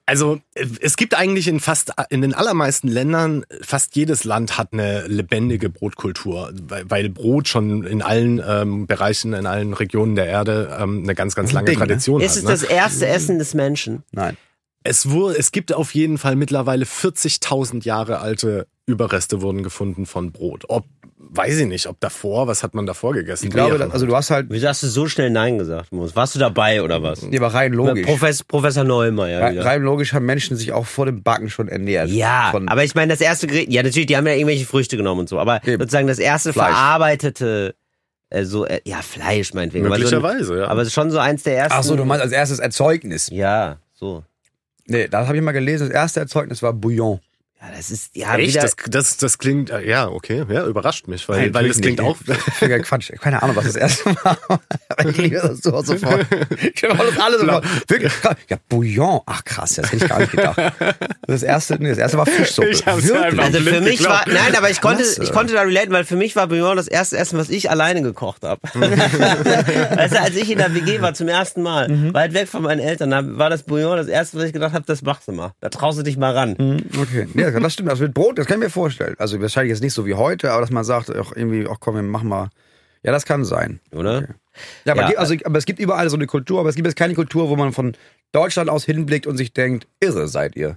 [SPEAKER 5] Also äh, es gibt eigentlich in fast in den allermeisten Ländern, äh, fast jedes Land hat eine lebendige Brotkultur, weil, weil Brot schon in allen ähm, Bereichen, in allen Regionen der Erde ähm, eine ganz, ganz
[SPEAKER 4] Das ist ein
[SPEAKER 5] lange
[SPEAKER 4] Ding, ne?
[SPEAKER 5] Tradition
[SPEAKER 3] Ist es
[SPEAKER 5] hat. Ne?
[SPEAKER 3] das erste Essen des Menschen?
[SPEAKER 4] Nein.
[SPEAKER 5] Es, wurde, es gibt auf jeden Fall mittlerweile 40.000 Jahre alte Überreste wurden gefunden von Brot. Ob, weiß ich nicht, ob davor, was hat man davor gegessen?
[SPEAKER 4] Ich glaube, das, also du hast halt.
[SPEAKER 3] Wieso hast du so schnell Nein gesagt, Moritz? Warst du dabei oder was?
[SPEAKER 4] Ja, aber rein logisch.
[SPEAKER 3] Professor, Professor Neumeier.
[SPEAKER 4] Re-
[SPEAKER 3] wieder.
[SPEAKER 4] Rein logisch haben Menschen sich auch vor dem Backen schon ernährt.
[SPEAKER 3] Ja,
[SPEAKER 4] Von-
[SPEAKER 3] aber ich meine, das erste Gericht, ja, natürlich, die haben ja irgendwelche Früchte genommen und so, aber
[SPEAKER 4] Eben.
[SPEAKER 3] sozusagen das erste
[SPEAKER 4] Fleisch.
[SPEAKER 3] verarbeitete, äh, so, äh, ja, Fleisch meinetwegen. aber so
[SPEAKER 5] Möglicherweise,
[SPEAKER 3] ein,
[SPEAKER 5] ja.
[SPEAKER 3] Aber es ist schon so eins der ersten.
[SPEAKER 4] Ach so, du meinst als erstes Erzeugnis.
[SPEAKER 3] Ja, so.
[SPEAKER 4] Nee, das habe ich mal gelesen. Das erste Erzeugnis war Bouillon.
[SPEAKER 3] Ja, das ist ja
[SPEAKER 5] Echt?
[SPEAKER 3] wieder.
[SPEAKER 5] Das, das, das klingt, äh, ja, okay, ja, überrascht mich, weil,
[SPEAKER 4] Nein,
[SPEAKER 5] weil das klingt auch,
[SPEAKER 4] wirklich [LAUGHS] nicht. Völliger Quatsch. Keine Ahnung, was das erste [LAUGHS] Mal war. Aber ich liebe das so sofort. Ich habe das alles sofort. Wirklich. krass. Ja, Bouillon. Ach krass, das hätte ich gar nicht gedacht. Das erste, nee, das erste war Fischsuppe.
[SPEAKER 5] Ich hab's
[SPEAKER 4] Wirklich?
[SPEAKER 5] einfach-
[SPEAKER 3] also für
[SPEAKER 5] blind
[SPEAKER 3] mich war,
[SPEAKER 5] geglaubt.
[SPEAKER 3] nein, aber ich konnte,
[SPEAKER 4] Klasse.
[SPEAKER 3] ich konnte da relaten, weil für mich war Bouillon das erste Essen, was ich alleine gekocht habe.
[SPEAKER 5] Mhm.
[SPEAKER 3] [LAUGHS] weißt du, als ich in der WG war zum ersten Mal,
[SPEAKER 4] Mhm.
[SPEAKER 3] weit weg von meinen Eltern, da war das Bouillon das erste, was ich gedacht habe, das machst du mal. Da traust du dich mal ran.
[SPEAKER 4] Okay, ja, das stimmt. Das mit Brot, das kann ich mir vorstellen. Also wahrscheinlich jetzt nicht so wie heute, aber dass man sagt, ach, irgendwie, ach komm, wir machen mal. Ja, das kann sein.
[SPEAKER 3] Oder?
[SPEAKER 4] Ja, aber,
[SPEAKER 3] Ja.
[SPEAKER 4] gibt- also, aber es gibt überall so eine Kultur, aber es gibt jetzt keine Kultur, wo man von Deutschland aus hinblickt und sich denkt, irre seid ihr.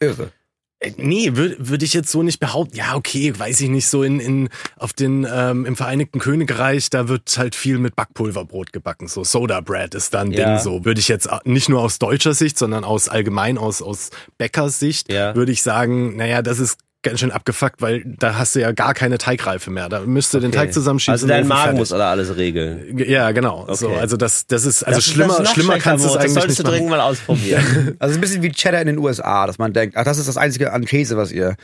[SPEAKER 4] Irre.
[SPEAKER 5] Äh, Nee, würde würd ich jetzt so nicht behaupten. Ja, okay, weiß ich nicht. So in, in auf den ähm, im Vereinigten Königreich, da wird halt viel mit Backpulverbrot gebacken. So Soda Bread ist dann
[SPEAKER 3] Ja.
[SPEAKER 5] Ding. So würde ich jetzt a- nicht nur aus deutscher Sicht, sondern aus allgemein aus aus Bäckersicht
[SPEAKER 3] Ja.
[SPEAKER 5] würde ich sagen, naja, das ist ganz schön abgefuckt, weil da hast du ja gar keine Teigreife mehr. Da müsstest du den Teig zusammenschießen.
[SPEAKER 3] Also
[SPEAKER 5] und
[SPEAKER 3] dein
[SPEAKER 5] dann
[SPEAKER 3] Magen
[SPEAKER 5] fertig.
[SPEAKER 3] muss alle alles regeln.
[SPEAKER 5] Ja, genau. So,
[SPEAKER 3] Okay.
[SPEAKER 5] also das, das ist also
[SPEAKER 3] Das ist-
[SPEAKER 5] schlimmer,
[SPEAKER 3] das ist noch
[SPEAKER 5] schlimmer kannst du es
[SPEAKER 3] schlechter, Moritz. Das
[SPEAKER 5] eigentlich
[SPEAKER 3] solltest
[SPEAKER 5] nicht
[SPEAKER 3] du
[SPEAKER 5] machen.
[SPEAKER 3] dringend mal ausprobieren.
[SPEAKER 5] [LAUGHS]
[SPEAKER 4] Also es ist ein bisschen wie Cheddar in den USA, dass man denkt, ach, das ist das einzige an Käse, was ihr.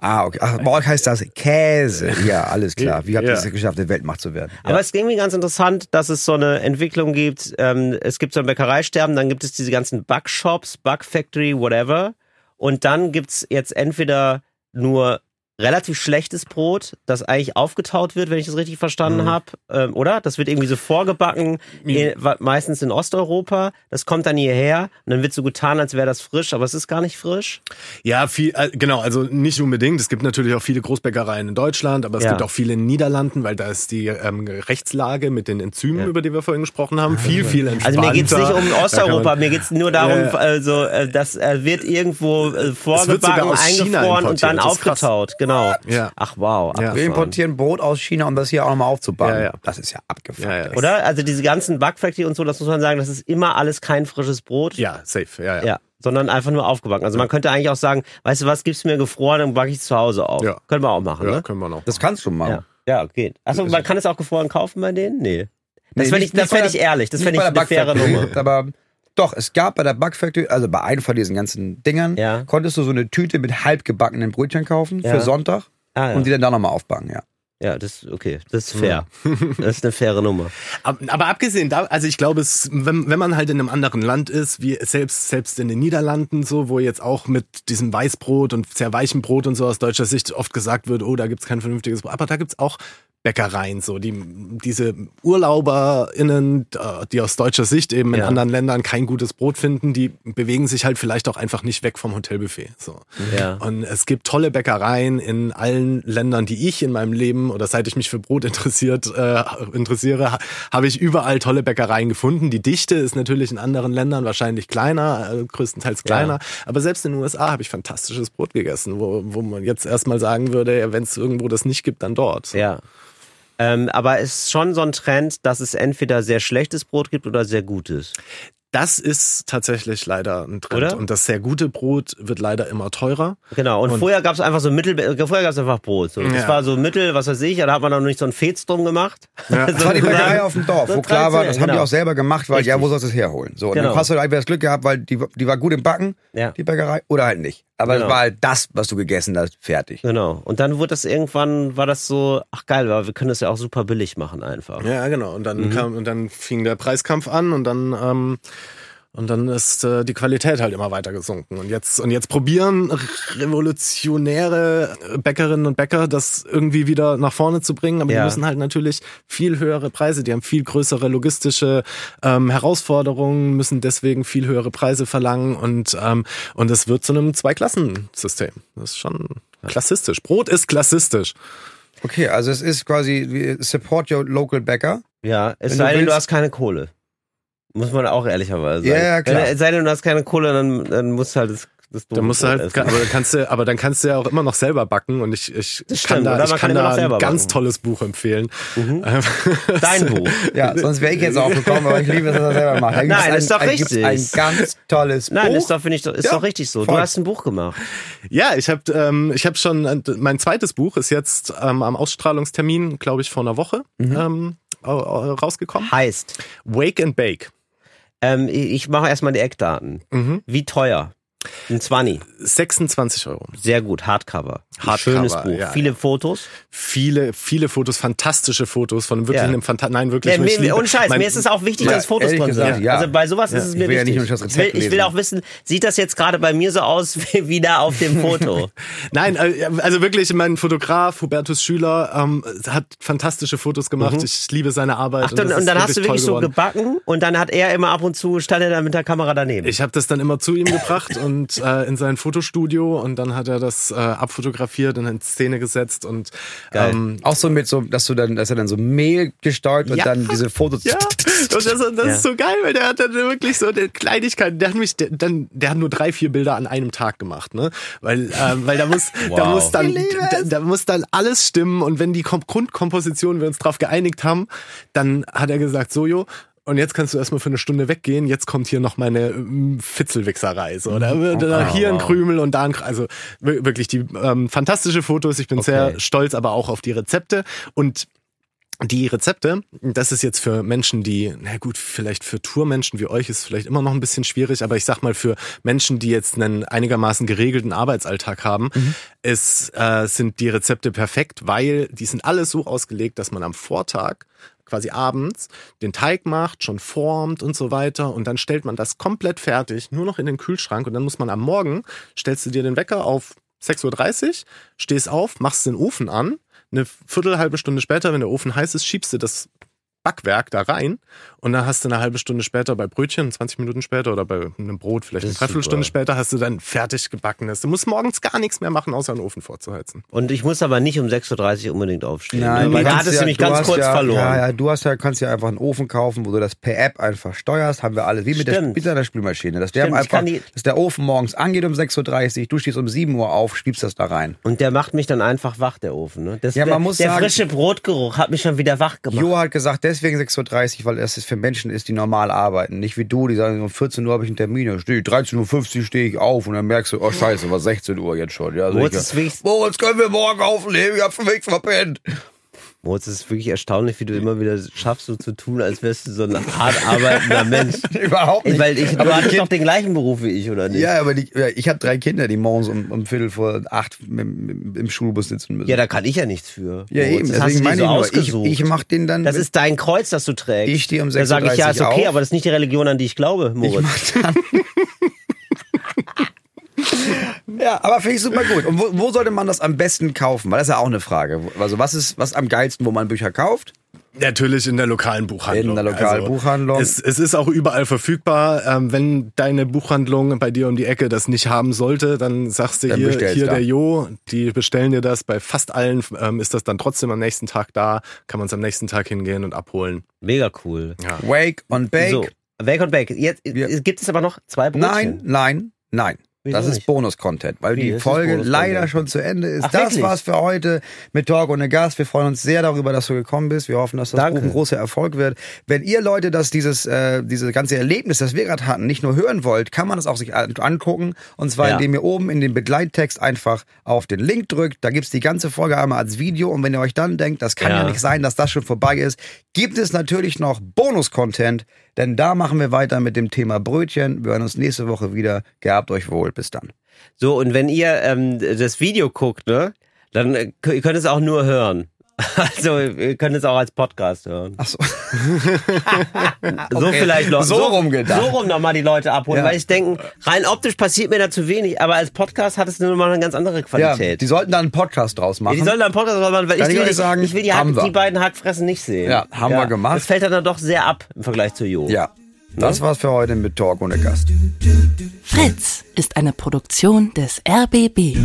[SPEAKER 4] Ah, okay. Ach, bei euch heißt das Käse. Ja, alles klar. Wie habt ihr
[SPEAKER 5] Ja.
[SPEAKER 4] es geschafft, eine Weltmacht zu werden?
[SPEAKER 3] Aber es ist irgendwie ganz interessant, dass es so eine Entwicklung gibt. Ähm, es gibt so ein Bäckereisterben, dann gibt es diese ganzen Backshops, Backfactory, whatever. Und dann gibt's jetzt entweder nur relativ schlechtes Brot, das eigentlich aufgetaut wird, wenn ich das richtig verstanden
[SPEAKER 5] Mhm.
[SPEAKER 3] habe, ähm, oder? Das wird irgendwie so vorgebacken, eh, wa- meistens in Osteuropa. Das kommt dann hierher und dann wird so getan, als wäre das frisch, aber es ist gar nicht frisch.
[SPEAKER 5] Ja, viel, äh, genau, also nicht unbedingt. Es gibt natürlich auch viele Großbäckereien in Deutschland, aber es
[SPEAKER 3] Ja.
[SPEAKER 5] gibt auch viele in den Niederlanden, weil da ist die ähm, Rechtslage mit den Enzymen, über die wir vorhin gesprochen haben, viel, viel entspannter.
[SPEAKER 3] Also mir geht's nicht um
[SPEAKER 5] [LAUGHS] Da kann
[SPEAKER 3] Osteuropa,
[SPEAKER 5] man-
[SPEAKER 3] mir geht's nur darum,
[SPEAKER 5] Ja, ja.
[SPEAKER 3] also äh, das äh, wird irgendwo äh,
[SPEAKER 5] wird sogar
[SPEAKER 3] vorgebacken,
[SPEAKER 5] aus China
[SPEAKER 3] eingefroren und dann
[SPEAKER 5] importiert, das ist krass.
[SPEAKER 3] aufgetaut, genau.
[SPEAKER 5] Ja.
[SPEAKER 3] Ach wow,
[SPEAKER 5] Ja.
[SPEAKER 4] Wir
[SPEAKER 3] abgefahren.
[SPEAKER 4] importieren Brot aus China, um das hier auch nochmal aufzubauen.
[SPEAKER 5] Ja, ja.
[SPEAKER 4] Das ist ja abgefahren.
[SPEAKER 5] Ja, ja.
[SPEAKER 3] Oder? Also diese ganzen Backfactory und so, das muss man sagen, das ist immer alles kein frisches Brot.
[SPEAKER 5] Ja, safe, ja, ja.
[SPEAKER 3] Ja, sondern einfach nur aufgebacken. Also man könnte eigentlich auch sagen, weißt du was, gib's mir gefroren, dann backe ich zu Hause auf.
[SPEAKER 5] Ja.
[SPEAKER 3] Können wir auch machen,
[SPEAKER 5] Ja,
[SPEAKER 3] ne?
[SPEAKER 5] können wir noch.
[SPEAKER 4] Das kannst du machen.
[SPEAKER 3] Ja, ja geht. Achso, man kann es auch gefroren kaufen bei denen? Nee. Das
[SPEAKER 4] Nee,
[SPEAKER 3] fände ich,
[SPEAKER 4] nicht-
[SPEAKER 3] das
[SPEAKER 4] nicht bei
[SPEAKER 3] fänd
[SPEAKER 4] der-
[SPEAKER 3] ich ehrlich, das
[SPEAKER 4] nicht
[SPEAKER 3] fände
[SPEAKER 4] bei
[SPEAKER 3] ich
[SPEAKER 4] der
[SPEAKER 3] eine faire
[SPEAKER 4] Backfactory,
[SPEAKER 3] Nummer.
[SPEAKER 4] Aber doch, es gab bei der Backfactory, also bei einem von diesen ganzen Dingern,
[SPEAKER 3] Ja.
[SPEAKER 4] konntest du so eine Tüte mit halbgebackenen Brötchen kaufen
[SPEAKER 3] Ja.
[SPEAKER 4] für Sonntag
[SPEAKER 5] [LAUGHS]
[SPEAKER 3] Ah, ja.
[SPEAKER 4] und die dann da nochmal aufbacken, ja.
[SPEAKER 3] ja, das okay, das ist fair. Das ist eine faire Nummer.
[SPEAKER 5] Ab- Aber abgesehen da, also ich glaube, es, wenn, wenn man halt in einem anderen Land ist, wie selbst, selbst in den Niederlanden so, wo jetzt auch mit diesem Weißbrot und sehr weichem Brot und so aus deutscher Sicht oft gesagt wird, oh, da gibt's kein vernünftiges Brot. Aber da gibt's auch Bäckereien so, die, diese UrlauberInnen, äh, die aus deutscher Sicht eben in
[SPEAKER 3] Ja.
[SPEAKER 5] anderen Ländern kein gutes Brot finden, die bewegen sich halt vielleicht auch einfach nicht weg vom Hotelbuffet, so.
[SPEAKER 3] Ja.
[SPEAKER 5] Und es gibt tolle Bäckereien in allen Ländern, die ich in meinem Leben oder seit ich mich für Brot interessiert, äh, interessiere, ha- habe ich überall tolle Bäckereien gefunden. Die Dichte ist natürlich in anderen Ländern wahrscheinlich kleiner, äh, größtenteils kleiner. Aber selbst in den USA habe ich fantastisches Brot gegessen, wo, wo man jetzt erstmal sagen würde, ja, wenn es irgendwo das nicht gibt, dann dort.
[SPEAKER 3] Ja. Ähm, aber es ist schon so ein Trend, dass es entweder sehr schlechtes Brot gibt oder sehr gutes.
[SPEAKER 5] Das ist tatsächlich leider ein Trend.
[SPEAKER 3] Oder?
[SPEAKER 5] Und das sehr gute Brot wird leider immer teurer.
[SPEAKER 3] Genau. Und, vorher gab es einfach so Mittel, äh, vorher gab es einfach Brot. So. Das
[SPEAKER 5] Ja.
[SPEAKER 3] war so Mittel, was weiß ich, da hat man noch nicht so ein Fetz drum gemacht. [LAUGHS]
[SPEAKER 4] Das war die Bäckerei auf dem Dorf, wo klar war, das haben die
[SPEAKER 3] genau.
[SPEAKER 4] auch selber gemacht, weil ja, wo sollst du es herholen? So, und
[SPEAKER 3] Genau.
[SPEAKER 4] dann hast du halt das Glück gehabt, weil die, die war gut im Backen,
[SPEAKER 3] Ja.
[SPEAKER 4] die Bäckerei, oder halt nicht. Aber
[SPEAKER 3] Genau.
[SPEAKER 4] es war halt das, was du gegessen hast, fertig.
[SPEAKER 3] Genau. Und dann wurde das irgendwann, war das so, ach geil, aber wir können das ja auch super billig machen einfach.
[SPEAKER 5] Ja, genau. Und dann kam und dann fing der Preiskampf an und dann ähm, und dann ist äh, die Qualität halt immer weiter gesunken. Und jetzt und jetzt probieren revolutionäre Bäckerinnen und Bäcker das irgendwie wieder nach vorne zu bringen, aber
[SPEAKER 3] Ja.
[SPEAKER 5] die müssen halt natürlich viel höhere Preise. Die haben viel größere logistische ähm, Herausforderungen, müssen deswegen viel höhere Preise verlangen und ähm, und es wird zu einem Zweiklassensystem. Das ist schon klassistisch. Brot ist klassistisch.
[SPEAKER 4] Okay, also es ist quasi wie support your local Bäcker.
[SPEAKER 3] Ja, es
[SPEAKER 4] Wenn
[SPEAKER 3] sei
[SPEAKER 4] du
[SPEAKER 3] denn, du
[SPEAKER 4] willst-
[SPEAKER 3] hast keine Kohle. Muss man auch ehrlicherweise sagen.
[SPEAKER 4] Ja, ja, klar.
[SPEAKER 3] Wenn- Es sei denn, du hast keine Kohle, dann, dann musst du halt das, das
[SPEAKER 5] Da
[SPEAKER 3] doofe
[SPEAKER 5] musst du
[SPEAKER 3] Brot
[SPEAKER 5] halt,
[SPEAKER 3] essen.
[SPEAKER 5] kann, aber, dann kannst du, aber dann kannst du ja auch immer noch selber backen und ich, ich
[SPEAKER 3] Das
[SPEAKER 5] kann
[SPEAKER 3] stimmt,
[SPEAKER 5] da,
[SPEAKER 3] oder?
[SPEAKER 5] ich
[SPEAKER 3] Man kann
[SPEAKER 5] kann
[SPEAKER 3] immer
[SPEAKER 5] da
[SPEAKER 3] noch selber
[SPEAKER 5] ein ganz
[SPEAKER 3] backen. Mhm.
[SPEAKER 5] tolles Buch empfehlen. Ähm,
[SPEAKER 4] [LAUGHS]
[SPEAKER 3] Dein Buch.
[SPEAKER 4] Ja, sonst wäre ich jetzt auch gekommen, aber ich liebe es, dass er selber macht. Da gibt's
[SPEAKER 3] Nein,
[SPEAKER 4] ein,
[SPEAKER 3] ist doch
[SPEAKER 4] da gibt's
[SPEAKER 3] richtig.
[SPEAKER 4] Ein ganz tolles
[SPEAKER 3] Nein,
[SPEAKER 4] Buch.
[SPEAKER 3] ist doch, finde ich, ist
[SPEAKER 4] Ja,
[SPEAKER 3] doch richtig so. Du
[SPEAKER 4] voll.
[SPEAKER 3] hast ein Buch gemacht.
[SPEAKER 5] [LAUGHS] ja, ich habe ähm, ich hab schon, äh, mein zweites Buch ist jetzt ähm, am Ausstrahlungstermin, glaube ich, vor einer Woche
[SPEAKER 3] Mhm.
[SPEAKER 5] ähm, au- au- rausgekommen.
[SPEAKER 3] Heißt,
[SPEAKER 5] Wake and Bake.
[SPEAKER 3] ähm, ich ich mache erstmal die Eckdaten. Wie teuer? Ein 20.
[SPEAKER 5] 26 Euro.
[SPEAKER 3] Sehr gut. Hardcover.
[SPEAKER 5] Hardcover,
[SPEAKER 3] Schönes Buch.
[SPEAKER 5] ja,
[SPEAKER 3] Viele
[SPEAKER 5] ja.
[SPEAKER 3] Fotos.
[SPEAKER 5] Viele, viele Fotos, fantastische Fotos von wirklich
[SPEAKER 3] Ja.
[SPEAKER 5] einem Fantas... Nein, wirklich.
[SPEAKER 3] Ja,
[SPEAKER 5] ich
[SPEAKER 3] mir,
[SPEAKER 5] liebe-
[SPEAKER 3] ohne Scheiß,
[SPEAKER 5] mein-
[SPEAKER 3] mir ist es auch wichtig,
[SPEAKER 2] Ja,
[SPEAKER 3] dass Fotos
[SPEAKER 2] ehrlich
[SPEAKER 3] drin
[SPEAKER 2] gesagt,
[SPEAKER 3] sind.
[SPEAKER 2] ja.
[SPEAKER 3] Also bei sowas ist es mir
[SPEAKER 2] will ja
[SPEAKER 3] wichtig.
[SPEAKER 2] nicht nur das
[SPEAKER 3] ich, will,
[SPEAKER 2] Rezept
[SPEAKER 3] ich will
[SPEAKER 2] lesen.
[SPEAKER 3] auch wissen, sieht das jetzt gerade bei mir so aus [LAUGHS] wie, wie da auf dem Foto?
[SPEAKER 5] Nein, äh, also wirklich, mein Fotograf Hubertus Schüler ähm, hat fantastische Fotos gemacht. Ich liebe seine Arbeit.
[SPEAKER 3] Mhm. Ach, und,
[SPEAKER 5] das
[SPEAKER 3] und
[SPEAKER 5] ist
[SPEAKER 3] dann hast du
[SPEAKER 5] toll
[SPEAKER 3] wirklich so
[SPEAKER 5] geworden.
[SPEAKER 3] gebacken und dann hat er immer ab und zu, stand er dann mit der Kamera daneben.
[SPEAKER 5] Ich habe das dann immer zu ihm gebracht und äh, in sein Fotostudio und dann hat er das äh, abfotografiert und in Szene gesetzt und ähm,
[SPEAKER 4] Hm.
[SPEAKER 2] Auch so mit so, dass du dann, dass er dann so Mehl gestaubt und
[SPEAKER 5] Ja.
[SPEAKER 2] dann diese Fotos.
[SPEAKER 5] Ja, und das, das ist so geil, weil der hat dann wirklich so eine Kleinigkeit. Der hat mich, der, dann, der hat nur drei, vier Bilder an einem Tag gemacht, ne? Weil, ähm, weil da muss, da
[SPEAKER 3] Wow.
[SPEAKER 5] muss dann, da, da muss dann alles stimmen. Und wenn die Kom Grundkomposition wir uns drauf geeinigt haben, dann hat er gesagt, Sojo, und jetzt kannst du erstmal für eine Stunde weggehen. Jetzt kommt hier noch meine ähm, Fitzelwichserei. So, da wird dann hier ein Krümel und da ein Krümel. Also wir- wirklich die ähm, fantastische Fotos. Ich bin sehr stolz, aber auch auf die Rezepte. Und die Rezepte, das ist jetzt für Menschen, die, na gut, vielleicht für Tourmenschen wie euch ist vielleicht immer noch ein bisschen schwierig, aber ich sag mal, für Menschen, die jetzt einen einigermaßen geregelten Arbeitsalltag haben, es, äh, sind die Rezepte perfekt, weil die sind alle so ausgelegt, dass man am Vortag quasi abends den Teig macht, schon formt und so weiter und dann stellt man das komplett fertig, nur noch in den Kühlschrank und dann muss man am Morgen, stellst du dir den Wecker auf 6.30 Uhr, stehst auf, machst den Ofen an, eine Viertel, halbe Stunde später, wenn der Ofen heiß ist, schiebst du das Backwerk da rein und dann hast du eine halbe Stunde später bei Brötchen, 20 Minuten später oder bei einem Brot vielleicht eine
[SPEAKER 3] ist
[SPEAKER 5] Dreiviertelstunde
[SPEAKER 3] super.
[SPEAKER 5] später hast du dann fertig gebackenes. Du musst morgens gar nichts mehr machen, außer den Ofen vorzuheizen.
[SPEAKER 3] Und ich muss aber nicht um 6.30 Uhr unbedingt aufstehen. ne? weil
[SPEAKER 4] du
[SPEAKER 3] da
[SPEAKER 4] kannst
[SPEAKER 3] hattest du mich
[SPEAKER 4] du
[SPEAKER 3] ganz
[SPEAKER 4] hast
[SPEAKER 3] kurz
[SPEAKER 4] ja,
[SPEAKER 3] verloren.
[SPEAKER 4] Ja, ja, du hast ja, kannst ja einfach einen Ofen kaufen, wo du das per App einfach steuerst. Haben wir alles, wie mit der,
[SPEAKER 3] Stimmt.
[SPEAKER 4] mit der Spülmaschine. Dass, der
[SPEAKER 3] Stimmt, ich
[SPEAKER 4] einfach,
[SPEAKER 3] kann die-
[SPEAKER 4] dass der Ofen morgens angeht um 6.30 Uhr, du stehst um 7 Uhr auf, schiebst das da rein.
[SPEAKER 3] Und der macht mich dann einfach wach, der Ofen. Ne? Das,
[SPEAKER 4] Ja, man muss
[SPEAKER 3] der
[SPEAKER 4] sagen-
[SPEAKER 3] frische Brotgeruch hat mich schon wieder wach gemacht.
[SPEAKER 4] Jo hat gesagt, deswegen 6.30 Uhr, weil das ist für Menschen ist, die normal arbeiten. Nicht wie du, die sagen, um 14 Uhr habe ich einen Termin, dann stehe ich 13.50 Uhr stehe ich auf und dann merkst du, oh scheiße, war 16 Uhr jetzt schon. Ja, also
[SPEAKER 3] Moritz
[SPEAKER 4] ich-
[SPEAKER 3] ist wirklich-
[SPEAKER 4] Moritz, können wir morgen aufnehmen? Ich hab's weg verpennt.
[SPEAKER 3] Moritz, es ist wirklich erstaunlich, wie du immer wieder schaffst, so zu tun, als wärst du so ein hart
[SPEAKER 4] [LAUGHS]
[SPEAKER 3] arbeitender Mensch.
[SPEAKER 4] Überhaupt nicht.
[SPEAKER 3] Weil ich, du
[SPEAKER 4] Aber die
[SPEAKER 3] hattest
[SPEAKER 4] Kind-
[SPEAKER 3] doch den gleichen Beruf wie ich, oder nicht?
[SPEAKER 4] Ja, aber die, ja, ich habe drei Kinder, die morgens um, um Viertel vor acht im, im- im Schulbus sitzen müssen.
[SPEAKER 3] Ja, da kann ich ja nichts für.
[SPEAKER 4] Ja,
[SPEAKER 3] Moritz, Das hast
[SPEAKER 4] eben,
[SPEAKER 3] du
[SPEAKER 4] deswegen
[SPEAKER 3] dir
[SPEAKER 4] meine
[SPEAKER 3] so
[SPEAKER 4] ich nur, ich-
[SPEAKER 3] ausgesucht.
[SPEAKER 4] ich mach den dann-
[SPEAKER 3] Das ist dein Kreuz, das du trägst.
[SPEAKER 4] Ich stehe um
[SPEAKER 3] Da sage ich, ja, ist
[SPEAKER 4] 6.30 Uhr
[SPEAKER 3] okay,
[SPEAKER 4] auf.
[SPEAKER 3] aber das ist nicht die Religion, an die ich glaube, Moritz.
[SPEAKER 4] ja aber finde ich super gut. Und wo, wo sollte man das am besten kaufen? Weil das ist ja auch eine Frage. Also was ist was am geilsten, wo man Bücher kauft?
[SPEAKER 5] Natürlich in der lokalen Buchhandlung. Also,
[SPEAKER 4] In der lokalen Buchhandlung.
[SPEAKER 5] Es, es ist auch überall verfügbar. Ähm, wenn deine Buchhandlung bei dir um die Ecke das nicht haben sollte, dann sagst du
[SPEAKER 4] Dann
[SPEAKER 5] hier,
[SPEAKER 4] bestellst
[SPEAKER 5] hier
[SPEAKER 4] da.
[SPEAKER 5] der Jo, die bestellen dir das. Bei fast allen ähm, ist das dann trotzdem am nächsten Tag da. Kann man es am nächsten Tag hingehen und abholen.
[SPEAKER 3] Mega cool.
[SPEAKER 4] Wake und Bake?
[SPEAKER 3] So, Wake und Bake. Jetzt
[SPEAKER 4] Wir-
[SPEAKER 3] gibt es aber noch zwei Brötchen.
[SPEAKER 4] Nein, nein, nein.
[SPEAKER 3] Wieso
[SPEAKER 4] das ist
[SPEAKER 3] nicht?
[SPEAKER 4] Bonus-Content, weil
[SPEAKER 3] Wie, es
[SPEAKER 4] die
[SPEAKER 3] ist
[SPEAKER 4] Folge
[SPEAKER 3] Bonus-Content.
[SPEAKER 4] leider schon zu Ende ist.
[SPEAKER 3] Ach,
[SPEAKER 4] das
[SPEAKER 3] wirklich?
[SPEAKER 4] war's für heute mit Talk ohne Gast. Wir freuen uns sehr darüber, dass du gekommen bist. Wir hoffen, dass das
[SPEAKER 3] Danke.
[SPEAKER 4] Buch ein großer Erfolg wird. Wenn ihr Leute das dieses äh, dieses ganze Erlebnis, das wir gerade hatten, nicht nur hören wollt, kann man das auch sich an- angucken. Und zwar
[SPEAKER 3] Ja.
[SPEAKER 4] indem ihr oben in den Begleittext einfach auf den Link drückt. Da gibt's die ganze Folge einmal als Video. Und wenn ihr euch dann denkt, das kann ja,
[SPEAKER 3] Ja.
[SPEAKER 4] nicht sein, dass das schon vorbei ist, gibt es natürlich noch Bonus-Content, denn da machen wir weiter mit dem Thema Brötchen. Wir hören uns nächste Woche wieder. Gehabt euch wohl. Bis dann.
[SPEAKER 3] So, und wenn ihr ähm, das Video guckt, ne, dann äh, kö- ihr könnt es auch nur hören. [LAUGHS] Also, ihr könnt es auch als Podcast hören. [LAUGHS]
[SPEAKER 4] Ach so.
[SPEAKER 3] So vielleicht noch.
[SPEAKER 4] So rumgedacht.
[SPEAKER 3] So rum nochmal die Leute abholen,
[SPEAKER 4] Ja.
[SPEAKER 3] weil ich denke, rein optisch passiert mir da zu wenig, aber als Podcast hat es nur mal eine ganz andere
[SPEAKER 4] Ja,
[SPEAKER 3] Qualität.
[SPEAKER 4] die sollten da einen Podcast draus
[SPEAKER 3] Ja,
[SPEAKER 4] machen.
[SPEAKER 3] die sollen da einen Podcast draus machen, weil
[SPEAKER 4] Kann
[SPEAKER 3] ich
[SPEAKER 4] ich
[SPEAKER 3] will,
[SPEAKER 4] euch
[SPEAKER 3] die-
[SPEAKER 4] sagen,
[SPEAKER 3] ich will die,
[SPEAKER 4] haben
[SPEAKER 3] Hack,
[SPEAKER 4] wir.
[SPEAKER 3] die beiden Hackfressen nicht sehen.
[SPEAKER 4] Ja, haben wir gemacht.
[SPEAKER 3] Das fällt dann doch sehr ab im Vergleich zu Jo.
[SPEAKER 4] ja,
[SPEAKER 3] Ne?
[SPEAKER 4] das war's für heute mit Talk ohne Gast.
[SPEAKER 1] Fritz ist eine Produktion des RBB.